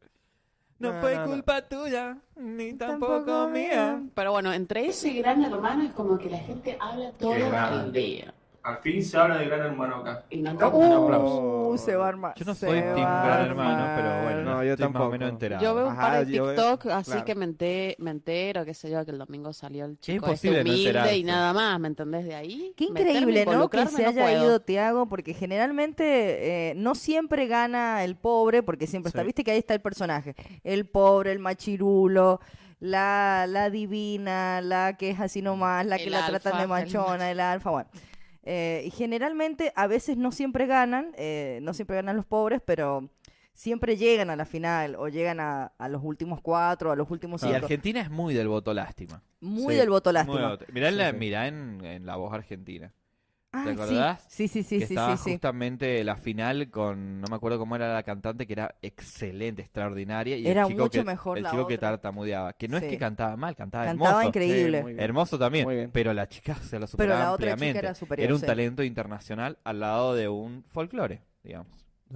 Speaker 2: No,
Speaker 5: No,
Speaker 2: fue
Speaker 5: no, no.
Speaker 2: culpa tuya, ni tampoco,
Speaker 3: tampoco
Speaker 2: mía.
Speaker 3: mía.
Speaker 4: Pero bueno, entre eso y Gran Hermano es como que la gente habla todo
Speaker 1: Qué grande.
Speaker 4: el día.
Speaker 1: Al fin se habla de Gran Hermano acá.
Speaker 4: Y no
Speaker 6: Un
Speaker 3: Uh,
Speaker 6: aplauso.
Speaker 3: se va a armar.
Speaker 2: Yo no
Speaker 3: se
Speaker 2: soy
Speaker 3: va
Speaker 2: Team
Speaker 3: a
Speaker 2: Gran
Speaker 3: armar.
Speaker 2: Hermano, pero bueno,
Speaker 5: No, yo
Speaker 2: estoy más o
Speaker 5: tampoco.
Speaker 2: menos enterado.
Speaker 4: Yo veo un
Speaker 2: Ah,
Speaker 5: Ajá,
Speaker 4: par de
Speaker 2: eh,
Speaker 5: yo veo-
Speaker 4: TikTok, así
Speaker 5: claro.
Speaker 4: que me, ente- me entero, qué sé yo, que el domingo salió el chico este
Speaker 2: imposible no
Speaker 4: humilde
Speaker 2: enterarse.
Speaker 4: y nada más, ¿me entendés? De ahí.
Speaker 3: Qué
Speaker 4: meterme,
Speaker 3: increíble, ¿no? Que
Speaker 4: involucrarme,
Speaker 3: se
Speaker 4: no
Speaker 3: haya
Speaker 4: puedo.
Speaker 3: ido Tiago, porque generalmente eh, no siempre gana el pobre, porque siempre está,
Speaker 6: Sí.
Speaker 3: viste que ahí está el personaje, el pobre, el machirulo, la, la divina, la que es así nomás, la que
Speaker 4: El
Speaker 3: la tratan
Speaker 4: alfa,
Speaker 3: de
Speaker 4: el
Speaker 3: machona, el alfa, bueno. Eh, y generalmente a veces no siempre ganan, eh, no siempre ganan los pobres, pero siempre llegan a la final o llegan a, a los últimos cuatro, a los últimos
Speaker 2: Y
Speaker 3: cinco.
Speaker 2: Argentina es muy del voto lástima.
Speaker 3: Muy
Speaker 6: Sí,
Speaker 3: del voto
Speaker 2: Muy del
Speaker 3: lástima.
Speaker 2: voto- Mirá, en, la,
Speaker 6: Sí, sí.
Speaker 2: mirá en, en la voz argentina.
Speaker 3: Ah,
Speaker 2: ¿Te
Speaker 3: sí.
Speaker 2: acordás?
Speaker 3: Sí, sí, sí,
Speaker 2: que
Speaker 3: sí,
Speaker 2: estaba
Speaker 3: sí, sí.
Speaker 2: justamente la final con, no me acuerdo cómo era la cantante, que era excelente, extraordinaria. Y el
Speaker 3: Era
Speaker 2: chico
Speaker 3: mucho
Speaker 2: que-
Speaker 3: mejor
Speaker 2: El
Speaker 3: la
Speaker 2: chico que
Speaker 3: otra.
Speaker 2: tartamudeaba. Que no es
Speaker 3: Sí.
Speaker 2: que cantaba mal, cantaba,
Speaker 3: Cantaba
Speaker 2: hermoso.
Speaker 3: increíble.
Speaker 5: muy bien.
Speaker 2: Hermoso también,
Speaker 5: Muy bien.
Speaker 2: pero la chica se lo superaba
Speaker 3: la otra chica
Speaker 2: ampliamente.
Speaker 3: era superior,
Speaker 2: un
Speaker 3: sí.
Speaker 2: talento internacional al lado de un folclore, digamos.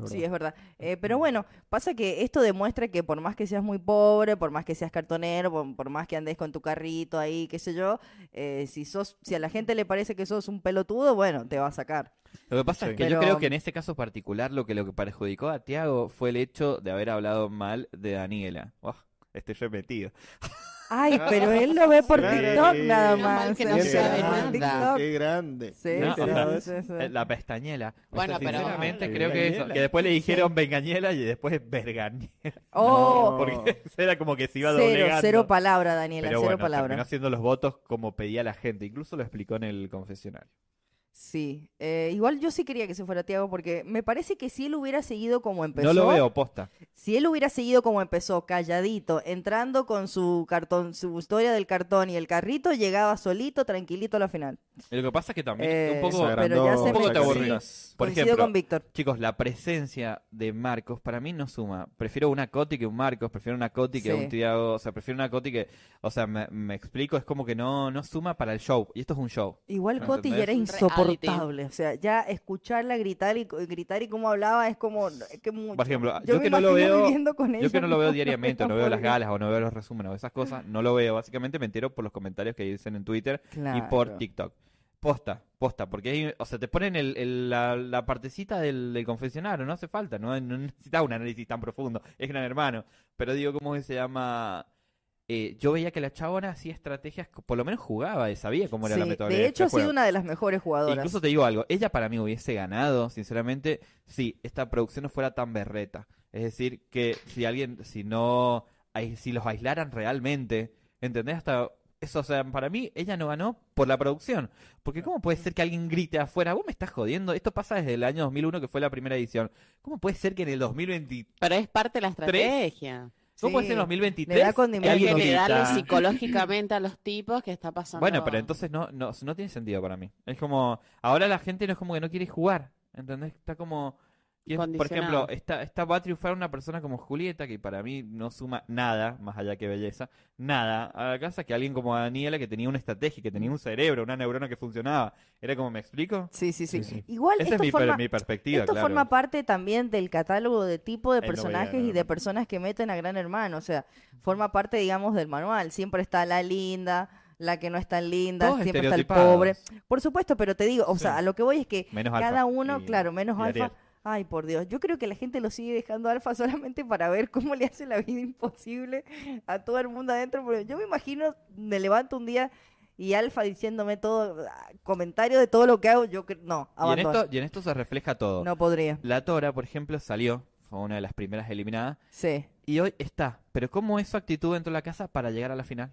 Speaker 3: Sí, es verdad. Eh, pero bueno, pasa que esto demuestra que por más que seas muy pobre, por más que seas cartonero, por, por más que andes con tu carrito ahí, qué sé yo, eh, si sos, si a la gente le parece que sos un pelotudo, bueno, te va a sacar.
Speaker 2: Lo que pasa
Speaker 6: Sí.
Speaker 2: es que yo
Speaker 3: Pero-
Speaker 2: creo que en este caso particular lo que lo que perjudicó a Tiago fue el hecho de haber hablado mal de Daniela. Uah, estoy yo metido.
Speaker 3: Ay, pero él lo ve por
Speaker 5: Claro.
Speaker 3: TikTok nada
Speaker 4: Menos mal
Speaker 3: más.
Speaker 4: que no
Speaker 3: o
Speaker 5: Qué
Speaker 3: sea,
Speaker 4: sabe
Speaker 3: en
Speaker 5: grande,
Speaker 4: nada.
Speaker 3: TikTok.
Speaker 5: Ah, Qué grande.
Speaker 3: Sí,
Speaker 2: No,
Speaker 3: sí,
Speaker 2: o sea,
Speaker 3: sí, sí,
Speaker 2: Eh,
Speaker 3: sí.
Speaker 2: La pestañela. O
Speaker 4: Bueno,
Speaker 2: sea,
Speaker 4: pero-
Speaker 2: sinceramente
Speaker 5: Ah,
Speaker 2: creo que eso.
Speaker 5: Vengañela.
Speaker 2: Que después le dijeron Vengañela y después Verganiela.
Speaker 3: Oh,
Speaker 5: No.
Speaker 2: Porque era como que se iba
Speaker 3: cero,
Speaker 2: doblegando.
Speaker 3: cero palabra, Daniela,
Speaker 2: pero
Speaker 3: cero
Speaker 2: bueno, terminó
Speaker 3: palabra.
Speaker 2: haciendo los votos como pedía la gente. Incluso lo explicó en el confesionario.
Speaker 3: Sí, Eh, igual yo sí quería que se fuera Tiago porque me parece que si él hubiera seguido como empezó,
Speaker 2: No lo veo, posta.
Speaker 3: Si él hubiera seguido como empezó, calladito, entrando con su cartón, su historia del cartón y el carrito, llegaba solito, tranquilito a la final.
Speaker 2: Lo que pasa es que también
Speaker 3: Eh,
Speaker 2: un poco...
Speaker 3: pero ya se
Speaker 2: un poco
Speaker 3: me-
Speaker 2: te aburrí.
Speaker 6: aburridas.
Speaker 2: Por
Speaker 3: Coincido
Speaker 2: ejemplo,
Speaker 3: con Víctor.
Speaker 2: Chicos, la presencia de Marcos para mí no suma. Prefiero una Coti que un Marcos, prefiero una Coti que
Speaker 3: Sí.
Speaker 2: un Tiago, o sea, prefiero una Coti que, o sea, me, me explico, es como que no, no suma para el show. Y esto es un show.
Speaker 3: Igual
Speaker 2: ¿Me
Speaker 3: Coti ya era
Speaker 2: entendés?
Speaker 3: insoportable. O sea, ya escucharla gritar y gritar y cómo hablaba es como. es que mucho.
Speaker 2: Por ejemplo, yo
Speaker 3: me
Speaker 2: que no lo
Speaker 3: imagino
Speaker 2: veo-
Speaker 3: viviendo con ella,
Speaker 2: Yo que no lo veo
Speaker 3: no
Speaker 2: diariamente,
Speaker 3: era
Speaker 2: no veo las
Speaker 3: posible.
Speaker 2: galas o no veo los resúmenes o esas cosas, no lo veo. Básicamente me entero por los comentarios que dicen en Twitter y por
Speaker 3: Claro.
Speaker 2: TikTok. Posta, posta, porque ahí, o sea, te ponen el- el- la, la partecita del, del confesionario, no hace falta, no, no necesitas un análisis tan profundo, es gran hermano. Pero digo, ¿cómo que se llama? Eh, yo veía que la chabona hacía estrategias, que por lo menos jugaba, eh, sabía cómo era la
Speaker 3: Sí,
Speaker 2: metodología.
Speaker 3: de hecho, ha
Speaker 2: del
Speaker 3: sido
Speaker 2: juego.
Speaker 3: una de las mejores jugadoras.
Speaker 2: Incluso te digo algo, ella para mí hubiese ganado, sinceramente, si esta producción no fuera tan berreta. Es decir, que si alguien, si no, ai- si los aislaran realmente, ¿entendés? Hasta eso, o sea, para mí ella no ganó por la producción. Porque ¿cómo puede ser que alguien grite afuera? Vos me estás jodiendo, esto pasa desde el año 2001 que fue la primera edición. ¿Cómo puede ser que en el 2023,
Speaker 4: Pero es parte de la estrategia.
Speaker 2: cómo puede
Speaker 3: Sí.
Speaker 2: ser en el
Speaker 3: Le
Speaker 2: 2023
Speaker 3: da condimento.
Speaker 2: que
Speaker 4: Hay
Speaker 2: alguien
Speaker 4: que
Speaker 2: grita?
Speaker 4: darle psicológicamente a los tipos que está pasando.
Speaker 2: Bueno, pero entonces no, no, no tiene sentido para mí. Es como, ahora la gente no es como que no quiere jugar, ¿entendés? Está como, y es- por
Speaker 4: Condicionado.
Speaker 2: ejemplo, está, está va a triunfar una persona como Julieta, que para mí no suma nada, más allá que belleza, nada a la casa, que alguien como Daniela, que tenía una estrategia, que tenía un cerebro, una neurona que funcionaba. Era como, ¿me explico?
Speaker 3: Sí, sí, sí,
Speaker 6: Sí, sí.
Speaker 3: Igual
Speaker 2: Esa es
Speaker 3: esto
Speaker 2: mi, per-
Speaker 3: forma-
Speaker 2: mi perspectiva,
Speaker 3: Esto
Speaker 2: claro.
Speaker 3: forma parte también del catálogo de tipo de
Speaker 6: Ahí no voy a
Speaker 3: personajes
Speaker 6: Gran
Speaker 3: y de
Speaker 6: Hermano.
Speaker 3: personas que meten a Gran Hermano. O sea, forma parte, digamos, del manual. Siempre está la linda, la que no es tan linda,
Speaker 2: Todos
Speaker 3: siempre está el
Speaker 2: estereotipados.
Speaker 3: pobre. Por supuesto, pero te digo, o sea, a lo que voy es que
Speaker 2: Menos
Speaker 3: cada
Speaker 2: alfa
Speaker 3: uno,
Speaker 2: y-
Speaker 3: claro, menos
Speaker 2: y
Speaker 3: alfa.
Speaker 2: Ariel.
Speaker 3: Ay, por Dios, yo creo que la gente lo sigue dejando alfa solamente para ver cómo le hace la vida imposible a todo el mundo adentro. Porque yo me imagino, me levanto un día y alfa diciéndome todo, ah, comentario de todo lo que hago, yo cre- no,
Speaker 2: Y en,
Speaker 3: abandono.
Speaker 2: esto, y en esto se refleja todo.
Speaker 3: No podría.
Speaker 2: La Tora, por ejemplo, salió, fue una de las primeras eliminadas,
Speaker 3: Sí.
Speaker 2: y hoy está. Pero ¿cómo es su actitud dentro de la casa para llegar a la final?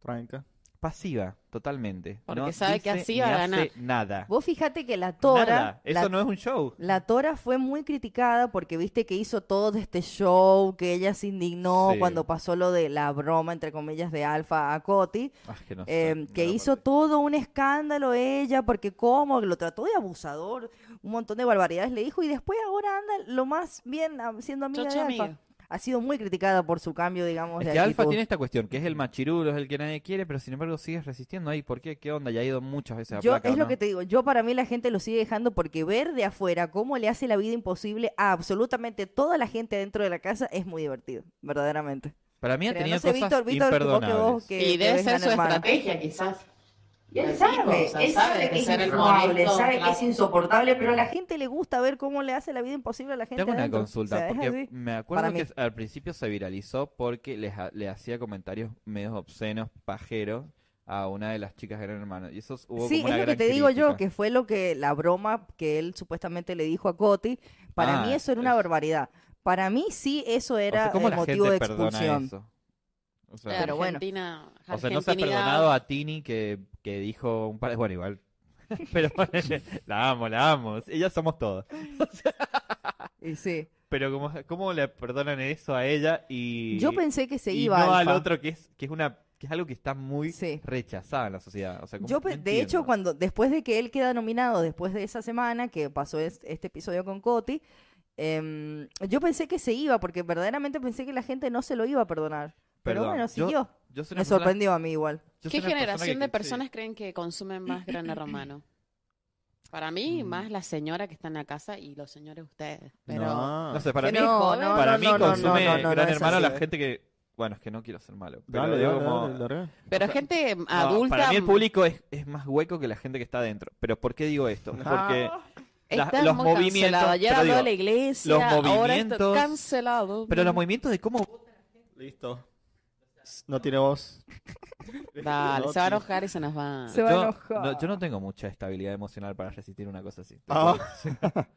Speaker 6: Tranca.
Speaker 2: pasiva, totalmente.
Speaker 4: Porque
Speaker 2: no
Speaker 4: sabe que
Speaker 2: dice
Speaker 4: así
Speaker 2: ni
Speaker 4: va a
Speaker 2: hace
Speaker 4: ganar.
Speaker 2: Nada.
Speaker 3: Vos fijate que la Tora,
Speaker 2: Nada. Eso
Speaker 3: la,
Speaker 2: no es un show.
Speaker 3: la Tora fue muy criticada porque viste que hizo todo este show, que ella se indignó
Speaker 2: Sí.
Speaker 3: cuando pasó lo de la broma, entre comillas, de Alfa a Coti,
Speaker 2: Ah, que no
Speaker 3: eh,
Speaker 2: sé, no
Speaker 3: que
Speaker 2: lo
Speaker 3: hizo
Speaker 2: perdí.
Speaker 3: todo un escándalo ella, porque cómo, lo trató de abusador, un montón de barbaridades le dijo, y después ahora anda lo más bien ah, siendo amiga
Speaker 4: Chocho
Speaker 3: de Alfa.
Speaker 4: amiga.
Speaker 3: ha sido muy criticada por su cambio, digamos,
Speaker 2: Es
Speaker 3: de
Speaker 2: que Alfa
Speaker 3: actitud.
Speaker 2: tiene esta cuestión, que es el machirulo, es el que nadie quiere, pero sin embargo sigues resistiendo ahí. ¿Por qué? ¿Qué onda? Ya ha ido muchas veces a
Speaker 3: Yo,
Speaker 2: placa,
Speaker 3: es
Speaker 2: ¿o
Speaker 3: lo
Speaker 2: no?
Speaker 3: que te digo, yo para mí la gente lo sigue dejando porque ver de afuera cómo le hace la vida imposible a absolutamente toda la gente dentro de la casa es muy divertido, verdaderamente.
Speaker 2: Para mí han
Speaker 3: Creo,
Speaker 2: tenido
Speaker 3: no sé,
Speaker 2: cosas
Speaker 3: Víctor, Víctor, que vos- que vos-
Speaker 2: imperdonables.
Speaker 3: que-
Speaker 4: y
Speaker 3: que
Speaker 4: debe
Speaker 3: ves
Speaker 4: ser
Speaker 3: al
Speaker 4: su
Speaker 3: hermano.
Speaker 4: estrategia, quizás.
Speaker 3: Y él
Speaker 4: El
Speaker 3: sabe,
Speaker 4: tipo, o sea,
Speaker 3: él
Speaker 4: sabe
Speaker 3: sabe
Speaker 4: que
Speaker 3: que es
Speaker 4: ser el
Speaker 3: insoportable,
Speaker 4: monito,
Speaker 3: sabe que es
Speaker 4: claro.
Speaker 3: insoportable, pero a la gente le gusta ver cómo le hace la vida imposible a la gente.
Speaker 2: Te hago una
Speaker 3: adentro. O
Speaker 2: consulta,
Speaker 3: sea, es
Speaker 2: porque
Speaker 3: así.
Speaker 2: me acuerdo
Speaker 3: Para
Speaker 2: que
Speaker 3: mí.
Speaker 2: al principio se viralizó porque les ha- le hacía comentarios medios obscenos, pajeros, a una de las chicas de Gran Hermano. Y eso hubo
Speaker 3: Sí, es
Speaker 2: como una
Speaker 3: lo que
Speaker 2: gran
Speaker 3: te digo yo,
Speaker 2: crítica.
Speaker 3: que fue lo que la broma que él supuestamente le dijo a Coti, para
Speaker 2: Ah,
Speaker 3: mí eso era una
Speaker 2: es-
Speaker 3: barbaridad. Para mí sí eso
Speaker 2: O
Speaker 3: era
Speaker 2: sea, ¿cómo
Speaker 3: el
Speaker 2: la
Speaker 3: motivo
Speaker 2: gente
Speaker 3: de
Speaker 2: perdona
Speaker 3: expulsión.
Speaker 2: eso? O sea,
Speaker 4: Pero
Speaker 3: Pero bueno.
Speaker 4: Argentina,
Speaker 2: o sea, no se ha
Speaker 4: argentinidad.
Speaker 2: perdonado a Tini que, que dijo un par de... Bueno, igual. Pero ponele, la amo, la amo. Ella somos todos.
Speaker 3: Y sí.
Speaker 2: Pero como, ¿cómo le perdonan eso a ella y...
Speaker 3: Yo pensé que se
Speaker 2: y
Speaker 3: iba
Speaker 2: no
Speaker 3: Alfa.
Speaker 2: al otro que es, que es una que es algo que está muy
Speaker 3: Sí.
Speaker 2: rechazado en la sociedad. O sea, como-
Speaker 3: Yo,
Speaker 2: no
Speaker 3: pe- de hecho,
Speaker 2: entiendo.
Speaker 3: cuando después de que él queda nominado, después de esa semana que pasó es- este episodio con Coti, em, yo pensé que se iba, porque verdaderamente pensé que la gente no se lo iba a perdonar. Pero
Speaker 2: Perdón,
Speaker 3: bueno,
Speaker 2: yo-
Speaker 3: siguió.
Speaker 2: yo soy una
Speaker 3: Me
Speaker 2: persona-
Speaker 3: sorprendió a mí igual.
Speaker 2: yo soy
Speaker 4: ¿Qué
Speaker 2: una persona
Speaker 4: generación
Speaker 2: que-
Speaker 4: de
Speaker 2: sí.
Speaker 4: personas creen que consumen más Gran Hermano? Para
Speaker 2: Mm.
Speaker 4: mí, más la señora que está en la casa y los señores ustedes. Pero
Speaker 6: No.
Speaker 2: No sé, para
Speaker 3: Que
Speaker 2: mí,
Speaker 3: no,
Speaker 4: joven,
Speaker 3: no,
Speaker 2: para
Speaker 3: no,
Speaker 2: mí
Speaker 3: no, no, no,
Speaker 2: consume
Speaker 3: no, no, no
Speaker 2: Gran
Speaker 3: es
Speaker 2: Hermano
Speaker 3: así,
Speaker 2: la
Speaker 3: ¿eh?
Speaker 2: gente que. Bueno, es que no quiero ser malo. Pero
Speaker 6: Dale,
Speaker 2: digo
Speaker 6: dale,
Speaker 2: como-
Speaker 6: dale, larga.
Speaker 4: pero
Speaker 2: o sea,
Speaker 4: gente
Speaker 2: no,
Speaker 4: adulta
Speaker 2: para mí el público es, es más hueco que la gente que está adentro. Pero ¿por qué digo esto?
Speaker 6: Ah.
Speaker 2: Porque
Speaker 3: Ah.
Speaker 2: la-
Speaker 4: está
Speaker 2: los
Speaker 4: muy
Speaker 2: movimientos.
Speaker 4: cancelado. Ayer
Speaker 2: pero
Speaker 4: habló
Speaker 2: digo,
Speaker 4: de la iglesia,
Speaker 2: los
Speaker 4: ahora esto
Speaker 2: movimientos-
Speaker 4: cancelado.
Speaker 2: pero los movimientos de cómo.
Speaker 6: Listo. No tiene voz.
Speaker 4: Dale,
Speaker 6: No
Speaker 4: se va a
Speaker 6: tiene-
Speaker 4: enojar y se nos va.
Speaker 3: Se va a
Speaker 2: yo,
Speaker 3: enojar.
Speaker 2: no, yo no tengo mucha estabilidad emocional para resistir una cosa así.
Speaker 6: Ah.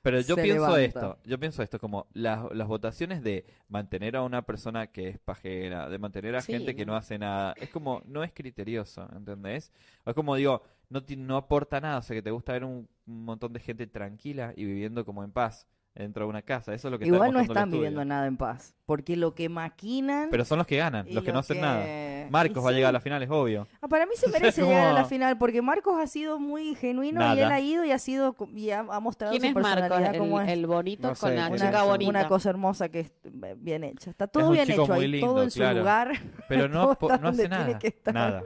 Speaker 2: Pero yo
Speaker 3: Se
Speaker 2: pienso
Speaker 3: levanta.
Speaker 2: esto, yo pienso esto, como las, las votaciones de mantener a una persona que es pajera, de mantener a
Speaker 4: Sí,
Speaker 2: gente que
Speaker 4: no.
Speaker 2: no hace nada, es como, no es criterioso, ¿entendés? O es como digo, no, ti- no aporta nada, o sea que te gusta ver un, un montón de gente tranquila y viviendo como en paz dentro de una casa, eso es lo que
Speaker 3: Igual
Speaker 2: está
Speaker 3: no
Speaker 2: demostrando el
Speaker 3: están
Speaker 2: estudio.
Speaker 3: viviendo nada en paz, porque lo que maquinan...
Speaker 2: Pero son los que ganan,
Speaker 3: y
Speaker 2: los que
Speaker 3: lo
Speaker 2: no hacen nada.
Speaker 3: que-
Speaker 2: Marcos
Speaker 3: y
Speaker 2: va a llegar a
Speaker 3: sí.
Speaker 2: la final, es obvio.
Speaker 3: Ah, Para mí se merece
Speaker 2: como-
Speaker 3: llegar a la final, porque Marcos ha sido muy genuino y
Speaker 2: Nada.
Speaker 3: él ha ido y ha sido co- y ha, ha mostrado
Speaker 4: ¿Quién
Speaker 3: su
Speaker 4: es Marcos?
Speaker 3: personalidad
Speaker 4: El,
Speaker 3: como es.
Speaker 4: el bonito
Speaker 5: No sé,
Speaker 4: con la
Speaker 5: ¿quién
Speaker 3: una,
Speaker 5: es?
Speaker 4: chica
Speaker 5: Una
Speaker 4: bonita.
Speaker 3: una cosa hermosa que es eh, bien hecha. Está todo
Speaker 2: un
Speaker 3: bien
Speaker 2: chico
Speaker 3: hecho
Speaker 2: muy
Speaker 3: ahí,
Speaker 2: lindo,
Speaker 3: todo en su
Speaker 2: claro.
Speaker 3: lugar.
Speaker 2: Pero no,
Speaker 3: Todo
Speaker 2: apo-
Speaker 3: está
Speaker 2: no hace
Speaker 3: donde tiene
Speaker 2: nada.
Speaker 3: que estar.
Speaker 2: Nada.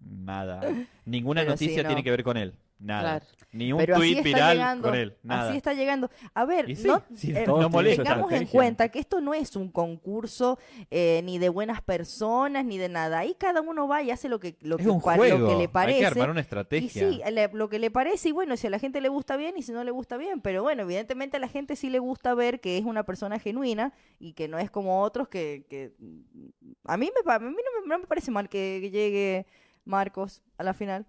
Speaker 2: Nada. Ninguna
Speaker 3: Pero sí,
Speaker 2: noticia
Speaker 3: no.
Speaker 2: tiene que ver con él. Nada.
Speaker 4: Claro.
Speaker 2: Ni un
Speaker 3: Pero así
Speaker 2: tuit
Speaker 3: está
Speaker 2: viral
Speaker 3: llegando,
Speaker 2: con él. Nada.
Speaker 3: Así está llegando. A ver,
Speaker 2: Y sí,
Speaker 3: no,
Speaker 2: sí,
Speaker 3: eh,
Speaker 2: no
Speaker 6: todos tienen su
Speaker 2: molesta.
Speaker 3: tengamos en
Speaker 6: estrategia.
Speaker 3: cuenta que esto no es un concurso eh, ni de buenas personas ni de nada. Ahí cada uno va y hace lo que, lo
Speaker 2: Es
Speaker 3: que,
Speaker 2: un
Speaker 3: pa- lo que
Speaker 2: juego.
Speaker 3: le
Speaker 2: Hay que
Speaker 3: parece.
Speaker 2: armar una
Speaker 3: Y
Speaker 2: estrategia.
Speaker 3: sí, le- lo que le parece, y bueno, si a la gente le gusta bien y si no le gusta bien, pero bueno, evidentemente a la gente sí le gusta ver que es una persona genuina y que no es como otros que... que- A mí, me, pa- a mí no, me, no me parece mal que, que llegue Marcos a la final.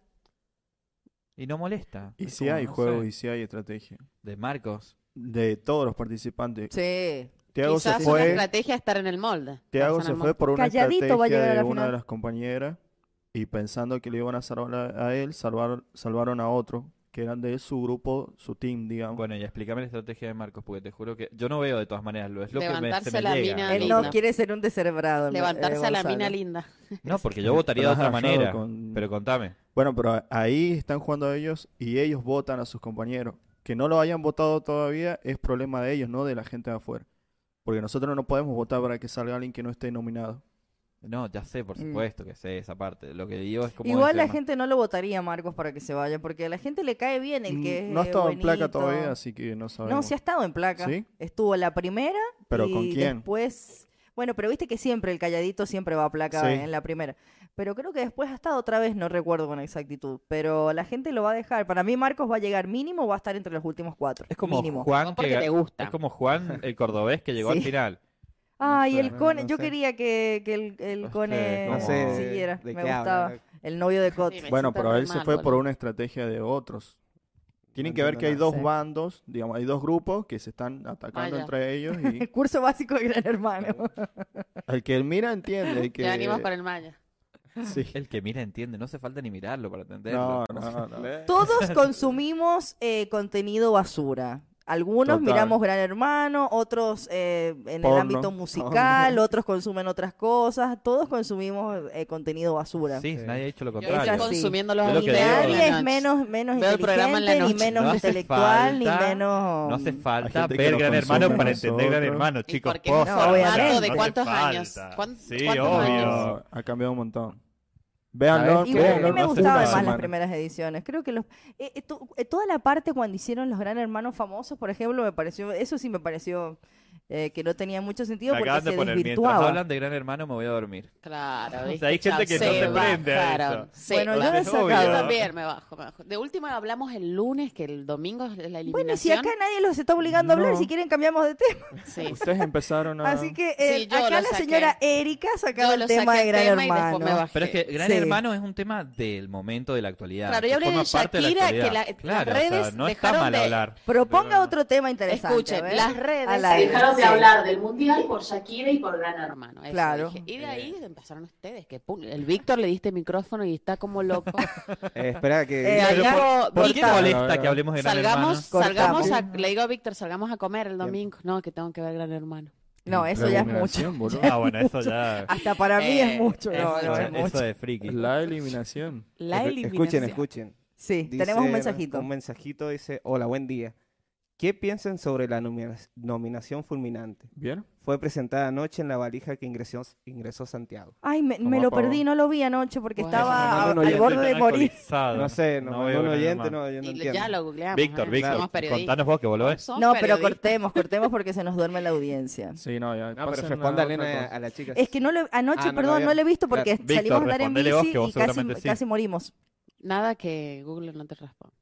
Speaker 2: Y no molesta.
Speaker 6: Y
Speaker 2: Es
Speaker 6: si
Speaker 2: como,
Speaker 6: hay
Speaker 2: no
Speaker 6: juego
Speaker 2: sé,
Speaker 6: y si hay estrategia.
Speaker 2: De Marcos.
Speaker 6: De todos los participantes.
Speaker 3: Sí.
Speaker 6: Tiago se
Speaker 4: Quizás una
Speaker 6: fue,
Speaker 4: estrategia es estar en el molde.
Speaker 6: Tiago
Speaker 4: Estar en
Speaker 6: se
Speaker 4: el
Speaker 6: fue
Speaker 4: molde.
Speaker 6: por una
Speaker 3: Calladito va a
Speaker 6: estrategia
Speaker 3: llegar a
Speaker 6: de
Speaker 3: la
Speaker 6: una de
Speaker 3: final.
Speaker 6: las compañeras y pensando que le iban a salvar a él, salvar, salvaron a otro, que eran de su grupo, su team, digamos.
Speaker 2: Bueno, y explícame la estrategia de Marcos, porque te juro que yo no veo de todas maneras. lo- Es lo que me,
Speaker 4: Levantarse
Speaker 2: se me
Speaker 4: la
Speaker 2: llega.
Speaker 4: mina
Speaker 3: Él
Speaker 4: linda.
Speaker 3: no quiere ser un descerebrado. ¿no?
Speaker 4: Levantarse
Speaker 3: Eh,
Speaker 4: a la
Speaker 3: Gonzalo.
Speaker 4: mina linda.
Speaker 2: No, porque yo votaría de
Speaker 6: Pero
Speaker 2: otra
Speaker 6: has rayado
Speaker 2: manera.
Speaker 6: con-
Speaker 2: Pero contame.
Speaker 6: Bueno, pero a- ahí están jugando ellos y ellos votan a sus compañeros. Que no lo hayan votado todavía es problema de ellos, no de la gente de afuera. Porque nosotros no podemos votar para que salga alguien que no esté nominado.
Speaker 2: No, ya sé, por
Speaker 3: Mm.
Speaker 2: supuesto que sé esa parte. Lo que digo es como.
Speaker 3: Igual
Speaker 2: ese
Speaker 3: la
Speaker 2: ma-
Speaker 3: gente no lo votaría a Marcos para que se vaya, porque a la gente le cae bien el que es,
Speaker 6: Mm, no ha
Speaker 3: eh,
Speaker 6: estado en placa
Speaker 3: buenito.
Speaker 6: todavía, así que no sabemos.
Speaker 3: No, sí ha estado en placa.
Speaker 6: ¿Sí?
Speaker 3: Estuvo la primera.
Speaker 6: ¿Pero
Speaker 3: y
Speaker 6: con quién?
Speaker 3: Después. Bueno, pero viste que siempre el calladito siempre va a placa
Speaker 6: Sí.
Speaker 3: en la primera. Pero creo que después ha estado otra vez, no recuerdo con exactitud. Pero la gente lo va a dejar. Para mí, Marcos va a llegar mínimo, va a estar entre los últimos cuatro.
Speaker 2: Es como
Speaker 3: mínimo.
Speaker 2: Juan que
Speaker 4: Porque
Speaker 2: ga-
Speaker 4: te gusta.
Speaker 2: Es como Juan, el cordobés que llegó
Speaker 3: Sí.
Speaker 2: al final.
Speaker 3: Ay,
Speaker 6: sé,
Speaker 3: el Cone.
Speaker 5: no
Speaker 3: yo
Speaker 5: sé.
Speaker 3: quería que, que el, el
Speaker 2: No
Speaker 3: Cone
Speaker 2: sé,
Speaker 5: No
Speaker 2: ¿cómo?
Speaker 5: sé
Speaker 3: siguiera.
Speaker 5: de
Speaker 3: Me
Speaker 5: qué
Speaker 3: gustaba.
Speaker 5: hablan.
Speaker 3: El novio de Cot.
Speaker 4: Dime.
Speaker 6: Bueno,
Speaker 4: Está
Speaker 6: pero él se fue
Speaker 4: remando,
Speaker 6: por
Speaker 4: ¿no?
Speaker 6: una estrategia de otros. Tienen
Speaker 5: No
Speaker 6: que ver
Speaker 5: entiendo
Speaker 6: que hay
Speaker 5: nada.
Speaker 6: dos
Speaker 3: Sí.
Speaker 6: bandos, digamos, hay dos grupos que
Speaker 4: Ah,
Speaker 6: se están atacando
Speaker 4: Vaya.
Speaker 6: entre ellos y
Speaker 3: El curso básico de Gran Hermano.
Speaker 6: el que mira entiende, el que
Speaker 4: Te animas para el Maya.
Speaker 6: Sí.
Speaker 2: El que mira entiende, no hace falta ni mirarlo para entenderlo.
Speaker 6: No, no, no.
Speaker 3: Todos consumimos eh, contenido basura. Algunos
Speaker 6: Total.
Speaker 3: miramos Gran Hermano, otros eh, en
Speaker 6: Porno.
Speaker 3: el ámbito musical, otros consumen otras cosas, todos consumimos eh, contenido basura.
Speaker 2: Sí,
Speaker 5: Sí.
Speaker 2: nadie ha dicho lo
Speaker 4: Yo estoy
Speaker 2: contrario.
Speaker 3: así.
Speaker 4: consumiendo
Speaker 2: Yo lo
Speaker 4: los
Speaker 2: que digo
Speaker 3: Nadie
Speaker 2: en
Speaker 3: es menos, menos
Speaker 4: Veo el programa en la
Speaker 3: inteligente,
Speaker 4: noche.
Speaker 3: ni menos
Speaker 2: No hace
Speaker 3: intelectual, ni
Speaker 2: falta-
Speaker 3: menos...
Speaker 2: No hace falta
Speaker 6: Hay gente que
Speaker 2: ver
Speaker 6: lo
Speaker 2: Gran Hermano
Speaker 6: consume
Speaker 2: para
Speaker 6: nosotros.
Speaker 2: entender Gran Hermano,
Speaker 4: Y
Speaker 2: chicos.
Speaker 4: porque es un
Speaker 2: posta,
Speaker 3: formato
Speaker 2: o sea,
Speaker 3: de
Speaker 2: hace
Speaker 4: cuántos
Speaker 2: falta.
Speaker 4: años. ¿Cuán-
Speaker 7: sí,
Speaker 4: cuántos años?
Speaker 7: obvio.
Speaker 6: Obvio, ha cambiado un montón. Véanlo,
Speaker 2: no
Speaker 3: Igual a
Speaker 2: creo,
Speaker 3: mí me
Speaker 2: no hace
Speaker 3: gustaban
Speaker 2: una
Speaker 3: más las
Speaker 6: semana.
Speaker 3: primeras ediciones. Creo que los eh, eh, to- eh, toda la parte cuando hicieron los Gran Hermanos famosos, por ejemplo, me pareció eso sí me pareció eh, que no tenía mucho sentido
Speaker 7: La
Speaker 3: porque
Speaker 7: acaban de
Speaker 3: se
Speaker 7: poner mientras
Speaker 3: desvirtuaba.
Speaker 2: Hablan de Gran Hermano, me voy a dormir.
Speaker 4: Claro,
Speaker 7: sea,
Speaker 4: ¿viste?
Speaker 7: hay gente
Speaker 4: Chao,
Speaker 7: que no
Speaker 4: se
Speaker 7: se prende a
Speaker 4: bajaron.
Speaker 7: eso.
Speaker 4: Sí,
Speaker 3: Bueno, yo
Speaker 4: va-
Speaker 3: he
Speaker 7: Entonces, obvio.
Speaker 3: sacado.
Speaker 4: yo también me bajo, me bajo. De último hablamos el lunes, que el domingo es la eliminación.
Speaker 3: Bueno, si acá nadie los está obligando a hablar,
Speaker 6: No.
Speaker 3: si quieren cambiamos de tema.
Speaker 4: Sí.
Speaker 6: ustedes empezaron a...
Speaker 3: Así que eh,
Speaker 4: Sí, yo
Speaker 3: acá
Speaker 4: lo
Speaker 3: la
Speaker 4: saqué.
Speaker 3: señora Erika sacaba
Speaker 4: Yo
Speaker 3: el
Speaker 4: lo
Speaker 3: tema de
Speaker 4: saqué el
Speaker 3: Gran
Speaker 4: tema y después me
Speaker 3: Hermano.
Speaker 4: bajé.
Speaker 2: Pero es que Gran
Speaker 3: Sí.
Speaker 2: Hermano es un tema del momento de la actualidad.
Speaker 4: Claro,
Speaker 2: que
Speaker 4: yo hablé
Speaker 2: forma
Speaker 4: de
Speaker 2: parte la
Speaker 4: Shakira, que
Speaker 2: actualidad.
Speaker 4: la-
Speaker 2: Claro,
Speaker 4: las
Speaker 2: o sea,
Speaker 4: redes
Speaker 2: no está
Speaker 4: dejaron
Speaker 2: mal
Speaker 4: de-
Speaker 2: hablar.
Speaker 3: Proponga otro tema interesante. a
Speaker 4: Escuchen,
Speaker 3: ver.
Speaker 4: las
Speaker 3: Al
Speaker 4: redes
Speaker 3: aire,
Speaker 4: dejaron de
Speaker 3: sí.
Speaker 4: hablar del mundial por Shakira y por Gran Hermano. eso
Speaker 3: Claro.
Speaker 4: dije. Y de ahí empezaron ustedes, que pum, el Víctor le diste micrófono y está como loco.
Speaker 5: Eh, espera
Speaker 3: Eh,
Speaker 5: que...
Speaker 4: Le
Speaker 2: Pero
Speaker 4: digo,
Speaker 2: ¿Por qué
Speaker 4: Víctor,
Speaker 2: molesta que hablemos de Gran
Speaker 4: salgamos,
Speaker 2: Hermano?
Speaker 4: salgamos a-
Speaker 6: Cortamos.
Speaker 4: le digo a Víctor, salgamos a comer el domingo. No, que tengo que ver Gran Hermano.
Speaker 3: No, eso ya es mucho.
Speaker 6: Eliminación, boludo.
Speaker 7: Ah, bueno, eso ya.
Speaker 3: Hasta para mí
Speaker 4: Eh,
Speaker 3: es mucho.
Speaker 4: es
Speaker 3: No, no,
Speaker 4: mucho.
Speaker 3: es mucho.
Speaker 2: Eso de friki.
Speaker 6: La eliminación.
Speaker 4: La
Speaker 5: escu-
Speaker 4: eliminación.
Speaker 5: Escuchen, escuchen.
Speaker 3: Sí, tenemos un
Speaker 5: Dice-
Speaker 3: mensajito.
Speaker 5: Un mensajito dice, hola, buen día. ¿Qué piensan sobre la nomina- nominación fulminante?
Speaker 6: ¿Vieron?
Speaker 5: Fue presentada anoche en la valija que ingresó, ingresó Santiago.
Speaker 3: Ay, me, me
Speaker 6: Como
Speaker 3: lo
Speaker 6: apagó.
Speaker 3: perdí, no lo vi anoche porque
Speaker 4: Bueno.
Speaker 3: estaba
Speaker 5: Eso,
Speaker 3: a-
Speaker 5: no, no,
Speaker 3: al
Speaker 5: ya
Speaker 3: borde
Speaker 7: Estoy
Speaker 3: de
Speaker 7: tan
Speaker 3: morir.
Speaker 7: alcoholizado.
Speaker 5: No sé, no,
Speaker 7: veo
Speaker 5: un
Speaker 7: Gran
Speaker 5: oyente
Speaker 7: Hermano.
Speaker 5: no, yo no
Speaker 4: Y
Speaker 5: entiendo.
Speaker 4: ya lo googleamos.
Speaker 7: Víctor,
Speaker 4: ¿eh?
Speaker 7: Víctor,
Speaker 4: Somos periodistas.
Speaker 7: contanos vos que vos lo ves.
Speaker 4: Somos
Speaker 3: No, pero
Speaker 4: periodistas.
Speaker 3: cortemos, cortemos porque se nos duerme la audiencia.
Speaker 6: Sí, no, ya.
Speaker 5: No, pero
Speaker 6: pasen
Speaker 5: responda
Speaker 6: a otra
Speaker 5: Elena
Speaker 6: cosa.
Speaker 5: a la chica.
Speaker 3: Es que no lo, anoche,
Speaker 5: Ah, no lo
Speaker 3: perdón,
Speaker 5: había-
Speaker 3: no lo he visto porque
Speaker 5: Gracias.
Speaker 3: salimos
Speaker 7: Víctor,
Speaker 3: a andar en bici
Speaker 7: respondele vos, que vos
Speaker 3: y casi,
Speaker 7: seguramente sí.
Speaker 3: casi morimos.
Speaker 4: Nada que Google no te responda.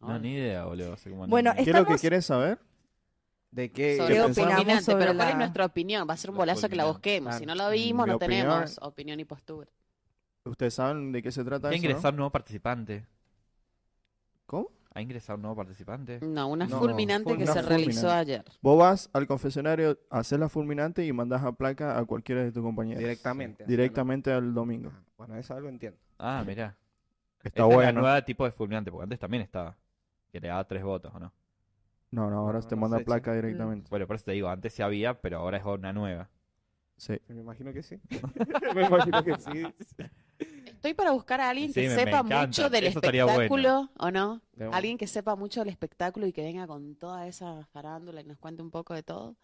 Speaker 2: No, ni idea, boludo. así como no-
Speaker 3: Bueno,
Speaker 6: ¿Qué es lo que
Speaker 3: estamos-
Speaker 6: quieres saber?
Speaker 5: ¿De qué?
Speaker 4: sobre
Speaker 6: ¿Qué
Speaker 4: lo
Speaker 6: pensamos
Speaker 4: fulminante,
Speaker 3: sobre
Speaker 4: pero ¿cuál
Speaker 3: la-
Speaker 4: es nuestra opinión? Va a ser un bolazo que la busquemos.
Speaker 5: Claro.
Speaker 4: Si no la vimos,
Speaker 6: Mi
Speaker 4: no
Speaker 6: opinión-
Speaker 4: tenemos opinión y postura.
Speaker 6: ¿Ustedes saben de qué se trata
Speaker 2: ¿Ha
Speaker 6: eso, no?
Speaker 2: ingresado un nuevo participante?
Speaker 6: ¿Cómo?
Speaker 2: ¿Ha ingresado un nuevo participante?
Speaker 4: No, una
Speaker 6: No,
Speaker 4: fulminante
Speaker 6: fue
Speaker 4: que
Speaker 6: una
Speaker 4: se realizó
Speaker 6: fulminante.
Speaker 4: ayer.
Speaker 6: Vos vas al confesionario, haces la fulminante y mandás a placa a cualquiera de tus compañeros.
Speaker 5: Directamente.
Speaker 6: Directamente al domingo.
Speaker 5: Ah, Bueno, eso algo entiendo.
Speaker 2: Ah, mirá.
Speaker 6: Está
Speaker 2: Esa es la
Speaker 6: bueno.
Speaker 2: nueva tipo de fulminante, porque antes también estaba. Que le daba tres votos, ¿o no?
Speaker 6: No, no, ahora
Speaker 5: No,
Speaker 6: te
Speaker 5: no
Speaker 6: manda
Speaker 5: sé,
Speaker 6: placa directamente.
Speaker 2: Bueno, por eso te digo, antes sí había, pero ahora es una nueva.
Speaker 6: Sí.
Speaker 5: Me imagino que sí. Me imagino que sí.
Speaker 4: Estoy para buscar a alguien
Speaker 2: Sí,
Speaker 4: que
Speaker 2: me- me
Speaker 4: sepa
Speaker 2: encanta.
Speaker 4: mucho del
Speaker 2: Eso estaría
Speaker 4: espectáculo, ¿o no?
Speaker 5: De una.
Speaker 4: Alguien que sepa mucho del espectáculo y que venga con toda esa farándula y nos cuente un poco de todo.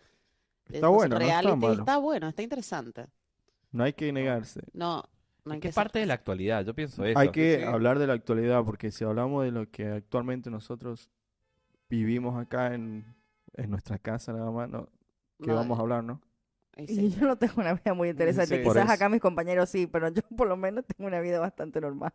Speaker 4: De
Speaker 6: Está
Speaker 4: los
Speaker 6: bueno, no está
Speaker 4: reality.
Speaker 6: malo.
Speaker 4: Está bueno, está interesante.
Speaker 6: No hay que negarse.
Speaker 4: No, no hay
Speaker 2: Que
Speaker 4: que
Speaker 2: es
Speaker 4: ser-
Speaker 2: parte de la actualidad, yo pienso eso.
Speaker 6: Hay que
Speaker 5: sí.
Speaker 6: hablar de la actualidad, porque si hablamos de lo que actualmente nosotros vivimos acá en, en nuestra casa nada más, no, que
Speaker 4: no,
Speaker 6: vamos a hablar, ¿no?
Speaker 4: y sí.
Speaker 3: Y yo no tengo una vida muy interesante.
Speaker 5: Sí,
Speaker 6: por
Speaker 3: Quizás
Speaker 6: eso.
Speaker 3: acá mis compañeros sí, pero yo por lo menos tengo una vida bastante normal.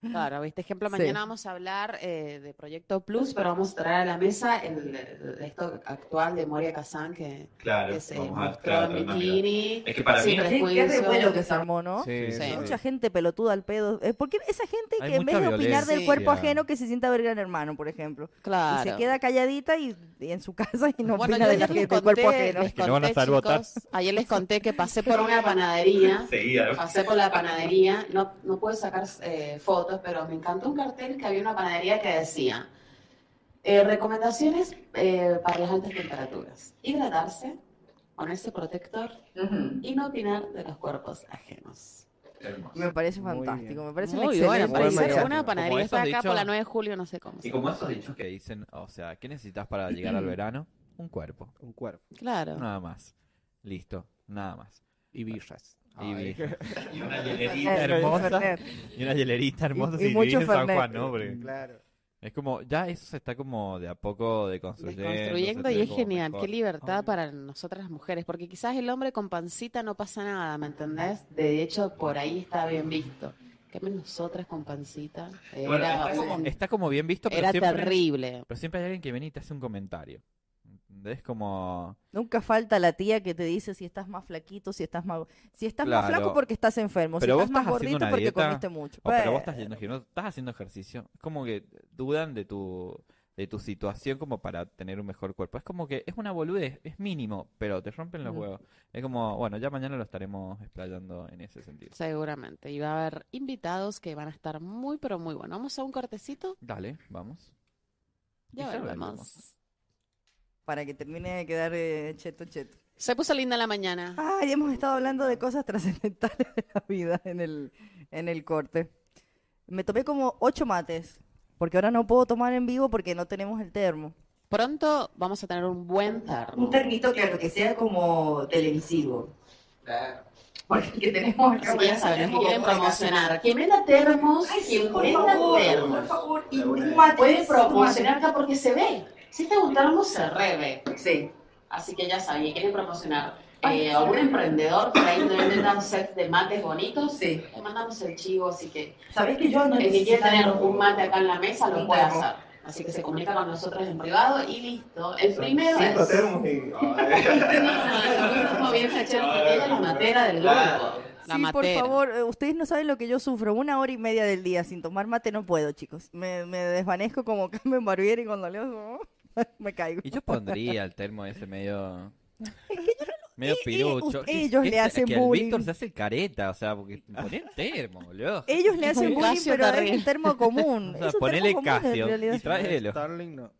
Speaker 4: Claro, viste, ejemplo,
Speaker 3: Sí.
Speaker 4: mañana vamos a hablar eh, de Proyecto Plus, pero vamos a traer a la mesa el, el- esto actual de Moria Kazan que,
Speaker 7: Claro,
Speaker 4: que se mostró en bikini.
Speaker 7: Es que para
Speaker 4: sin
Speaker 7: mí,
Speaker 3: Qué, qué
Speaker 4: prejuicios.
Speaker 3: revuelo que se armó, ¿no?
Speaker 5: Sí,
Speaker 4: Sí.
Speaker 5: sí,
Speaker 3: Mucha
Speaker 5: sí.
Speaker 3: gente pelotuda al pedo. Eh, Porque esa gente
Speaker 2: Hay
Speaker 3: que en vez
Speaker 2: mucha
Speaker 3: de opinar del
Speaker 4: violencia.
Speaker 3: cuerpo ajeno que se sienta a ver gran hermano, por ejemplo.
Speaker 4: Claro.
Speaker 3: Y se queda calladita y, y en su casa y no
Speaker 4: Bueno,
Speaker 3: opina
Speaker 4: yo
Speaker 3: de la
Speaker 4: ayer les
Speaker 3: gente, del
Speaker 4: conté,
Speaker 3: cuerpo ajeno.
Speaker 4: les
Speaker 7: que no van a
Speaker 4: conté,
Speaker 7: saber votar.
Speaker 4: chicos, ayer les conté que pasé por una panadería,
Speaker 7: seguida.
Speaker 4: pasé por la panadería, no, no pude sacar eh, fotos, pero me encantó un cartel que había una panadería que decía eh, recomendaciones eh, para las altas temperaturas, hidratarse, ponerse protector y no opinar de los cuerpos ajenos.
Speaker 3: Me parece
Speaker 5: Muy bien.
Speaker 3: fantástico, me parece
Speaker 4: Muy
Speaker 3: un
Speaker 4: bueno,
Speaker 3: excelente
Speaker 5: parece
Speaker 3: mensaje.
Speaker 5: mensaje.
Speaker 4: una panadería
Speaker 2: Como
Speaker 4: está
Speaker 2: esos
Speaker 4: acá por la
Speaker 2: dichos-
Speaker 4: 9 de julio, no sé cómo. se
Speaker 7: Y como
Speaker 4: llama.
Speaker 7: esos dichos
Speaker 2: Que dicen, o sea, ¿qué necesitas para llegar al verano? Un cuerpo.
Speaker 5: Un cuerpo.
Speaker 4: Claro.
Speaker 2: Nada más. Listo. Nada más.
Speaker 5: Y birras.
Speaker 2: Y vi-
Speaker 7: y una
Speaker 3: Fernet,
Speaker 7: hielerita
Speaker 3: Fernet.
Speaker 7: hermosa. Y una hielerita hermosa.
Speaker 3: Y-
Speaker 7: si
Speaker 3: y mucho
Speaker 7: vivís en San
Speaker 3: Fernet.
Speaker 7: Juan, ¿no? Porque-
Speaker 5: Claro.
Speaker 2: Es como, ya eso se está como de a poco deconstruyendo.
Speaker 4: Desconstruyendo
Speaker 2: se
Speaker 4: y
Speaker 2: ve
Speaker 4: es
Speaker 2: como
Speaker 4: genial,
Speaker 2: mejor.
Speaker 4: qué libertad para nosotras las mujeres, porque quizás el hombre con pancita no pasa nada, ¿me entendés? De hecho, por ahí está bien visto. Que nosotras con pancita eh, era,
Speaker 7: Bueno, está
Speaker 4: como-
Speaker 2: Está como bien visto, pero
Speaker 4: era
Speaker 2: siempre,
Speaker 4: terrible.
Speaker 2: pero siempre hay alguien que viene y te hace un comentario. Es como,
Speaker 3: Nunca falta la tía que te dice si estás más flaquito, si estás más... Si estás más
Speaker 2: Claro.
Speaker 3: flaco porque estás enfermo,
Speaker 2: Pero
Speaker 3: si
Speaker 2: vos
Speaker 3: estás más
Speaker 2: estás haciendo
Speaker 3: gordito
Speaker 2: una
Speaker 3: porque
Speaker 2: dieta,
Speaker 3: comiste mucho.
Speaker 2: oh, pero vos
Speaker 3: Pues,
Speaker 2: estás yendo al gimnasio, estás haciendo ejercicio. Es como que dudan de tu, de tu situación como para tener un mejor cuerpo. Es como que es una boludez, es mínimo, pero te rompen los
Speaker 4: Mm.
Speaker 2: huevos. Es como, bueno, ya mañana lo estaremos explayando en ese sentido.
Speaker 4: Seguramente. Y va a haber invitados que van a estar muy, pero muy buenos. Vamos a un cortecito,
Speaker 2: Dale, vamos.
Speaker 4: ya
Speaker 2: Y ya
Speaker 4: volvemos.
Speaker 2: volvemos.
Speaker 3: para que termine de quedar eh, cheto cheto. Ah,
Speaker 4: Se puso linda la mañana.
Speaker 3: Ay, hemos estado hablando de cosas trascendentales de la vida en el, en el corte. Me tomé como ocho mates, porque ahora no puedo tomar en vivo porque no tenemos el termo.
Speaker 4: Pronto vamos a tener un buen termo.
Speaker 3: Un termito, claro, que sea como televisivo. Porque el que tenemos acá,
Speaker 4: Así que
Speaker 3: bueno,
Speaker 4: ya saben, los que
Speaker 3: tenemos
Speaker 4: quieren
Speaker 3: como acá.
Speaker 4: promocionar. Quien venda termos,
Speaker 3: Ay, sí,
Speaker 4: quien
Speaker 3: por
Speaker 4: venda
Speaker 3: favor, por
Speaker 4: termos.
Speaker 3: favor, y un mate,
Speaker 4: Puede
Speaker 3: sí,
Speaker 4: promocionar acá porque se ve. Si te gusta termo, se reve.
Speaker 3: tomate. Sí.
Speaker 4: Así que ya saben, quieren promocionar.
Speaker 3: Ay,
Speaker 4: eh, algún emprendedor por ahí donde vendan sets de mates bonitos,
Speaker 3: Sí.
Speaker 4: le mandamos el chivo, así que
Speaker 3: ¿Sabes que yo no
Speaker 4: el que quiera tener
Speaker 3: necesitaba-
Speaker 4: un mate acá en la mesa lo
Speaker 3: Un
Speaker 4: puede
Speaker 3: termo.
Speaker 4: hacer. Así que se comunica con nosotros en privado y listo. El primero es...
Speaker 1: Cinco termos y.
Speaker 3: Ah,
Speaker 4: Como bien fachero, porque ella es la matera del grupo. La
Speaker 3: sí,
Speaker 4: matera.
Speaker 3: por favor, eh, ustedes no saben lo que yo sufro. Una hora y media del día sin tomar mate no puedo, chicos. Me, me desvanezco como Carmen Barbieri cuando leo eso, me caigo.
Speaker 2: Y yo pondría el termo ese medio.
Speaker 3: eh,
Speaker 2: Medio
Speaker 3: eh,
Speaker 2: pirucho.
Speaker 3: us- ellos
Speaker 2: Que
Speaker 3: le
Speaker 2: se-
Speaker 3: hacen
Speaker 2: que
Speaker 3: bullying.
Speaker 2: El Víctor se hace el careta, o sea, porque poné el termo, boludo.
Speaker 3: Ellos le
Speaker 4: Es un
Speaker 3: hacen bullying,
Speaker 4: Casio
Speaker 3: pero es
Speaker 4: terrible.
Speaker 3: un termo
Speaker 2: O
Speaker 3: común.
Speaker 2: sea,
Speaker 3: Es un
Speaker 2: ponele
Speaker 3: termo común en
Speaker 2: Casio y
Speaker 3: realidad.
Speaker 2: tráelo.
Speaker 6: Starling no.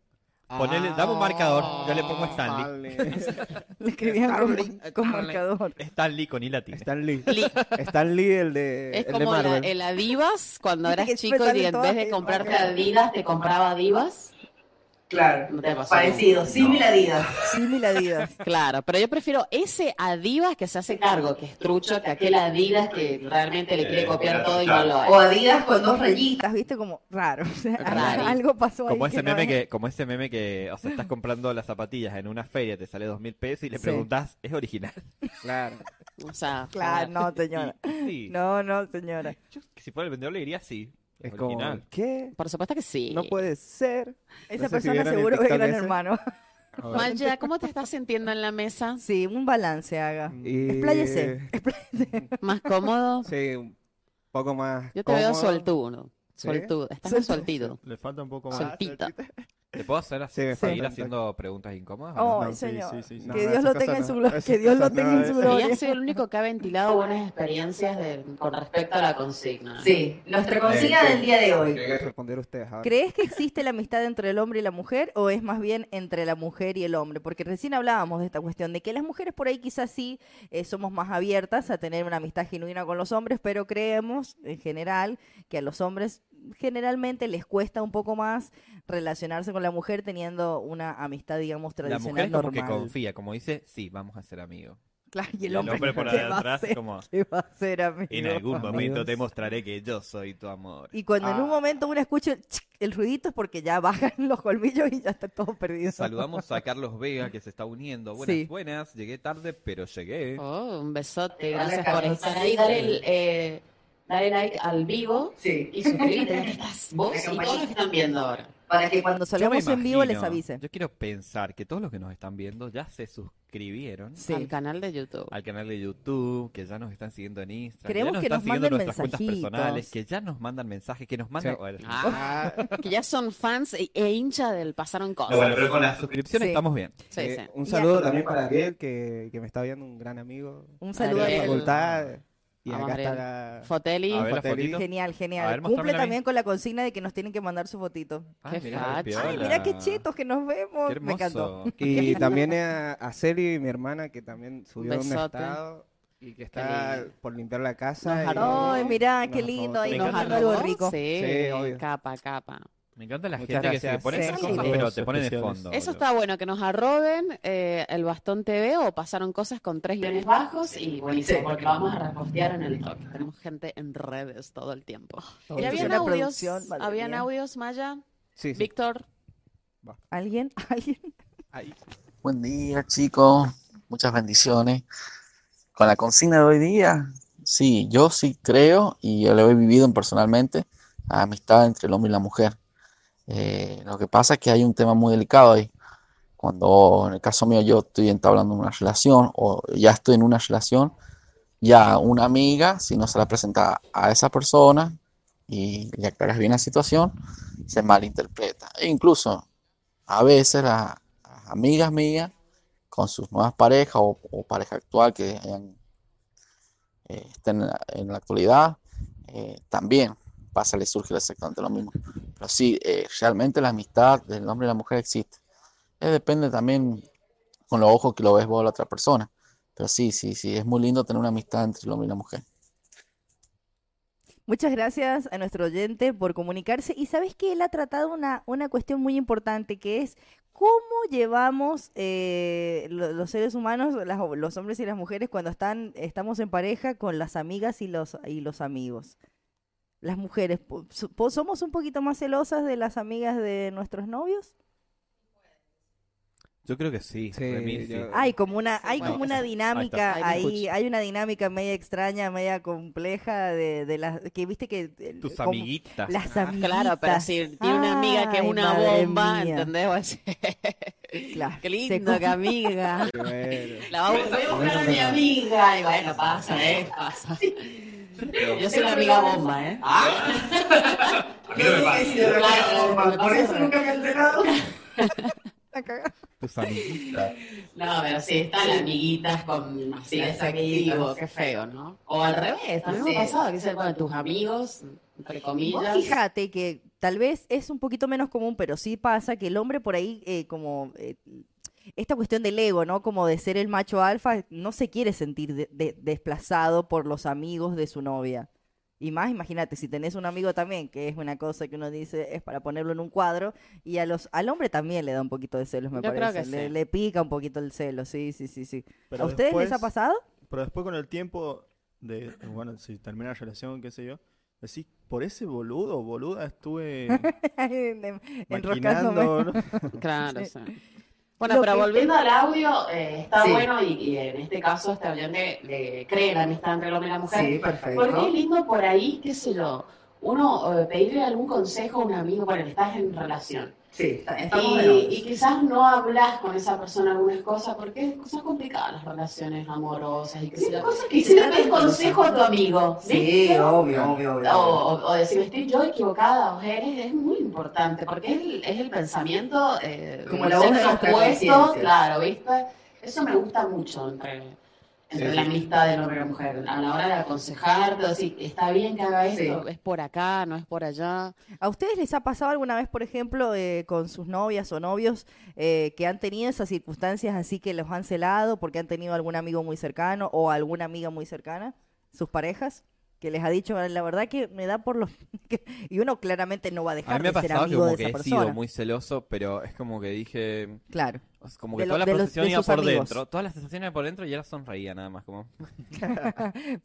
Speaker 2: Ponele, dame un marcador, yo le
Speaker 3: Ah,
Speaker 2: pongo Stanley.
Speaker 3: Le escribían con- con,
Speaker 6: Starling.
Speaker 3: marcador.
Speaker 2: Stanley con I latina.
Speaker 5: Stanley.
Speaker 4: Li-
Speaker 5: Stanley, el de,
Speaker 4: Es
Speaker 5: Eh, el de
Speaker 4: como la,
Speaker 5: Marvel.
Speaker 4: el Adivas, cuando
Speaker 3: Viste
Speaker 4: eras
Speaker 3: que
Speaker 4: chico
Speaker 3: salen
Speaker 4: y en
Speaker 3: todas
Speaker 4: vez de
Speaker 3: que-
Speaker 4: comprarte
Speaker 3: ok.
Speaker 4: Adidas, te compraba Adivas.
Speaker 8: Claro.
Speaker 4: No te pasó.
Speaker 8: similar
Speaker 3: Similar Adidas.
Speaker 4: Claro, pero yo prefiero ese Adivas que se hace cargo, que es trucho, que aquel Adidas que realmente le quiere copiar todo y no lo hace.
Speaker 8: Adidas con dos
Speaker 3: Estás, viste, como raro. o sea,
Speaker 4: Raro.
Speaker 3: Algo pasó ahí.
Speaker 2: Como ese
Speaker 3: no
Speaker 2: meme
Speaker 3: es.
Speaker 2: que, como ese meme que, o sea, estás comprando las zapatillas en una feria, te sale dos mil pesos y le
Speaker 3: Sí.
Speaker 2: preguntas, ¿es original?
Speaker 5: Claro.
Speaker 4: O sea,
Speaker 3: Claro, no, señora.
Speaker 2: Y- sí.
Speaker 3: No, no, señora.
Speaker 2: Yo, si fuera el vendedor le diría sí. Es,
Speaker 5: Es como,
Speaker 2: original.
Speaker 5: ¿qué?
Speaker 4: por supuesto que sí.
Speaker 5: No puede ser.
Speaker 3: Esa
Speaker 5: No sé si
Speaker 3: persona
Speaker 5: vieron el
Speaker 3: seguro es
Speaker 5: TikTok
Speaker 3: gran
Speaker 5: ese.
Speaker 3: hermano.
Speaker 4: Maya, ¿cómo te estás sintiendo en la mesa?
Speaker 3: Sí, un balance haga.
Speaker 5: Y-
Speaker 3: Expláyese.
Speaker 4: ¿Más cómodo?
Speaker 5: Eh, Sí, un poco más
Speaker 4: Yo te veo
Speaker 5: cómodo.
Speaker 4: soltudo.
Speaker 5: Sí. Ah,
Speaker 4: Soltudo. Estás más soltido.
Speaker 6: Le falta un poco más.
Speaker 4: Soltita.
Speaker 2: ¿Te puedo hacer así,
Speaker 5: Sí, me
Speaker 2: seguir
Speaker 5: falta-
Speaker 2: haciendo preguntas incómomodas? o no?
Speaker 3: Oh,
Speaker 6: No, sí,
Speaker 3: señor.
Speaker 6: sí, sí, sí.
Speaker 5: No,
Speaker 3: Que Dios
Speaker 5: esas
Speaker 3: lo
Speaker 5: cosas
Speaker 3: tenga en
Speaker 5: no,
Speaker 3: su gloria.
Speaker 5: esas
Speaker 3: Que Dios lo
Speaker 5: cosas
Speaker 3: tenga
Speaker 5: no,
Speaker 3: en su
Speaker 5: eh.
Speaker 3: gloria.
Speaker 4: Yo soy el único que ha ventilado buenas experiencias de- con respecto a la consigna.
Speaker 8: Sí, nuestra
Speaker 5: consigna del
Speaker 8: día de hoy.
Speaker 5: Tienen que responder ustedes
Speaker 4: Ah.
Speaker 5: ahora.
Speaker 3: ¿Crees que existe la amistad entre el hombre y la mujer o es más bien entre la mujer y el hombre? Porque recién hablábamos de esta cuestión de que las mujeres por ahí quizás sí eh, somos más abiertas a tener una amistad genuina con los hombres, pero creemos en general que a los hombres generalmente les cuesta un poco más relacionarse con la mujer teniendo una amistad, digamos,
Speaker 2: La
Speaker 3: tradicional
Speaker 2: mujer es como
Speaker 3: normal.
Speaker 2: que confía, como dice, sí, vamos a ser amigos.
Speaker 3: Claro, y el,
Speaker 2: El hombre por
Speaker 3: ¿qué va a
Speaker 2: atrás,
Speaker 3: ser?
Speaker 2: como,
Speaker 3: ¿Qué va a ser, amigo?
Speaker 2: en algún momento
Speaker 5: Amigos.
Speaker 2: te mostraré que yo soy tu amor.
Speaker 3: Y cuando en un
Speaker 5: Ah.
Speaker 3: momento uno escucha el, chic, el ruidito es porque ya bajan los colmillos y ya está todo perdido.
Speaker 2: Saludamos a Carlos Vega que se está uniendo. Buenas,
Speaker 3: Sí.
Speaker 2: buenas. Llegué tarde, pero llegué.
Speaker 4: Oh, un besote.
Speaker 8: Dale,
Speaker 4: Gracias por
Speaker 8: Carlos.
Speaker 4: estar ahí. Dale, el, eh, dale like al vivo
Speaker 8: Sí,
Speaker 4: y suscríbete. Aquí estás vos
Speaker 8: La
Speaker 4: y todos los que
Speaker 8: campanita.
Speaker 4: están viendo ahora.
Speaker 8: para que
Speaker 3: Cuando
Speaker 2: Yo me
Speaker 3: salgamos en vivo les
Speaker 2: imagino-
Speaker 3: avise.
Speaker 2: Yo quiero pensar que todos los que nos están viendo ya se suscribieron
Speaker 4: Al canal de YouTube.
Speaker 2: al canal de YouTube, que ya nos están siguiendo en Instagram,
Speaker 3: Queremos
Speaker 2: ya nos
Speaker 3: que
Speaker 2: están
Speaker 3: nos
Speaker 2: siguiendo
Speaker 3: manden
Speaker 2: nuestras cuentas
Speaker 3: mensajitos.
Speaker 2: personales, que ya nos mandan mensajes, que nos mandan...
Speaker 5: Sí.
Speaker 2: Bueno,
Speaker 4: Ah, que ya son fans e, e hincha del Pasaron Cosas.
Speaker 1: Bueno, pero con
Speaker 2: La
Speaker 1: las.
Speaker 2: suscripción
Speaker 3: Sí.
Speaker 2: estamos bien.
Speaker 4: Sí,
Speaker 5: Eh,
Speaker 4: sí.
Speaker 5: Un
Speaker 3: Y
Speaker 5: saludo
Speaker 3: a-
Speaker 5: también para Ariel, que, que me está viendo un gran amigo
Speaker 3: Un
Speaker 5: de
Speaker 3: saludo.
Speaker 5: la
Speaker 4: Ariel.
Speaker 3: a todos.
Speaker 5: facultad. Y
Speaker 4: Vamos,
Speaker 5: acá está
Speaker 4: Ariel.
Speaker 5: la...
Speaker 4: Foteli,
Speaker 2: A ver la
Speaker 5: Foteli.
Speaker 2: fotito.
Speaker 3: Genial, genial.
Speaker 2: A ver,
Speaker 3: Cumple
Speaker 2: mostrámela a mí.
Speaker 3: también con la consigna de que nos tienen que mandar su fotito.
Speaker 2: Ah,
Speaker 4: Qué
Speaker 2: mirá,
Speaker 4: facha.
Speaker 2: piola.
Speaker 3: Ay, mira qué chetos que nos vemos.
Speaker 2: Qué
Speaker 3: Me encantó.
Speaker 2: hermoso.
Speaker 5: Y también a, a Celi, mi hermana, que también subió un
Speaker 4: Besote.
Speaker 5: estado y que está
Speaker 4: lindo.
Speaker 5: por limpiar la casa.
Speaker 4: Nos
Speaker 5: y-
Speaker 4: arrobó.
Speaker 3: Ay, mirá, qué
Speaker 5: Nos
Speaker 3: lindo.
Speaker 5: arrobó
Speaker 3: Ahí
Speaker 2: Me
Speaker 3: nos
Speaker 2: encanta.
Speaker 3: mandó algo rico.
Speaker 4: Sí,
Speaker 5: Sí, obvio.
Speaker 4: capa, capa.
Speaker 2: Me encanta la
Speaker 5: Muchas
Speaker 2: gente que se
Speaker 5: gracias.
Speaker 2: pone a hacer
Speaker 3: Sí.
Speaker 2: cosas, pero te
Speaker 6: Saludos
Speaker 2: ponen de
Speaker 6: especiales.
Speaker 2: fondo.
Speaker 4: Eso
Speaker 2: boludo.
Speaker 4: está bueno, que nos arroben eh, el Bastón TV o pasaron cosas con tres guiones bajos y buenísimo, porque lo vamos a repostear en el toque. Tenemos gente en redes todo el tiempo.
Speaker 3: Todo
Speaker 4: Y
Speaker 3: esto es
Speaker 4: habían
Speaker 3: una
Speaker 4: audios,
Speaker 3: producción, madre
Speaker 4: habían
Speaker 3: mía.
Speaker 4: audios, Maya,
Speaker 5: Sí, sí.
Speaker 4: Víctor.
Speaker 3: ¿Alguien? ¿Alguien?
Speaker 9: Buen día, chicos. Muchas bendiciones. Con la consigna de hoy día, sí, yo sí creo y yo lo he vivido personalmente, la amistad entre el hombre y la mujer. Eh, lo que pasa es que hay un tema muy delicado ahí. Cuando, en el caso mío, yo estoy entablando una relación o ya estoy en una relación, ya una amiga, si no se la presenta a esa persona y le aclaras bien la situación, se malinterpreta. E incluso a veces la- las amigas mías con sus nuevas parejas o, o pareja actual que hayan, eh, estén en la, en la actualidad, eh, también pasa, le surge exactamente lo mismo. Pero sí, eh, realmente la amistad del hombre y la mujer existe. Eh, depende también con los ojos que lo ves vos a la otra persona. Pero sí, sí, sí, es muy lindo tener una amistad entre el hombre y la mujer.
Speaker 3: Muchas gracias a nuestro oyente por comunicarse. Y sabes que él ha tratado una, una cuestión muy importante que es cómo llevamos eh, lo- los seres humanos, las- los hombres y las mujeres, cuando están, estamos en pareja con las amigas y los, y los amigos. Las mujeres, po- so- po- ¿somos un poquito más celosas de las amigas de nuestros novios?
Speaker 2: Yo creo que sí.
Speaker 5: Sí,
Speaker 2: remil,
Speaker 5: yo-
Speaker 2: sí.
Speaker 3: Hay como una, hay
Speaker 4: Eh, bueno,
Speaker 3: como una
Speaker 4: ahí
Speaker 3: dinámica
Speaker 4: está. Ahí me
Speaker 3: ahí, hay una dinámica media extraña, media compleja de, de las que viste que eh,
Speaker 2: Tus
Speaker 3: como-
Speaker 2: amiguitas.
Speaker 3: las amiguitas.
Speaker 4: Ah, Claro, pero si tiene una amiga que es
Speaker 3: Ay,
Speaker 4: una
Speaker 3: madre
Speaker 4: bomba,
Speaker 3: mía.
Speaker 4: ¿entendés? Va a ser-
Speaker 3: Claro,
Speaker 4: Qué
Speaker 3: se
Speaker 4: lindo,
Speaker 3: com-
Speaker 4: que amiga.
Speaker 5: Bueno.
Speaker 4: La voy voy a buscar a mi amiga. Y bueno, pasa, ¿eh? Pasa. Yo soy una amiga bomba, ¿eh?
Speaker 1: A mí no me pasa.
Speaker 4: Claro,
Speaker 1: Por eso nunca me he enterado.
Speaker 2: Tus amiguitas.
Speaker 4: No, pero sí, están las amiguitas con así desactivo, qué feo, ¿no? O al revés, también me ha pasado que ser con tus amigos, entre
Speaker 3: Vos
Speaker 4: comillas.
Speaker 3: fíjate que tal vez es un poquito menos común, pero sí pasa que el hombre por ahí, eh, como eh, esta cuestión del ego, ¿no? Como de ser el macho alfa, no se quiere sentir de- de- desplazado por los amigos de su novia. Y más, imagínate, si tenés un amigo también, que es una cosa que uno dice es para ponerlo en un cuadro, y a los, al hombre también le da un poquito de celos, me
Speaker 4: Yo creo
Speaker 3: parece.
Speaker 4: que
Speaker 3: le,
Speaker 4: sí.
Speaker 3: le pica un poquito el celo, sí, sí, sí, sí.
Speaker 6: Pero
Speaker 3: ¿A ustedes les ha
Speaker 6: después-
Speaker 3: pasado?
Speaker 6: Pero después con el tiempo de, bueno, si termina la relación, qué sé yo, decís, por ese boludo, boluda, estuve
Speaker 3: Enroscándome.
Speaker 6: maquinando. ¿no?
Speaker 4: Claro,
Speaker 3: Sí.
Speaker 4: sí. Bueno,
Speaker 3: Lo
Speaker 4: pero
Speaker 3: que-
Speaker 4: volviendo al audio, eh, está
Speaker 3: Sí.
Speaker 4: bueno y, y en este caso este oyente le cree la amistad entre el hombre y la mujer.
Speaker 3: Sí, perfecto.
Speaker 4: Porque es lindo por ahí, qué sé yo, uno eh, pedirle algún consejo a un amigo, bueno, estás en relación.
Speaker 3: Sí,
Speaker 4: Y, y quizás no hablas con esa persona algunas cosas porque son complicadas las relaciones amorosas y que si cosas que si no pedís consejo a tu amigo, ¿viste?
Speaker 3: obvio, obvio,
Speaker 4: O, o, o decir, estoy yo equivocada, o eres, es muy importante, porque es el, es el pensamiento eh,
Speaker 3: Como
Speaker 4: del
Speaker 3: la voz de
Speaker 4: sexo
Speaker 3: nuestra
Speaker 4: opuesto,
Speaker 3: conciencia.
Speaker 4: claro, ¿viste? Eso me gusta mucho entre, entre
Speaker 1: Sí,
Speaker 4: la
Speaker 1: sí.
Speaker 4: amistad del hombre y la mujer, a la hora de aconsejarte, decir, está bien que haga esto, es por acá, no es por allá.
Speaker 3: ¿A ustedes les ha pasado alguna vez, por ejemplo, eh, con sus novias o novios eh, que han tenido esas circunstancias así que los han celado porque han tenido algún amigo muy cercano o alguna amiga muy cercana, sus parejas? que les ha dicho, la verdad que me da por los... y uno claramente no va a
Speaker 2: A
Speaker 3: dejar
Speaker 2: mí me ha
Speaker 3: de ser
Speaker 2: pasado que
Speaker 3: amigo
Speaker 2: como
Speaker 3: de
Speaker 2: que
Speaker 3: esa
Speaker 2: he
Speaker 3: persona.
Speaker 2: sido muy celoso, pero es como que dije...
Speaker 3: Claro.
Speaker 2: o sea, Como
Speaker 3: De
Speaker 2: que
Speaker 3: lo-
Speaker 2: toda la
Speaker 3: de los-
Speaker 2: procesión
Speaker 3: de
Speaker 2: iba
Speaker 3: sus
Speaker 2: por
Speaker 3: amigos.
Speaker 2: dentro. Todas las sensación iba por dentro y era sonreía nada más. como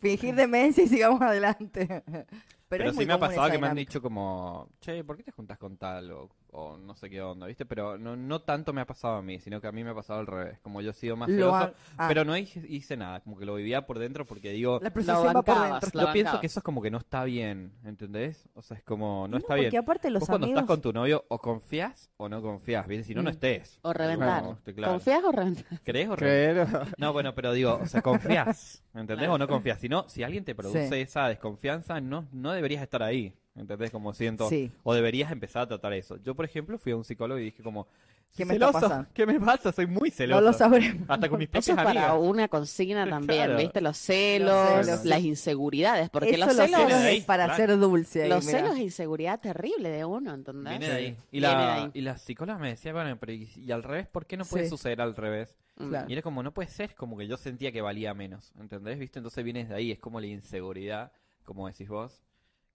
Speaker 3: Fingir demencia y sigamos adelante. Pero,
Speaker 2: Pero,
Speaker 3: es muy
Speaker 2: sí me ha
Speaker 3: común
Speaker 2: pasado
Speaker 3: esa
Speaker 2: que me han
Speaker 3: dinámica.
Speaker 2: dicho como, che, ¿por qué te juntas con tal? O, o no sé qué onda, ¿viste? Pero no, no tanto me ha pasado a mí, sino que a mí me ha pasado al revés. Como yo he sido más
Speaker 3: Lo
Speaker 2: celoso,
Speaker 3: han- ah,
Speaker 2: pero no hice, hice nada, como que lo vivía por dentro porque digo,
Speaker 3: la
Speaker 4: Lo
Speaker 3: procesión va por
Speaker 4: bancabas,
Speaker 3: dentro.
Speaker 4: la
Speaker 2: yo pienso
Speaker 4: bancabas.
Speaker 2: que eso es como que no está bien, ¿entendés? O sea, es como, no,
Speaker 3: No,
Speaker 2: está bien.
Speaker 3: Porque aparte los
Speaker 2: Vos cuando
Speaker 3: amigos...
Speaker 2: estás con tu novio, o confías o no confías, ¿viste? Si no, no
Speaker 3: Mm.
Speaker 2: estés.
Speaker 4: O reventar.
Speaker 2: Como, este, claro.
Speaker 4: ¿Confías o reventar?
Speaker 2: ¿Crees o re-
Speaker 5: Pero-
Speaker 2: No, bueno, pero digo, o sea, confías, ¿entendés?
Speaker 4: Claro.
Speaker 2: O no confías. Si no, si alguien te produce
Speaker 3: Sí.
Speaker 2: esa desconfianza, no, no deberías estar ahí, ¿entendés? Como siento...
Speaker 3: Sí.
Speaker 2: O deberías empezar a tratar eso. Yo, por ejemplo, fui a un psicólogo y dije como,
Speaker 3: ¿Qué
Speaker 2: "Soy
Speaker 3: me está
Speaker 2: celoso,
Speaker 3: pasando?
Speaker 2: ¿Qué me pasa? Soy muy celoso.
Speaker 3: No lo sabremos.
Speaker 2: Hasta con mis
Speaker 4: Eso
Speaker 2: propias
Speaker 4: es para
Speaker 2: amigas.
Speaker 4: una consigna también,
Speaker 2: Claro.
Speaker 4: ¿viste? Los celos,
Speaker 3: Los celos.
Speaker 4: las inseguridades, porque
Speaker 3: Eso
Speaker 4: los
Speaker 3: los
Speaker 4: celos,
Speaker 3: celos
Speaker 2: Viene de
Speaker 3: es
Speaker 2: ahí,
Speaker 3: para
Speaker 2: claro.
Speaker 3: ser dulce. ahí,
Speaker 4: los
Speaker 3: mirá.
Speaker 4: celos es inseguridad terrible de uno, ¿entendés?
Speaker 2: Viene de ahí. Y
Speaker 4: Viene de
Speaker 2: la,
Speaker 4: ahí.
Speaker 2: y la psicóloga me decía, bueno, pero y, y al revés? ¿Por qué no puede
Speaker 3: Sí.
Speaker 2: suceder al revés?
Speaker 4: Mm.
Speaker 3: Claro.
Speaker 2: Y era como, no puede ser, como que yo sentía que valía menos, ¿entendés? ¿Viste? Entonces vienes de ahí, es como la inseguridad, como decís vos,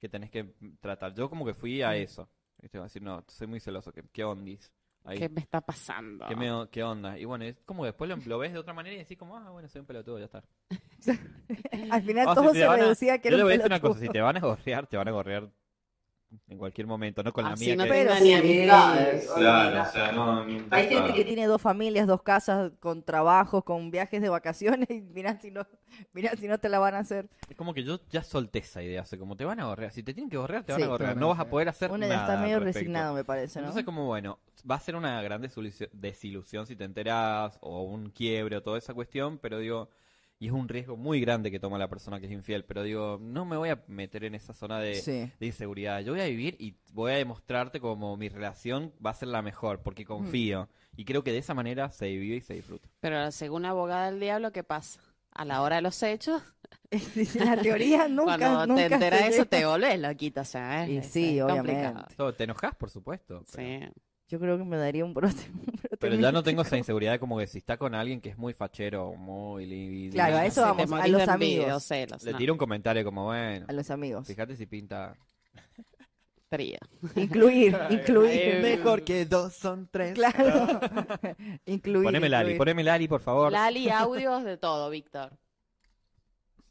Speaker 2: que tenés que tratar. Yo como que fui
Speaker 4: Mm.
Speaker 2: a eso. ¿Viste? A decir, no, soy muy celoso, ¿qué, qué ondis? Ahí.
Speaker 4: ¿Qué me está pasando?
Speaker 2: ¿Qué, me- qué onda? Y bueno, es como que después lo, lo ves de otra manera y decís como, ah, bueno, soy un pelotudo, ya está.
Speaker 3: Al final
Speaker 2: Ah, si
Speaker 3: todo
Speaker 2: te
Speaker 3: se
Speaker 2: van a-
Speaker 3: reducía a que
Speaker 2: Yo
Speaker 3: era
Speaker 2: le
Speaker 3: un
Speaker 2: voy a decir una
Speaker 3: pelotudo.
Speaker 2: cosa, si te van a gorrear, te van a gorrear en cualquier momento, no con la
Speaker 4: Así
Speaker 2: mía
Speaker 4: no
Speaker 2: que...
Speaker 4: te-
Speaker 3: Pero
Speaker 4: Tengo ni
Speaker 3: sí.
Speaker 4: amistades.
Speaker 1: Claro, o sea, no.
Speaker 3: Hay gente que tiene dos familias, dos casas, con trabajos, con viajes de vacaciones, y mirá si no, mirá si no te la van a hacer.
Speaker 2: Es como que yo ya solté esa idea, o sea, como te van a gorrear, si te tienen que gorrear, te van
Speaker 3: Sí,
Speaker 2: a gorrear, no
Speaker 5: claramente.
Speaker 2: vas a poder hacer
Speaker 3: Uno
Speaker 2: nada
Speaker 3: ya está
Speaker 2: al
Speaker 3: medio
Speaker 2: respecto.
Speaker 3: resignado, me parece, ¿no?
Speaker 2: Entonces, como bueno, va a ser una gran desilusio- desilusión si te enterás, o un quiebre, o toda esa cuestión, pero digo, y es un riesgo muy grande que toma la persona que es infiel, pero digo, no me voy a meter en esa zona de,
Speaker 3: Sí.
Speaker 2: de inseguridad. Yo voy a vivir y voy a demostrarte como mi relación va a ser la mejor, porque confío.
Speaker 3: Mm.
Speaker 2: Y creo que de esa manera se vive y se disfruta.
Speaker 4: Pero según la abogada del diablo, ¿qué pasa? A la hora de los hechos,
Speaker 3: la teoría nunca,
Speaker 4: cuando
Speaker 3: nunca
Speaker 4: te
Speaker 3: se
Speaker 4: enteras de eso,
Speaker 3: llega.
Speaker 4: te volvés loquita, o sea, es,
Speaker 3: Y
Speaker 4: es-
Speaker 3: sí,
Speaker 4: es
Speaker 3: obviamente.
Speaker 4: complicado.
Speaker 2: Todo, te enojas, por supuesto. pero-
Speaker 4: Sí.
Speaker 3: Yo creo que me daría un brote. un brote
Speaker 2: Pero ya no tengo
Speaker 3: místico.
Speaker 2: esa inseguridad como que si está con alguien que es muy fachero, muy... li- li-
Speaker 3: Claro, a
Speaker 4: Sí,
Speaker 3: eso
Speaker 4: te
Speaker 3: vamos, a
Speaker 4: morís
Speaker 3: los
Speaker 4: de envidia o
Speaker 3: amigos.
Speaker 4: celos,
Speaker 2: Le
Speaker 4: no.
Speaker 2: tiro un comentario como, bueno,
Speaker 3: A los amigos.
Speaker 2: fíjate si pinta...
Speaker 4: Tría.
Speaker 3: Incluir, incluir.
Speaker 4: Eh, Mejor
Speaker 2: que dos son tres.
Speaker 3: Claro. incluir.
Speaker 2: Poneme Lali,
Speaker 3: incluir.
Speaker 2: poneme Lali, por favor.
Speaker 4: Lali, audios de todo, Víctor.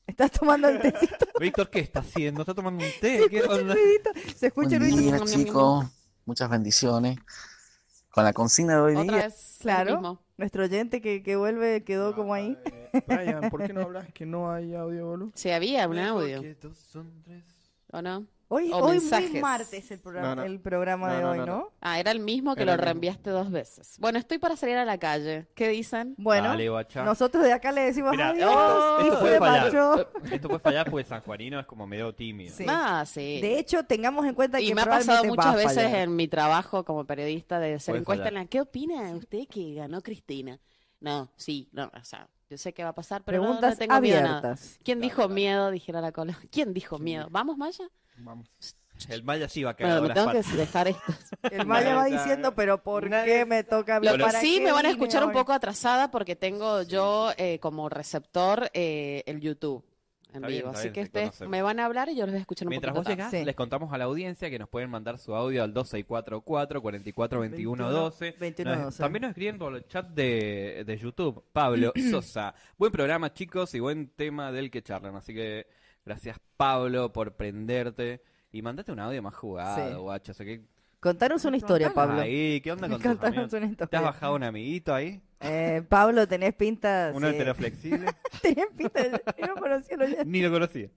Speaker 3: Estás tomando el tecito.
Speaker 2: Víctor, ¿qué está haciendo? ¿Está tomando un té? ¿Qué
Speaker 3: escucha el
Speaker 2: onda?
Speaker 3: ruidito, Se escucha el
Speaker 9: Buen
Speaker 3: ruido.
Speaker 9: día, chicos. Muchas bendiciones. Con la consigna de hoy
Speaker 4: Otra
Speaker 9: día,
Speaker 4: vez.
Speaker 3: Claro.
Speaker 4: Claro. Mismo.
Speaker 3: Nuestro oyente que, que vuelve quedó como ahí.
Speaker 6: Brian, ¿por qué no hablas que no hay audio, boludo?
Speaker 4: Sí, había un audio,
Speaker 2: Que dos son tres.
Speaker 4: ¿o no?
Speaker 3: Hoy,
Speaker 4: O
Speaker 3: hoy muy
Speaker 4: mensajes.
Speaker 3: martes el programa,
Speaker 6: No, no.
Speaker 3: el programa de
Speaker 6: No, no,
Speaker 3: hoy,
Speaker 6: no,
Speaker 3: ¿no?
Speaker 6: no.
Speaker 4: Ah, era el mismo que lo
Speaker 6: Era el mismo.
Speaker 4: reenviaste dos veces. Bueno, estoy para salir a la calle. ¿Qué dicen?
Speaker 3: Bueno,
Speaker 2: Dale, guacha.
Speaker 3: nosotros de acá le decimos
Speaker 7: Mira,
Speaker 3: adiós.
Speaker 4: oh,
Speaker 3: y
Speaker 2: esto
Speaker 3: se
Speaker 2: puede fallar.
Speaker 3: marchó.
Speaker 2: Esto puede fallar porque San Juanino es como medio tímido.
Speaker 3: Sí.
Speaker 4: Ah, sí.
Speaker 3: De hecho, tengamos en cuenta
Speaker 4: y
Speaker 3: que
Speaker 4: me ha pasado
Speaker 3: probablemente va
Speaker 4: muchas
Speaker 3: a
Speaker 4: veces
Speaker 3: fallar.
Speaker 4: en mi trabajo como periodista de hacer
Speaker 2: Puede
Speaker 4: encuestas en
Speaker 2: fallar.
Speaker 4: la ¿qué opina usted que ganó Cristina? No, sí, no, o sea, yo sé que va a pasar, pero no- no,
Speaker 3: Preguntas
Speaker 4: tengo miedo a nada.
Speaker 3: abiertas.
Speaker 4: ¿Quién dijo miedo? Dijera la cola. ¿Quién dijo miedo? ¿Vamos, Maya?
Speaker 2: El Maya sí va a
Speaker 4: Bueno,
Speaker 2: caer.
Speaker 4: me tengo que dejar esto.
Speaker 3: El Maya va diciendo, pero ¿por qué me toca hablar?
Speaker 4: Lo que
Speaker 3: ¿Para
Speaker 4: sí
Speaker 3: qué
Speaker 4: me van a
Speaker 3: vine
Speaker 4: escuchar un
Speaker 3: hoy?
Speaker 4: poco atrasada porque tengo yo eh, como receptor eh, el YouTube en
Speaker 2: Está bien,
Speaker 4: vivo.
Speaker 2: está
Speaker 4: Así
Speaker 2: bien,
Speaker 4: que
Speaker 2: te
Speaker 4: ustedes
Speaker 2: conocemos.
Speaker 4: me van a hablar y yo les voy a escuchar un
Speaker 2: Mientras vos
Speaker 4: poquito tarde.
Speaker 2: llegás,
Speaker 3: Sí.
Speaker 2: les contamos a la audiencia que nos pueden mandar su audio al 2644 442112
Speaker 3: 21-12.
Speaker 2: También nos escriben por el chat de, de YouTube. Pablo Sosa. Buen programa, chicos, y buen tema del que charlan. Así que gracias, Pablo, por prenderte. Y mandate un audio más jugado,
Speaker 3: Sí.
Speaker 2: guacho. O sea, que-
Speaker 3: Contanos una historia,
Speaker 2: ¿Estás
Speaker 3: Pablo.
Speaker 2: Ahí, ¿Qué onda con tus
Speaker 3: Contanos
Speaker 2: amigos?
Speaker 3: una
Speaker 2: ¿Te has
Speaker 3: historia.
Speaker 2: bajado un amiguito ahí?
Speaker 3: Eh, Pablo, tenés pinta.
Speaker 2: ¿Uno
Speaker 3: sí.
Speaker 2: heteroflexible?
Speaker 3: Tenés pinta. de- yo no conocía los-
Speaker 2: Ni lo conocía.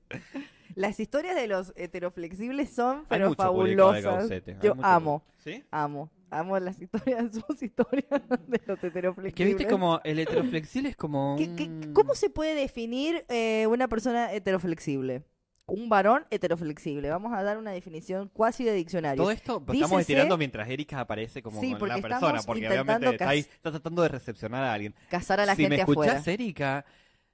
Speaker 3: Las historias de los heteroflexibles son,
Speaker 2: Hay
Speaker 3: pero
Speaker 2: mucho público de
Speaker 3: fabulosas.
Speaker 2: Caucete, hay
Speaker 3: Yo
Speaker 2: mucho
Speaker 3: amo,
Speaker 2: público. ¿Sí?
Speaker 3: amo, amo las historias, sus historias de los heteroflexibles.
Speaker 2: Es que viste como el heteroflexible es como.
Speaker 3: ¿Qué- qué-
Speaker 2: un-
Speaker 3: ¿Cómo se puede definir eh, una persona heteroflexible? Un varón heteroflexible. Vamos a dar una definición cuasi de diccionario.
Speaker 2: Todo esto pues,
Speaker 3: Dícese-
Speaker 2: estamos estirando mientras Erika aparece como
Speaker 3: Sí,
Speaker 2: con
Speaker 3: porque
Speaker 2: la
Speaker 3: estamos
Speaker 2: persona, porque
Speaker 3: intentando
Speaker 2: obviamente está,
Speaker 3: cas-
Speaker 2: ahí- está tratando de recepcionar a alguien.
Speaker 3: Casar a la
Speaker 2: si
Speaker 3: gente
Speaker 2: me
Speaker 3: afuera.
Speaker 2: escuchás, Erika,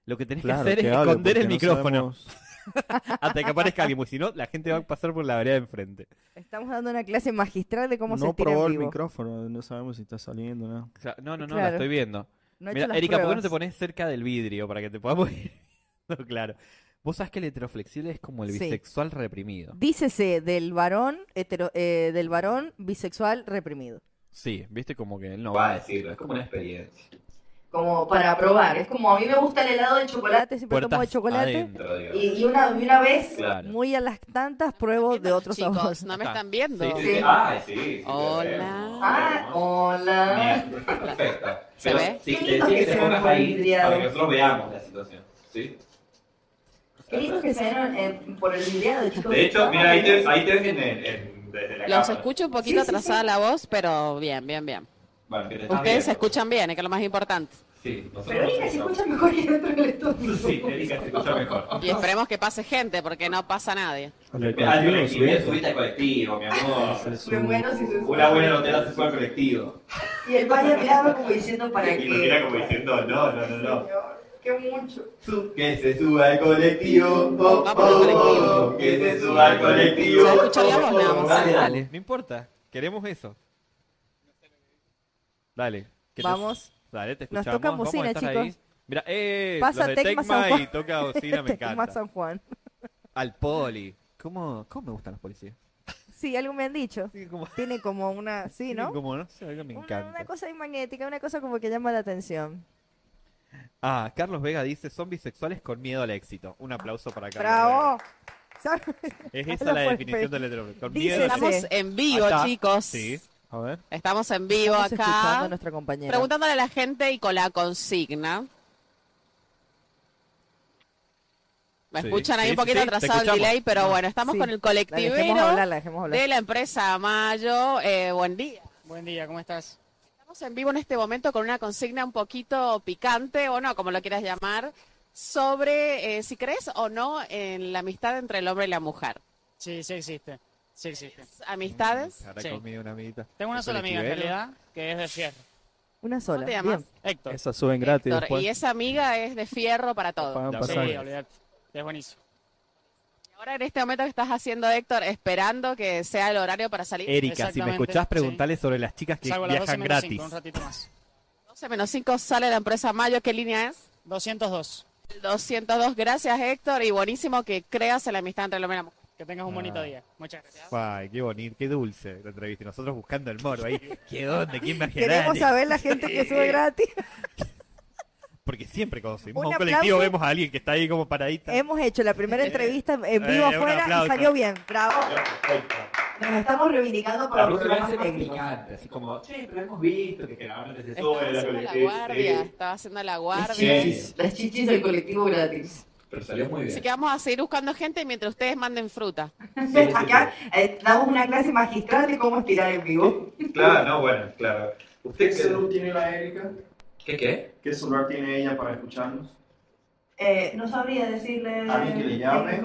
Speaker 2: lo que tenés
Speaker 6: Claro,
Speaker 2: que hacer
Speaker 6: que
Speaker 2: es
Speaker 6: hable,
Speaker 2: esconder el
Speaker 6: porque no
Speaker 2: micrófono
Speaker 6: sabemos-
Speaker 2: hasta que aparezca alguien, porque si no, la gente va a pasar por la vereda de enfrente.
Speaker 3: Estamos dando una clase magistral de cómo se
Speaker 6: no
Speaker 3: estira en
Speaker 6: probó el
Speaker 3: vivo.
Speaker 6: micrófono, no sabemos si está saliendo, nada.
Speaker 2: O sea, no, no, no, la
Speaker 3: Claro.
Speaker 2: estoy viendo.
Speaker 3: No he
Speaker 2: Mira,
Speaker 3: hecho las
Speaker 2: Erika, ¿por qué no
Speaker 3: pruebas.
Speaker 2: te pones cerca del vidrio para que te podamos ir? No, claro. Vos sabés que el heteroflexible es como el
Speaker 3: Sí.
Speaker 2: bisexual reprimido.
Speaker 3: Dícese del varón hetero- eh, del varón bisexual reprimido.
Speaker 2: Sí, viste como que él no
Speaker 1: Va
Speaker 2: va
Speaker 1: a decirlo, es como una experiencia.
Speaker 3: Como para probar. Es como a mí me gusta el helado de chocolate, siempre tomo de
Speaker 2: Puertas
Speaker 3: chocolate.
Speaker 2: adentro.
Speaker 1: Dentro, digo.
Speaker 3: Y, y una, y una vez,
Speaker 2: Claro.
Speaker 3: muy a las tantas, pruebo de otros
Speaker 4: Chicos,
Speaker 3: sabores.
Speaker 4: no me
Speaker 2: Acá.
Speaker 4: están viendo.
Speaker 2: Sí,
Speaker 3: Sí.
Speaker 1: Ay, sí, sí, te
Speaker 4: Hola.
Speaker 1: vemos.
Speaker 3: Ah, hola.
Speaker 1: Bien, perfecto.
Speaker 4: ¿Se
Speaker 1: Pero
Speaker 4: ve?
Speaker 1: Sí,
Speaker 3: Qué
Speaker 1: te
Speaker 3: lindo
Speaker 1: decía
Speaker 3: que
Speaker 1: que te
Speaker 3: se ve
Speaker 1: pongas
Speaker 3: por el
Speaker 1: ahí
Speaker 3: vidriado.
Speaker 1: para que nosotros veamos la situación. ¿sí?
Speaker 3: Qué lindo que se dieron eh, por el video, chicos.
Speaker 1: De hecho, mira, ahí te, ahí te ves en el- en- desde la
Speaker 4: Los
Speaker 1: cámara.
Speaker 4: escucho un poquito
Speaker 3: Sí, sí,
Speaker 4: atrasada la voz, pero bien, bien, bien.
Speaker 1: Bueno, que te estás
Speaker 4: Ustedes se
Speaker 1: viendo.
Speaker 4: escuchan bien, es que es lo más importante.
Speaker 1: Sí, nosotros
Speaker 3: Pero
Speaker 1: nos
Speaker 3: Erika se
Speaker 1: escuchamos.
Speaker 3: escucha mejor que dentro del estudio.
Speaker 1: Sí, Erika se escucha mejor.
Speaker 4: Y esperemos que pase gente, porque no pasa nadie.
Speaker 1: Ah, yo me subí- subiste al colectivo, mi amor.
Speaker 3: Me muero si se
Speaker 1: Una buena notera se fue al colectivo.
Speaker 3: Y el baño miraba como diciendo para
Speaker 1: Y lo mira
Speaker 3: qué.
Speaker 1: como diciendo, no, no, no, no.
Speaker 3: Qué mucho.
Speaker 1: Su- Que se suba al colectivo, oh,
Speaker 4: Vamos al
Speaker 1: oh,
Speaker 4: colectivo.
Speaker 1: que se suba al colectivo.
Speaker 4: Se escucha la voz, nada más.
Speaker 1: Dale, dale.
Speaker 2: Dale, no importa. Queremos eso. Dale. que te-
Speaker 3: Vamos.
Speaker 2: Dale, te
Speaker 3: Nos
Speaker 2: escuchamos.
Speaker 3: toca
Speaker 2: vamos a
Speaker 3: bocina,
Speaker 2: estar
Speaker 3: chicos.
Speaker 2: ahí. Mira, eh,
Speaker 3: Pasa
Speaker 2: los de
Speaker 3: Tecma
Speaker 2: Tecma
Speaker 3: San Juan.
Speaker 2: y toca bocina, me
Speaker 3: Este es más
Speaker 2: encanta.
Speaker 3: San Juan.
Speaker 2: Al poli. ¿Cómo, ¿Cómo me gustan los policías?
Speaker 3: Sí, algo me han dicho.
Speaker 2: Sí, como,
Speaker 3: Tiene como una. Sí, ¿no?
Speaker 2: Como, no sé, algo me
Speaker 3: Una-
Speaker 2: encanta.
Speaker 3: Una, cosa ahí magnética, una cosa como que llama la atención.
Speaker 2: Ah, Carlos Vega dice, son bisexuales con miedo al éxito. Un aplauso para Carlos
Speaker 3: ¡Bravo! ¿Sabes?
Speaker 2: Vega. Es esa
Speaker 3: Carlos
Speaker 2: la
Speaker 3: fue
Speaker 2: definición
Speaker 3: fe-
Speaker 2: del heteroflexible. Con
Speaker 3: Dice
Speaker 2: miedo al éxito.
Speaker 4: Estamos en vivo,
Speaker 2: Acá.
Speaker 4: chicos.
Speaker 2: Sí.
Speaker 6: A ver.
Speaker 4: Estamos en vivo
Speaker 3: Estamos escuchando a
Speaker 4: acá,
Speaker 3: nuestra compañera.
Speaker 4: preguntándole a la gente y con la consigna. Me
Speaker 2: Sí,
Speaker 4: escuchan ahí
Speaker 2: sí,
Speaker 4: un poquito
Speaker 2: sí, sí, te
Speaker 4: atrasado el
Speaker 2: escuchamos.
Speaker 4: delay, pero bueno, estamos
Speaker 3: Sí.
Speaker 4: con el
Speaker 3: La dejemos hablar,
Speaker 4: colectivero
Speaker 3: la dejemos hablar.
Speaker 4: de la empresa Mayo. Eh, buen día.
Speaker 10: Buen día, ¿cómo estás?
Speaker 4: Estamos en vivo en este momento con una consigna un poquito picante, o no, como lo quieras llamar, sobre eh, si crees o no en la amistad entre el hombre y la mujer.
Speaker 10: Sí, sí existe. Sí existe.
Speaker 4: ¿Amistades?
Speaker 2: Habrá
Speaker 10: Sí.
Speaker 2: comido una amiguita.
Speaker 10: Tengo una
Speaker 2: ¿Es
Speaker 10: sola amiga en
Speaker 2: colectivero?
Speaker 10: realidad que es de fierro.
Speaker 3: Una sola.
Speaker 4: ¿Cómo te
Speaker 3: Bien.
Speaker 4: llamas?
Speaker 10: Héctor.
Speaker 6: Esas suben gratis
Speaker 4: Héctor,
Speaker 6: después.
Speaker 4: y esa amiga es de fierro para todo.
Speaker 6: Pagan
Speaker 2: Ya
Speaker 10: Sí,
Speaker 6: pasaje.
Speaker 2: sabes.
Speaker 10: olvidate. Es buenísimo.
Speaker 4: Ahora en este momento que estás haciendo, Héctor, esperando que sea el horario para salir.
Speaker 2: Erika, si me
Speaker 4: Exactamente,
Speaker 2: escuchás,
Speaker 4: sí.
Speaker 2: preguntale sobre las chicas que
Speaker 4: Salgo a las
Speaker 2: viajan
Speaker 4: 12 menos
Speaker 2: gratis.
Speaker 4: cinco, un ratito más. 12 menos 5 sale la empresa Mayo. ¿Qué línea es? 202. 202. Gracias, Héctor. Y buenísimo que creas en la amistad entre el hombre y la mujer.
Speaker 10: Que tengas un
Speaker 2: Ah.
Speaker 10: bonito día. Muchas gracias.
Speaker 7: Guay, qué bonito, qué dulce la entrevista. Y Nosotros buscando el moro ahí. ¿Qué dónde? ¿Quién me
Speaker 3: Queremos saber la gente que sube gratis.
Speaker 7: Porque siempre cuando subimos a
Speaker 3: Un
Speaker 7: un
Speaker 3: aplauso.
Speaker 7: colectivo vemos a alguien que está ahí como paradita.
Speaker 3: Hemos hecho la primera entrevista en vivo
Speaker 7: Eh, un
Speaker 3: afuera y
Speaker 7: aplauso.
Speaker 3: salió bien. Bravo. Nos estamos reivindicando por
Speaker 7: La
Speaker 3: los
Speaker 7: próxima
Speaker 3: programas
Speaker 7: vez hacemos
Speaker 3: técnicos.
Speaker 7: así como, che, pero hemos visto que grabaron desde este,
Speaker 4: Estaba haciendo la guardia. Estaba haciendo la
Speaker 3: Las
Speaker 4: guardia.
Speaker 3: chichis- Las chichis del colectivo gratis.
Speaker 7: Pero salió muy
Speaker 4: Así que vamos a seguir buscando gente mientras ustedes manden fruta.
Speaker 3: Acá eh, damos una clase magistral de cómo estirar en vivo.
Speaker 1: Claro, no, bueno, claro.
Speaker 6: ¿Qué
Speaker 1: ¿Usted
Speaker 6: celular tiene la Erika?
Speaker 1: ¿Qué qué?
Speaker 6: ¿Qué celular tiene ella para escucharnos?
Speaker 3: Eh, no sabría decirle.
Speaker 6: ¿Alguien que le llame?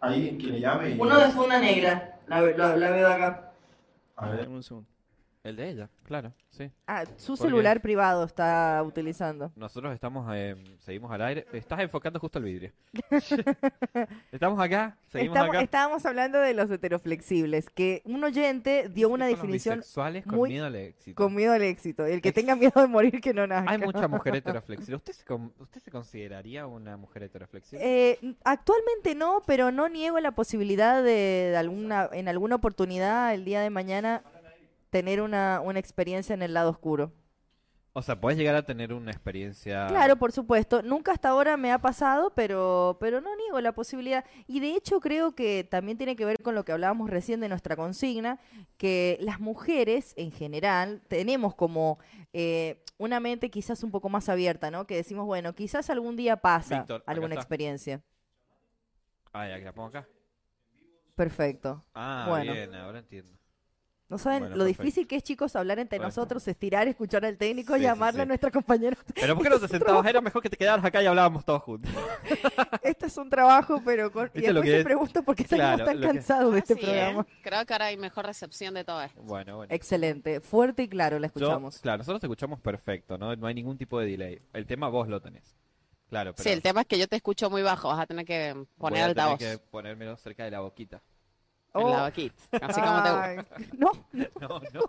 Speaker 6: ¿Alguien que le llame? y-
Speaker 3: Eh, Uno de funda negra. La, ve- la- la veo acá.
Speaker 6: A ver, un segundo.
Speaker 2: El de ella, claro, sí.
Speaker 3: Ah,
Speaker 6: Eh,
Speaker 3: su
Speaker 2: Porque
Speaker 3: celular privado está utilizando.
Speaker 2: Nosotros estamos, eh, seguimos al aire. Estás enfocando justo al vidrio. estamos acá, seguimos
Speaker 3: Estamos-
Speaker 2: acá.
Speaker 3: estábamos hablando de los heteroflexibles, que un oyente dio una
Speaker 2: Son los
Speaker 3: definición
Speaker 2: bisexuales con
Speaker 3: muy
Speaker 2: miedo al éxito.
Speaker 3: con miedo al éxito. El que tenga miedo de morir que no nazca.
Speaker 2: Hay mucha mujer heteroflexible. ¿Usted se, con- ¿Usted se consideraría una mujer heteroflexible?
Speaker 3: Eh, actualmente no, pero no niego la posibilidad de, de alguna, en alguna oportunidad el día de mañana tener una, una experiencia en el lado oscuro.
Speaker 2: O sea, puedes llegar a tener una experiencia.
Speaker 3: Claro, por supuesto. Nunca hasta ahora me ha pasado, pero, pero no niego la posibilidad. Y de hecho creo que también tiene que ver con lo que hablábamos recién de nuestra consigna, que las mujeres en general tenemos como eh, una mente quizás un poco más abierta, ¿no? Que decimos, bueno, quizás algún día pasa
Speaker 2: Víctor, acá
Speaker 3: alguna
Speaker 2: está.
Speaker 3: experiencia.
Speaker 2: Ah, ya que la pongo acá.
Speaker 3: Perfecto.
Speaker 2: Ah,
Speaker 3: bueno.
Speaker 2: bien, ahora entiendo.
Speaker 3: No saben
Speaker 2: Bueno,
Speaker 3: lo
Speaker 2: perfecto.
Speaker 3: difícil que es, chicos, hablar entre
Speaker 2: Perfecto.
Speaker 3: nosotros, estirar, escuchar al técnico,
Speaker 2: Sí, sí,
Speaker 3: llamarle a
Speaker 2: sí.
Speaker 3: nuestra compañera.
Speaker 2: Pero ¿por qué no te sentabas? Era mejor que te quedaras acá y hablábamos todos juntos.
Speaker 3: Este es un trabajo, pero con... y
Speaker 2: ¿Viste lo
Speaker 3: después
Speaker 2: que
Speaker 3: se
Speaker 2: es?
Speaker 3: pregunta por qué salimos
Speaker 2: Claro,
Speaker 3: tan
Speaker 2: lo que-
Speaker 3: cansados de este
Speaker 4: Sí, ¿eh?
Speaker 3: programa.
Speaker 4: Creo que ahora hay mejor recepción de todo esto.
Speaker 2: Bueno, bueno.
Speaker 3: Excelente, fuerte y claro, la
Speaker 2: Yo-
Speaker 3: escuchamos.
Speaker 2: claro, nosotros te escuchamos perfecto, ¿no? No hay ningún tipo de delay. El tema vos lo tenés. Claro, pero
Speaker 4: Sí, el tema es que yo te escucho muy bajo. Vas a tener que
Speaker 2: voy
Speaker 4: poner
Speaker 2: a tener
Speaker 4: altavoz.
Speaker 2: que ponérmelo cerca de la boquita.
Speaker 4: En la
Speaker 3: Oh.
Speaker 4: vaquita. Así como te gusta.
Speaker 3: Ay, No,
Speaker 2: No, no.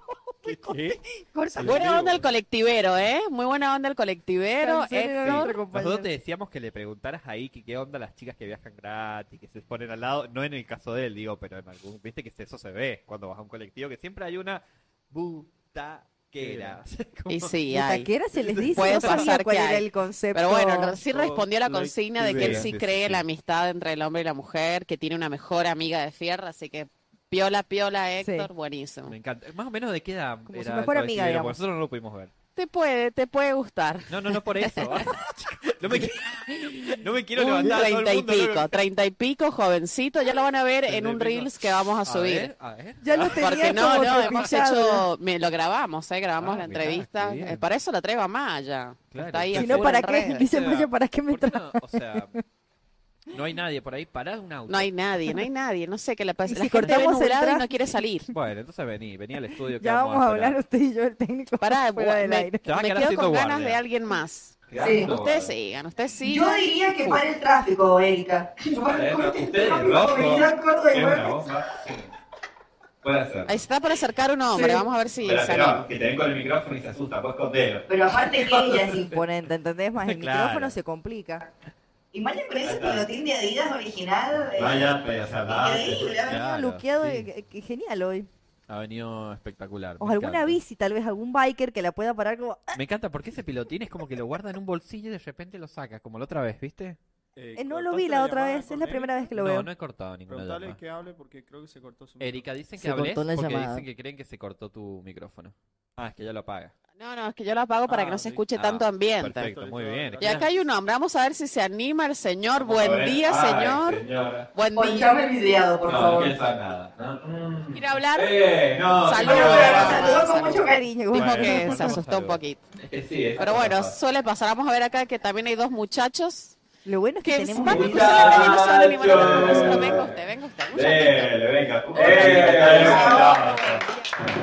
Speaker 2: ¿Qué? qué?
Speaker 3: corta.
Speaker 4: Buena onda el colectivero, ¿eh? Muy buena onda el colectivero.
Speaker 3: Cancelen a
Speaker 4: Héctor.
Speaker 3: nuestra
Speaker 2: Nosotros
Speaker 3: compañera.
Speaker 2: te decíamos que le preguntaras ahí que qué onda las chicas que viajan gratis, que se ponen al lado, no en el caso de él, digo, pero en algún, viste que eso se ve cuando vas a un colectivo, que siempre hay una butaquera. Como-
Speaker 4: Y sí, hay.
Speaker 3: Butaquera se les dice,
Speaker 4: Puede
Speaker 3: no sabía
Speaker 4: pasar
Speaker 3: cuál
Speaker 4: que
Speaker 3: era
Speaker 4: hay.
Speaker 3: el concepto.
Speaker 4: Pero bueno,
Speaker 2: Oh,
Speaker 4: sí respondió a la
Speaker 2: Lo
Speaker 4: consigna de que él
Speaker 2: equilibré.
Speaker 4: sí
Speaker 2: Sí, sí,
Speaker 4: cree
Speaker 2: sí.
Speaker 4: la amistad entre el hombre y la mujer, que tiene una mejor amiga de fierro, así que piola, piola, Héctor,
Speaker 3: Sí.
Speaker 4: buenísimo.
Speaker 2: Me encanta. Más o menos de qué edad
Speaker 3: Como su
Speaker 2: era
Speaker 3: mejor
Speaker 2: el
Speaker 3: amiga,
Speaker 2: cabecero,
Speaker 3: digamos.
Speaker 2: porque Nosotros no lo pudimos ver.
Speaker 4: Te puede, te puede gustar.
Speaker 2: No, no, no por eso. no, me, qui- no me quiero
Speaker 4: un
Speaker 2: levantar a todo el
Speaker 4: treinta y
Speaker 2: mundo, no me-
Speaker 4: pico, treinta y pico, jovencito, ya lo van a ver en un
Speaker 2: Treinta y pico.
Speaker 4: reels que vamos a subir. Ah,
Speaker 2: ver, a ver.
Speaker 3: Ya lo tenía
Speaker 4: Porque no,
Speaker 3: como
Speaker 4: no, hemos
Speaker 3: trepillado.
Speaker 4: hecho, me- lo grabamos, eh, grabamos
Speaker 2: Ah,
Speaker 4: la
Speaker 2: mirá,
Speaker 4: entrevista.
Speaker 2: qué bien.
Speaker 4: Eh, para eso la traigo a Maya.
Speaker 2: Claro,
Speaker 4: Está ahí
Speaker 2: está
Speaker 4: en
Speaker 3: Si no,
Speaker 4: full
Speaker 3: ¿para
Speaker 4: en
Speaker 3: qué?
Speaker 4: redes.
Speaker 3: Dice
Speaker 2: O sea,
Speaker 3: Maya, ¿para qué me
Speaker 2: ¿Por qué
Speaker 3: traes?
Speaker 2: no? O sea, no hay nadie por ahí. Parad un auto.
Speaker 4: No hay nadie, no hay nadie. No sé qué le
Speaker 3: ¿Y
Speaker 4: pasa. La
Speaker 3: si
Speaker 4: gente ve
Speaker 3: cortamos el
Speaker 4: nublado y
Speaker 3: tráfico?
Speaker 4: no quiere salir.
Speaker 2: Bueno, entonces vení, vení al estudio. que
Speaker 3: Ya vamos a hablar
Speaker 2: esperar.
Speaker 3: usted y yo, el técnico.
Speaker 4: Pará,
Speaker 3: fuera
Speaker 4: me,
Speaker 3: del aire.
Speaker 2: Te vas a
Speaker 4: me
Speaker 2: quedar
Speaker 4: quedo
Speaker 2: haciendo
Speaker 4: con ganas
Speaker 2: guardia.
Speaker 4: de alguien más.
Speaker 3: Sí.
Speaker 1: Claro.
Speaker 4: Ustedes sigan, ustedes sigan. Uy,
Speaker 3: el tráfico, Erika.
Speaker 1: Para ustedes, loco. Es una bomba. Sí. Puede ser.
Speaker 4: Ahí se está por acercar un hombre,
Speaker 3: Sí.
Speaker 4: vamos a ver si
Speaker 1: Espera,
Speaker 4: salimos.
Speaker 1: espera, que te ven con el micrófono y se asusta, pues, vos escondelo.
Speaker 3: Pero aparte que ella es imponente, ¿entendés? Más el
Speaker 2: Claro.
Speaker 3: micrófono se complica. Y Maya parece
Speaker 1: que lo
Speaker 3: tiene de Adidas original.
Speaker 1: Vaya, pedazadate.
Speaker 3: increíble, eh, ha venido
Speaker 2: Claro,
Speaker 3: luqueado,
Speaker 2: sí.
Speaker 3: eh, que- genial hoy.
Speaker 2: Ha venido espectacular.
Speaker 3: O
Speaker 2: me
Speaker 3: alguna
Speaker 2: encanta.
Speaker 3: bici, tal vez algún biker que la pueda parar como... "Ah,
Speaker 2: Me encanta porque ese pilotín es como que lo guarda en un bolsillo y de repente lo saca, como la otra vez, ¿viste?
Speaker 3: eh, no lo vi la otra vez, es la primera vez que lo
Speaker 2: no,
Speaker 3: veo.
Speaker 2: no he cortado ninguna
Speaker 6: Preguntale
Speaker 2: llama.
Speaker 6: que hable porque creo que se cortó su
Speaker 2: Erika, dicen que
Speaker 3: Se
Speaker 2: hables
Speaker 3: cortó la
Speaker 2: porque
Speaker 3: llamada.
Speaker 2: dicen que creen que se cortó tu micrófono. Ah, es que ya lo apaga.
Speaker 4: No, no, es que yo lo apago para
Speaker 6: Ah,
Speaker 4: que no se
Speaker 6: sí.
Speaker 4: escuche
Speaker 2: Ah,
Speaker 4: tanto ambiente.
Speaker 2: Perfecto, muy bien.
Speaker 4: Y acá hay un hombre, vamos a ver si se anima el señor.
Speaker 1: A
Speaker 4: Buen
Speaker 1: ver.
Speaker 4: día,
Speaker 1: Ay,
Speaker 4: señor.
Speaker 1: señora.
Speaker 4: Buen día.
Speaker 3: videado,
Speaker 1: no, No piensa nada. No, mm.
Speaker 4: ¿Quiere hablar?
Speaker 1: Eh, no.
Speaker 4: Saludos.
Speaker 1: no, no, no.
Speaker 4: Saludos.
Speaker 3: con mucho cariño. como-
Speaker 4: Dijo
Speaker 2: Bueno,
Speaker 4: que
Speaker 2: mandamos
Speaker 4: se asustó un
Speaker 2: saludos.
Speaker 4: poquito.
Speaker 1: Es que sí, es
Speaker 4: Pero
Speaker 1: que
Speaker 4: bueno,
Speaker 1: pasa.
Speaker 4: suele pasar. Vamos a ver acá que también hay dos muchachos
Speaker 3: Lo bueno es que
Speaker 4: que
Speaker 3: tenemos...
Speaker 4: van a
Speaker 1: Muchachos.
Speaker 4: cruzar la calle, no se van a animar a hablar con nosotros. Venga usted, venga usted. Un ratito.
Speaker 1: Dele, venga. Eh, dale, venga.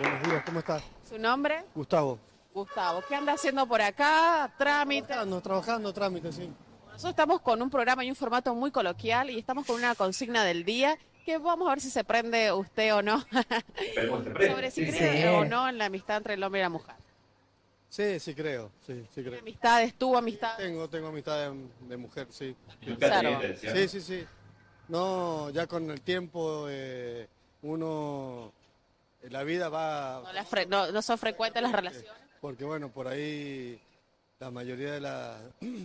Speaker 11: Buenos días, ¿cómo estás?
Speaker 4: ¿Su nombre?
Speaker 11: Gustavo.
Speaker 4: Gustavo. ¿Qué anda haciendo por acá? Trámite.
Speaker 11: Trabajando, trabajando trámite, sí.
Speaker 4: Nosotros estamos con un programa y un formato muy coloquial y estamos con una consigna del día que vamos a ver si se prende usted o no. Sobre si
Speaker 11: Sí,
Speaker 4: cree
Speaker 11: sí.
Speaker 4: o no en la amistad entre el hombre y la mujer.
Speaker 11: Sí, sí creo, sí, sí creo.
Speaker 4: Amistades, tu amistad.
Speaker 11: Tengo, tengo amistad de, de mujer, sí.
Speaker 2: Nunca te viste, ¿cierto?
Speaker 11: Sí, sí, sí. No, ya con el tiempo eh, uno, eh, la vida va,
Speaker 4: No, las fre- no- no son frecuentes las relaciones.
Speaker 11: porque bueno, por ahí la mayoría de, la-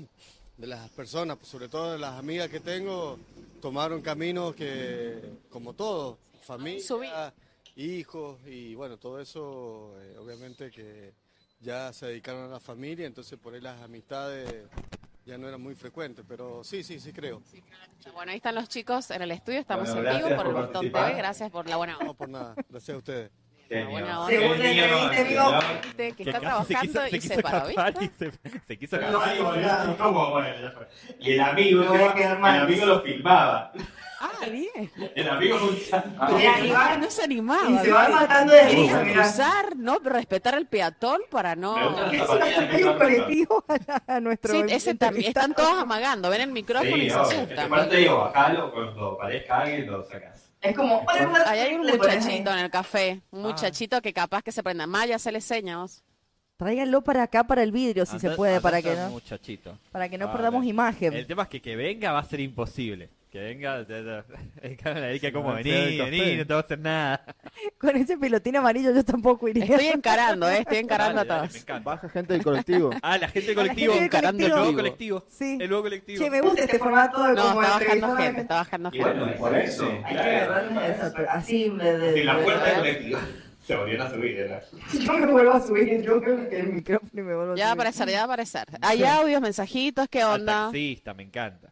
Speaker 11: de las personas, pues, sobre todo de las amigas que tengo, tomaron caminos que, como todo, familia, hijos y bueno, todo eso, eh, obviamente que ya se dedicaron a la familia, entonces por ahí las amistades ya no eran muy frecuentes, pero sí, sí, sí creo.
Speaker 4: Bueno, ahí están los chicos en el estudio, estamos
Speaker 11: Bueno,
Speaker 4: en vivo
Speaker 11: gracias
Speaker 4: por el
Speaker 11: por
Speaker 4: Botón
Speaker 11: participar.
Speaker 4: TV, gracias por la buena
Speaker 11: No, por nada, Ah, gracias a ustedes.
Speaker 4: buena onda.
Speaker 2: Segunda Genio, entrevista, digo.
Speaker 4: Gente que está
Speaker 2: casi se
Speaker 4: trabajando
Speaker 2: quiso-
Speaker 4: y se paró,
Speaker 1: escapar
Speaker 4: ¿viste?
Speaker 1: y se, se quiso
Speaker 2: No,
Speaker 1: escapar.
Speaker 2: digo, ya, no, ¿cómo? Bueno, ya fue. Y el amigo,
Speaker 1: Me voy a quedar
Speaker 2: el
Speaker 1: mal.
Speaker 2: amigo lo filmaba.
Speaker 4: Ah, bien.
Speaker 2: El amigo
Speaker 4: Ah, no se animaba.
Speaker 2: Y se va
Speaker 4: ¿viste?
Speaker 2: matando de risa,
Speaker 4: Quería
Speaker 2: mirá.
Speaker 4: Cruzar, no respetar al peatón para no.
Speaker 2: Me gusta esa partida, me gusta.
Speaker 3: a nuestro
Speaker 4: Sí, ese también. Están todos amagando, ven el micrófono y
Speaker 2: Sí,
Speaker 4: se
Speaker 2: obvio. Esta
Speaker 4: asustan.
Speaker 2: parte digo, bajalo cuando parezca alguien, lo sacas.
Speaker 4: Es como, ahí hay un
Speaker 3: le pones ahí.
Speaker 4: muchachito en el café, un muchachito que capaz que se prenda. Maya, se le señas.
Speaker 3: Tráiganlo para acá, para el vidrio, si se
Speaker 1: Anda-
Speaker 3: puede,
Speaker 1: anda
Speaker 3: para
Speaker 1: hasta
Speaker 3: que
Speaker 1: el
Speaker 3: no.
Speaker 1: muchachito.
Speaker 3: para que no
Speaker 1: Ah,
Speaker 3: perdamos
Speaker 1: dale.
Speaker 3: imagen.
Speaker 1: El tema es que que venga va a ser imposible. Que venga, ya- ya- el canal ahí que como
Speaker 12: No, feo de
Speaker 1: vení, vení,
Speaker 12: café.
Speaker 1: no te va a hacer nada.
Speaker 3: Con ese pilotín amarillo yo tampoco iría.
Speaker 4: Estoy encarando, ¿eh? estoy encarando
Speaker 1: Dale,
Speaker 4: a
Speaker 1: dale,
Speaker 4: todos.
Speaker 1: me encanta.
Speaker 6: Baja gente del colectivo.
Speaker 1: Ah, la gente del
Speaker 6: A la
Speaker 1: colectivo.
Speaker 6: gente del
Speaker 1: encarando el
Speaker 6: colectivo.
Speaker 1: nuevo colectivo.
Speaker 3: Sí.
Speaker 1: El nuevo colectivo.
Speaker 3: Che, me gusta este formato de
Speaker 4: No,
Speaker 3: como
Speaker 4: está bajando
Speaker 3: entrevistar a la
Speaker 4: gente, está bajando
Speaker 2: Y bueno,
Speaker 4: gente.
Speaker 2: por eso.
Speaker 3: Hay que agarrarme eso, pero así me de-
Speaker 2: En la
Speaker 3: de-
Speaker 2: puerta del colectivo. Se volvieron a subir, era.
Speaker 3: Yo me vuelvo a subir, yo creo que el micrófono y me vuelvo a
Speaker 4: Ya va a
Speaker 3: subir.
Speaker 4: aparecer, ya va a aparecer. Hay audios, mensajitos, ¿qué
Speaker 1: Al
Speaker 4: onda?
Speaker 1: taxista, me encanta.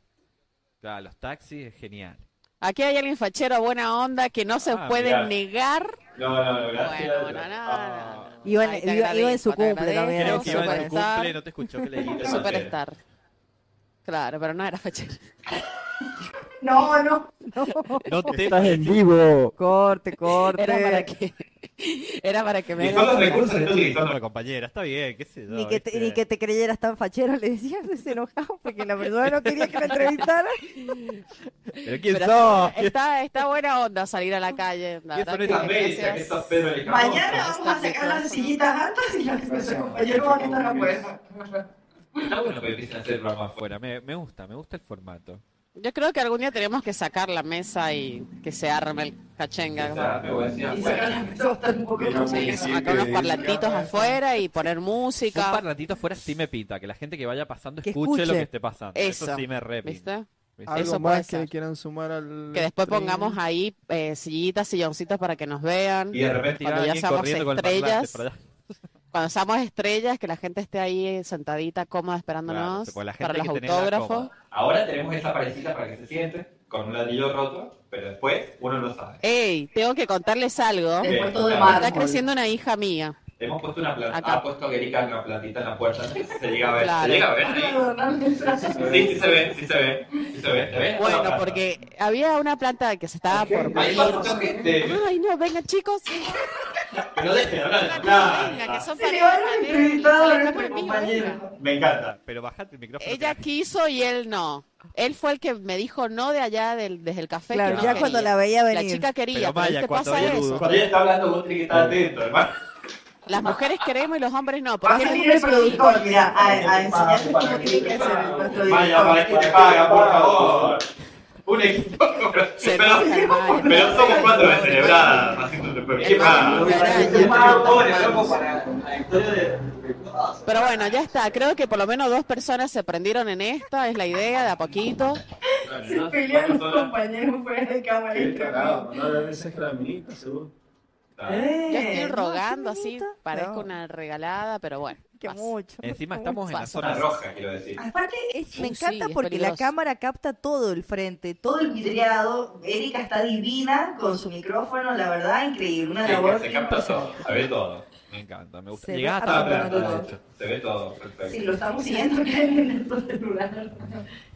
Speaker 1: Claro, los taxis es genial.
Speaker 4: Aquí hay alguien fachero, buena onda, que no se
Speaker 1: Ah,
Speaker 4: puede
Speaker 1: mirá.
Speaker 4: negar.
Speaker 1: No, no, no,
Speaker 2: gracias. Ah.
Speaker 4: Bueno, bueno, no, no, no.
Speaker 3: Iba en-
Speaker 4: Ay, te
Speaker 3: iba- iba en
Speaker 4: agradezco,
Speaker 3: su
Speaker 4: te
Speaker 3: cumple también,
Speaker 4: agradezco,
Speaker 3: Creo que iba en su
Speaker 4: superstar.
Speaker 1: cumple, no te escuchó que le dijiste.
Speaker 4: Superstar. Claro, pero no era fachero.
Speaker 3: No, no, no.
Speaker 1: No te-
Speaker 6: Estás en vivo.
Speaker 3: Corte, corte.
Speaker 4: Era para que, era para que me
Speaker 1: Y
Speaker 4: hagan-
Speaker 1: con los recursos que estoy utilizando la compañera, está bien, qué sé yo.
Speaker 3: Ni que, te,
Speaker 1: ¿viste?
Speaker 3: ni que te creyeras tan fachero, le decías, se enojaba porque la persona no quería que la entrevistara.
Speaker 1: Pero quién
Speaker 4: Pero
Speaker 1: sos? ¿Quién-
Speaker 4: Está, está buena onda salir a la calle. La
Speaker 1: ¿Quién
Speaker 4: verdad
Speaker 1: son
Speaker 4: que
Speaker 1: estas bestias?
Speaker 4: gracias.
Speaker 1: ¿Quién sos Pedro Alejandro?
Speaker 2: Mañana
Speaker 4: vamos a sacar las
Speaker 3: sillitas altas y los compañeros van a estar afuera.
Speaker 2: Está bueno que empiecen a hacer programas
Speaker 1: Fuera, me, me gusta, me gusta el formato.
Speaker 4: Yo creo que algún día tenemos que sacar la mesa y que se arme el cachenga.
Speaker 2: fuera.
Speaker 4: Sí, acá unos parlantitos afuera y poner
Speaker 1: Un
Speaker 4: música.
Speaker 1: parlantito afuera sí me pinta, que la gente que vaya pasando
Speaker 3: Que
Speaker 1: escuche, lo
Speaker 3: escuche.
Speaker 1: que esté pasando. Eso,
Speaker 4: Eso.
Speaker 1: sí me repita.
Speaker 4: ¿Viste?
Speaker 6: Algo
Speaker 4: Eso puede
Speaker 6: más
Speaker 4: ser.
Speaker 6: que quieran sumar al.
Speaker 4: Que después
Speaker 6: stream.
Speaker 4: pongamos ahí eh, sillitas, silloncitos para que nos vean.
Speaker 2: Y de repente
Speaker 4: cuando ya seamos estrellas,
Speaker 1: para allá.
Speaker 4: cuando seamos estrellas, que la gente esté ahí sentadita, cómoda,
Speaker 1: Claro,
Speaker 4: esperándonos
Speaker 1: pues, la gente
Speaker 4: para
Speaker 1: hay
Speaker 4: los
Speaker 1: que tenerla
Speaker 4: autógrafos.
Speaker 1: cómoda.
Speaker 2: Ahora tenemos esa parecita para que se siente, con un ladrillo roto, pero después uno no sabe.
Speaker 4: Ey, tengo que contarles algo.
Speaker 2: Después todo de
Speaker 4: Está
Speaker 2: mármol.
Speaker 4: creciendo una hija mía.
Speaker 2: Le hemos puesto una planta,
Speaker 4: Acá.
Speaker 2: ha puesto Guerica una plantita en la puerta, entonces se llega a ver.
Speaker 4: Claro. Ah,
Speaker 2: Se llega a ver ahí. Sí, sí se ve, sí se ve. Sí se ve, ¿te ves?
Speaker 4: Bueno, porque había una planta que se estaba por morir.
Speaker 2: Ahí pasó gente.
Speaker 4: Ay, no, vengan chicos.
Speaker 2: Que no deje de hablar.
Speaker 4: Venga, que
Speaker 2: Nada.
Speaker 4: son parejas.
Speaker 2: Me encanta.
Speaker 1: Pero bajate el micrófono.
Speaker 4: Ella quiso y él no. Él fue el que me dijo no de allá del, desde el café.
Speaker 3: Claro,
Speaker 4: que no
Speaker 3: ya
Speaker 4: quería.
Speaker 3: cuando la veía venir.
Speaker 4: La chica quería,
Speaker 1: Pero
Speaker 4: pero,
Speaker 1: Maya,
Speaker 4: ¿viste?
Speaker 1: cuando
Speaker 4: pasa
Speaker 1: ella-
Speaker 4: eso.
Speaker 2: Cuando ella está hablando, vos tenés que estar atento, hermano.
Speaker 4: Las mujeres queremos y los hombres no. Porque él
Speaker 3: el productor, mira, a, a enseñarles cómo tiene que ser el nuestro
Speaker 2: Vaya, para que me paga, por favor. Un equipo.
Speaker 4: Se
Speaker 2: Pero,
Speaker 4: enoja, Maya.
Speaker 2: pero somos cuatro de celebrada. haciendo el programa. ¿Qué más? ¿Qué más? Pobre, loco, para la historia de.
Speaker 4: Pero bueno, ya está. Creo que por lo menos dos personas se prendieron en esta. Es la idea, de a poquito.
Speaker 2: Se
Speaker 3: pelean los compañeros fuera de cámara. Eh.
Speaker 4: Yo estoy rogando así. Parezco una regalada, pero bueno.
Speaker 3: Que
Speaker 4: pasa.
Speaker 3: mucho.
Speaker 1: Encima estamos en la
Speaker 4: Pasa.
Speaker 1: zona
Speaker 2: roja, quiero decir.
Speaker 3: Aparte, es- me
Speaker 4: Uh, sí,
Speaker 3: encanta
Speaker 4: es
Speaker 3: porque la
Speaker 4: peligroso.
Speaker 3: cámara capta todo el frente, todo el vidriado. Erika está divina con su micrófono, la verdad, increíble. Una
Speaker 2: Sí,
Speaker 3: labor
Speaker 2: Se capta todo, se ve todo.
Speaker 1: Me encanta, me gusta.
Speaker 3: Se ve
Speaker 1: Llegás
Speaker 2: Ah,
Speaker 1: tarde,
Speaker 2: pero,
Speaker 3: absolutamente
Speaker 1: de hecho.
Speaker 2: Se ve todo, perfecto.
Speaker 3: Sí, lo estamos siguiendo acá en nuestro celular.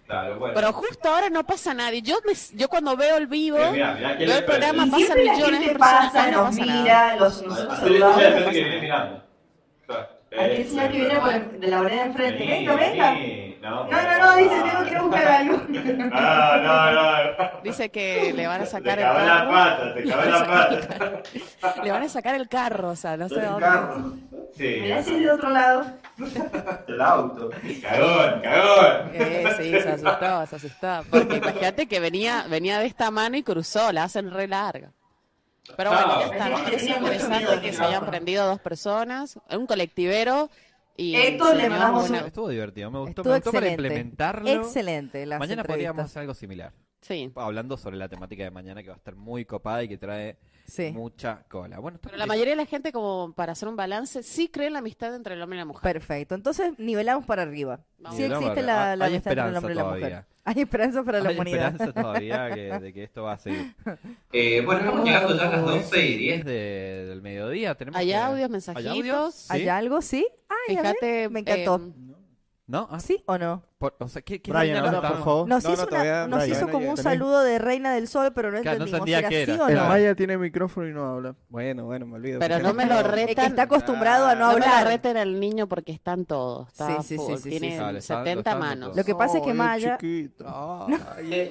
Speaker 2: Claro, bueno.
Speaker 4: Pero justo ahora no pasa nadie. Yo, me, yo cuando veo el vivo,
Speaker 1: Eh,
Speaker 2: Mira, mira, mira,
Speaker 4: veo
Speaker 2: ¿quién le
Speaker 4: el programa,
Speaker 2: prende?
Speaker 4: pasan
Speaker 3: Siempre la
Speaker 4: millones de
Speaker 3: gente
Speaker 4: personas.
Speaker 3: pasa,
Speaker 4: no
Speaker 3: nos
Speaker 4: pasa nada.
Speaker 2: Ah,
Speaker 3: mira, los, nosotros
Speaker 2: Hacer el estudio de
Speaker 3: saludamos.
Speaker 2: gente que viene mirando. Claro.
Speaker 3: Aquí
Speaker 1: Este,
Speaker 3: el señor que viene por- de la orilla de enfrente. Venga, venga.
Speaker 1: No,
Speaker 3: No, no, no, dice, tengo que ir a buscar algo.
Speaker 1: No, no, no.
Speaker 4: Dice que le van a sacar
Speaker 1: Te
Speaker 4: el
Speaker 1: cabe la
Speaker 4: carro.
Speaker 1: pata, te cabe la pata.
Speaker 4: Le van a sacar el carro, o sea, no sé
Speaker 1: El
Speaker 4: dónde.
Speaker 1: carro. Sí.
Speaker 3: Mirá si es de otro lado.
Speaker 1: El auto. Cagón, cagón.
Speaker 4: Eh, sí, se asustó, se asustó. Porque imagínate que venía, venía de esta mano y cruzó, la hacen re larga. Pero bueno, ya está. ¿no? Es interesante que se hayan prendido dos personas, un colectivero y.
Speaker 3: Héctor,
Speaker 4: el
Speaker 3: le
Speaker 4: señor,
Speaker 3: mandamos
Speaker 4: bueno,
Speaker 2: Estuvo divertido, me gustó,
Speaker 3: Estuvo
Speaker 2: me gustó para
Speaker 3: excelente.
Speaker 2: implementarlo.
Speaker 3: Excelente las
Speaker 2: Mañana podríamos
Speaker 3: entrevistas.
Speaker 2: hacer algo similar.
Speaker 4: Sí.
Speaker 2: Hablando sobre la temática de mañana que va a estar muy copada y que trae
Speaker 3: Sí.
Speaker 2: mucha cola. Bueno,
Speaker 4: Pero la mayoría de la gente, como para hacer un balance, sí cree en la amistad entre el hombre y la mujer.
Speaker 3: Perfecto. Entonces nivelamos para arriba.
Speaker 2: Vamos.
Speaker 3: Sí
Speaker 2: Nivelamos
Speaker 3: existe
Speaker 2: para-
Speaker 3: la, la
Speaker 2: hay
Speaker 3: amistad entre el
Speaker 2: esperanza
Speaker 3: hombre y la mujer.
Speaker 2: todavía.
Speaker 3: Hay esperanza para la
Speaker 2: hay
Speaker 3: humanidad.
Speaker 2: esperanza todavía que- de que esto va a seguir.
Speaker 13: Eh, bueno, estamos llegando ya a las 12 y
Speaker 2: 10 de- del mediodía. Tenemos
Speaker 4: Hay
Speaker 2: que-
Speaker 4: audios, mensajitos.
Speaker 2: ¿Hay audios? Sí.
Speaker 3: ¿Hay algo? ¿Sí? Ay, a ver,
Speaker 4: Fíjate,
Speaker 3: me encantó.
Speaker 4: em,
Speaker 2: ¿No? Ah.
Speaker 3: ¿Sí o no?
Speaker 2: Por- o sea, ¿qué, qué
Speaker 6: Brian,
Speaker 2: mañana
Speaker 6: ahora,
Speaker 2: estamos?
Speaker 6: por favor.
Speaker 3: Nos hizo,
Speaker 6: No, no,
Speaker 3: una-
Speaker 6: todavía
Speaker 3: nos
Speaker 6: Brian,
Speaker 3: hizo
Speaker 6: no
Speaker 3: como
Speaker 6: llega.
Speaker 3: un
Speaker 6: Tenés-
Speaker 3: saludo de Reina del Sol, pero no
Speaker 2: Claro, no
Speaker 3: entendimos si
Speaker 2: entendía
Speaker 3: era
Speaker 2: qué
Speaker 3: sí
Speaker 2: era.
Speaker 3: o
Speaker 6: El
Speaker 3: no.
Speaker 6: Maya tiene micrófono y no habla.
Speaker 5: Bueno, bueno, me olvido.
Speaker 4: Pero
Speaker 5: ¿Por
Speaker 4: no
Speaker 5: qué
Speaker 4: me lo
Speaker 3: Es que
Speaker 4: retan.
Speaker 3: está acostumbrado a no
Speaker 4: No me lo
Speaker 3: hablar.
Speaker 4: reten al niño porque están todos. Está
Speaker 3: Sí, sí, sí,
Speaker 4: full,
Speaker 3: sí, sí,
Speaker 4: tiene
Speaker 3: sí. Dale,
Speaker 2: está- lo
Speaker 4: 70
Speaker 2: están
Speaker 4: manos.
Speaker 2: todos.
Speaker 3: Lo que pasa es que
Speaker 6: Ay,
Speaker 3: Maya,
Speaker 6: chiquito. Ay.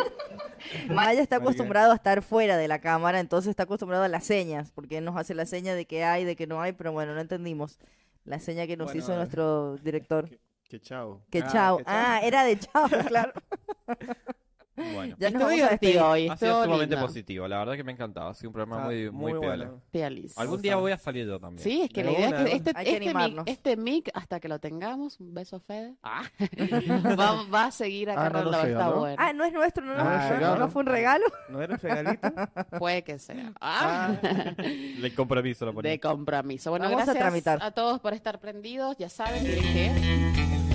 Speaker 3: Maya está
Speaker 5: Marica.
Speaker 3: acostumbrado a estar fuera de la cámara, entonces está acostumbrado a las señas, porque él nos hace la seña de que hay, de que no hay, pero bueno, no entendimos. La seña que nos
Speaker 6: Bueno,
Speaker 3: hizo
Speaker 6: eh.
Speaker 3: nuestro director.
Speaker 6: Que chao.
Speaker 3: Que
Speaker 5: Ah,
Speaker 3: chao.
Speaker 5: que chao.
Speaker 3: Ah, era de chao, claro.
Speaker 2: Bueno.
Speaker 3: Ya nos
Speaker 4: Estuvo
Speaker 3: vamos a despedir.
Speaker 4: divertido hoy.
Speaker 2: Ha sido
Speaker 4: Estuvo
Speaker 2: sumamente
Speaker 4: lindo.
Speaker 2: positivo, la verdad que me ha encantado. Ha sido un programa
Speaker 5: Está
Speaker 2: muy, muy, piola.
Speaker 5: bueno.
Speaker 4: Te aliso.
Speaker 2: Algún día voy a salir yo también.
Speaker 4: Sí, es que
Speaker 5: De
Speaker 4: la idea es
Speaker 5: una,
Speaker 4: que
Speaker 5: de
Speaker 4: este,
Speaker 3: una. Hay que
Speaker 4: este, mic,
Speaker 3: animarnos.
Speaker 4: este mic, hasta que lo tengamos, un beso Fede, ah, va, va a seguir acá
Speaker 6: Ah,
Speaker 4: en
Speaker 6: no, no
Speaker 4: Roldán,
Speaker 6: llega,
Speaker 4: está
Speaker 6: ¿no?
Speaker 4: bueno.
Speaker 3: Ah, no es nuestro, no,
Speaker 6: Ah,
Speaker 3: no, no,
Speaker 6: llegaron.
Speaker 3: no fue un regalo.
Speaker 5: ¿No era el regalito?
Speaker 4: Puede que sea. Ah.
Speaker 2: De compromiso lo
Speaker 4: De
Speaker 2: ponía.
Speaker 4: compromiso. Bueno,
Speaker 3: Vamos a
Speaker 4: gracias a,
Speaker 3: tramitar.
Speaker 4: todos por estar prendidos. Ya saben, tienen que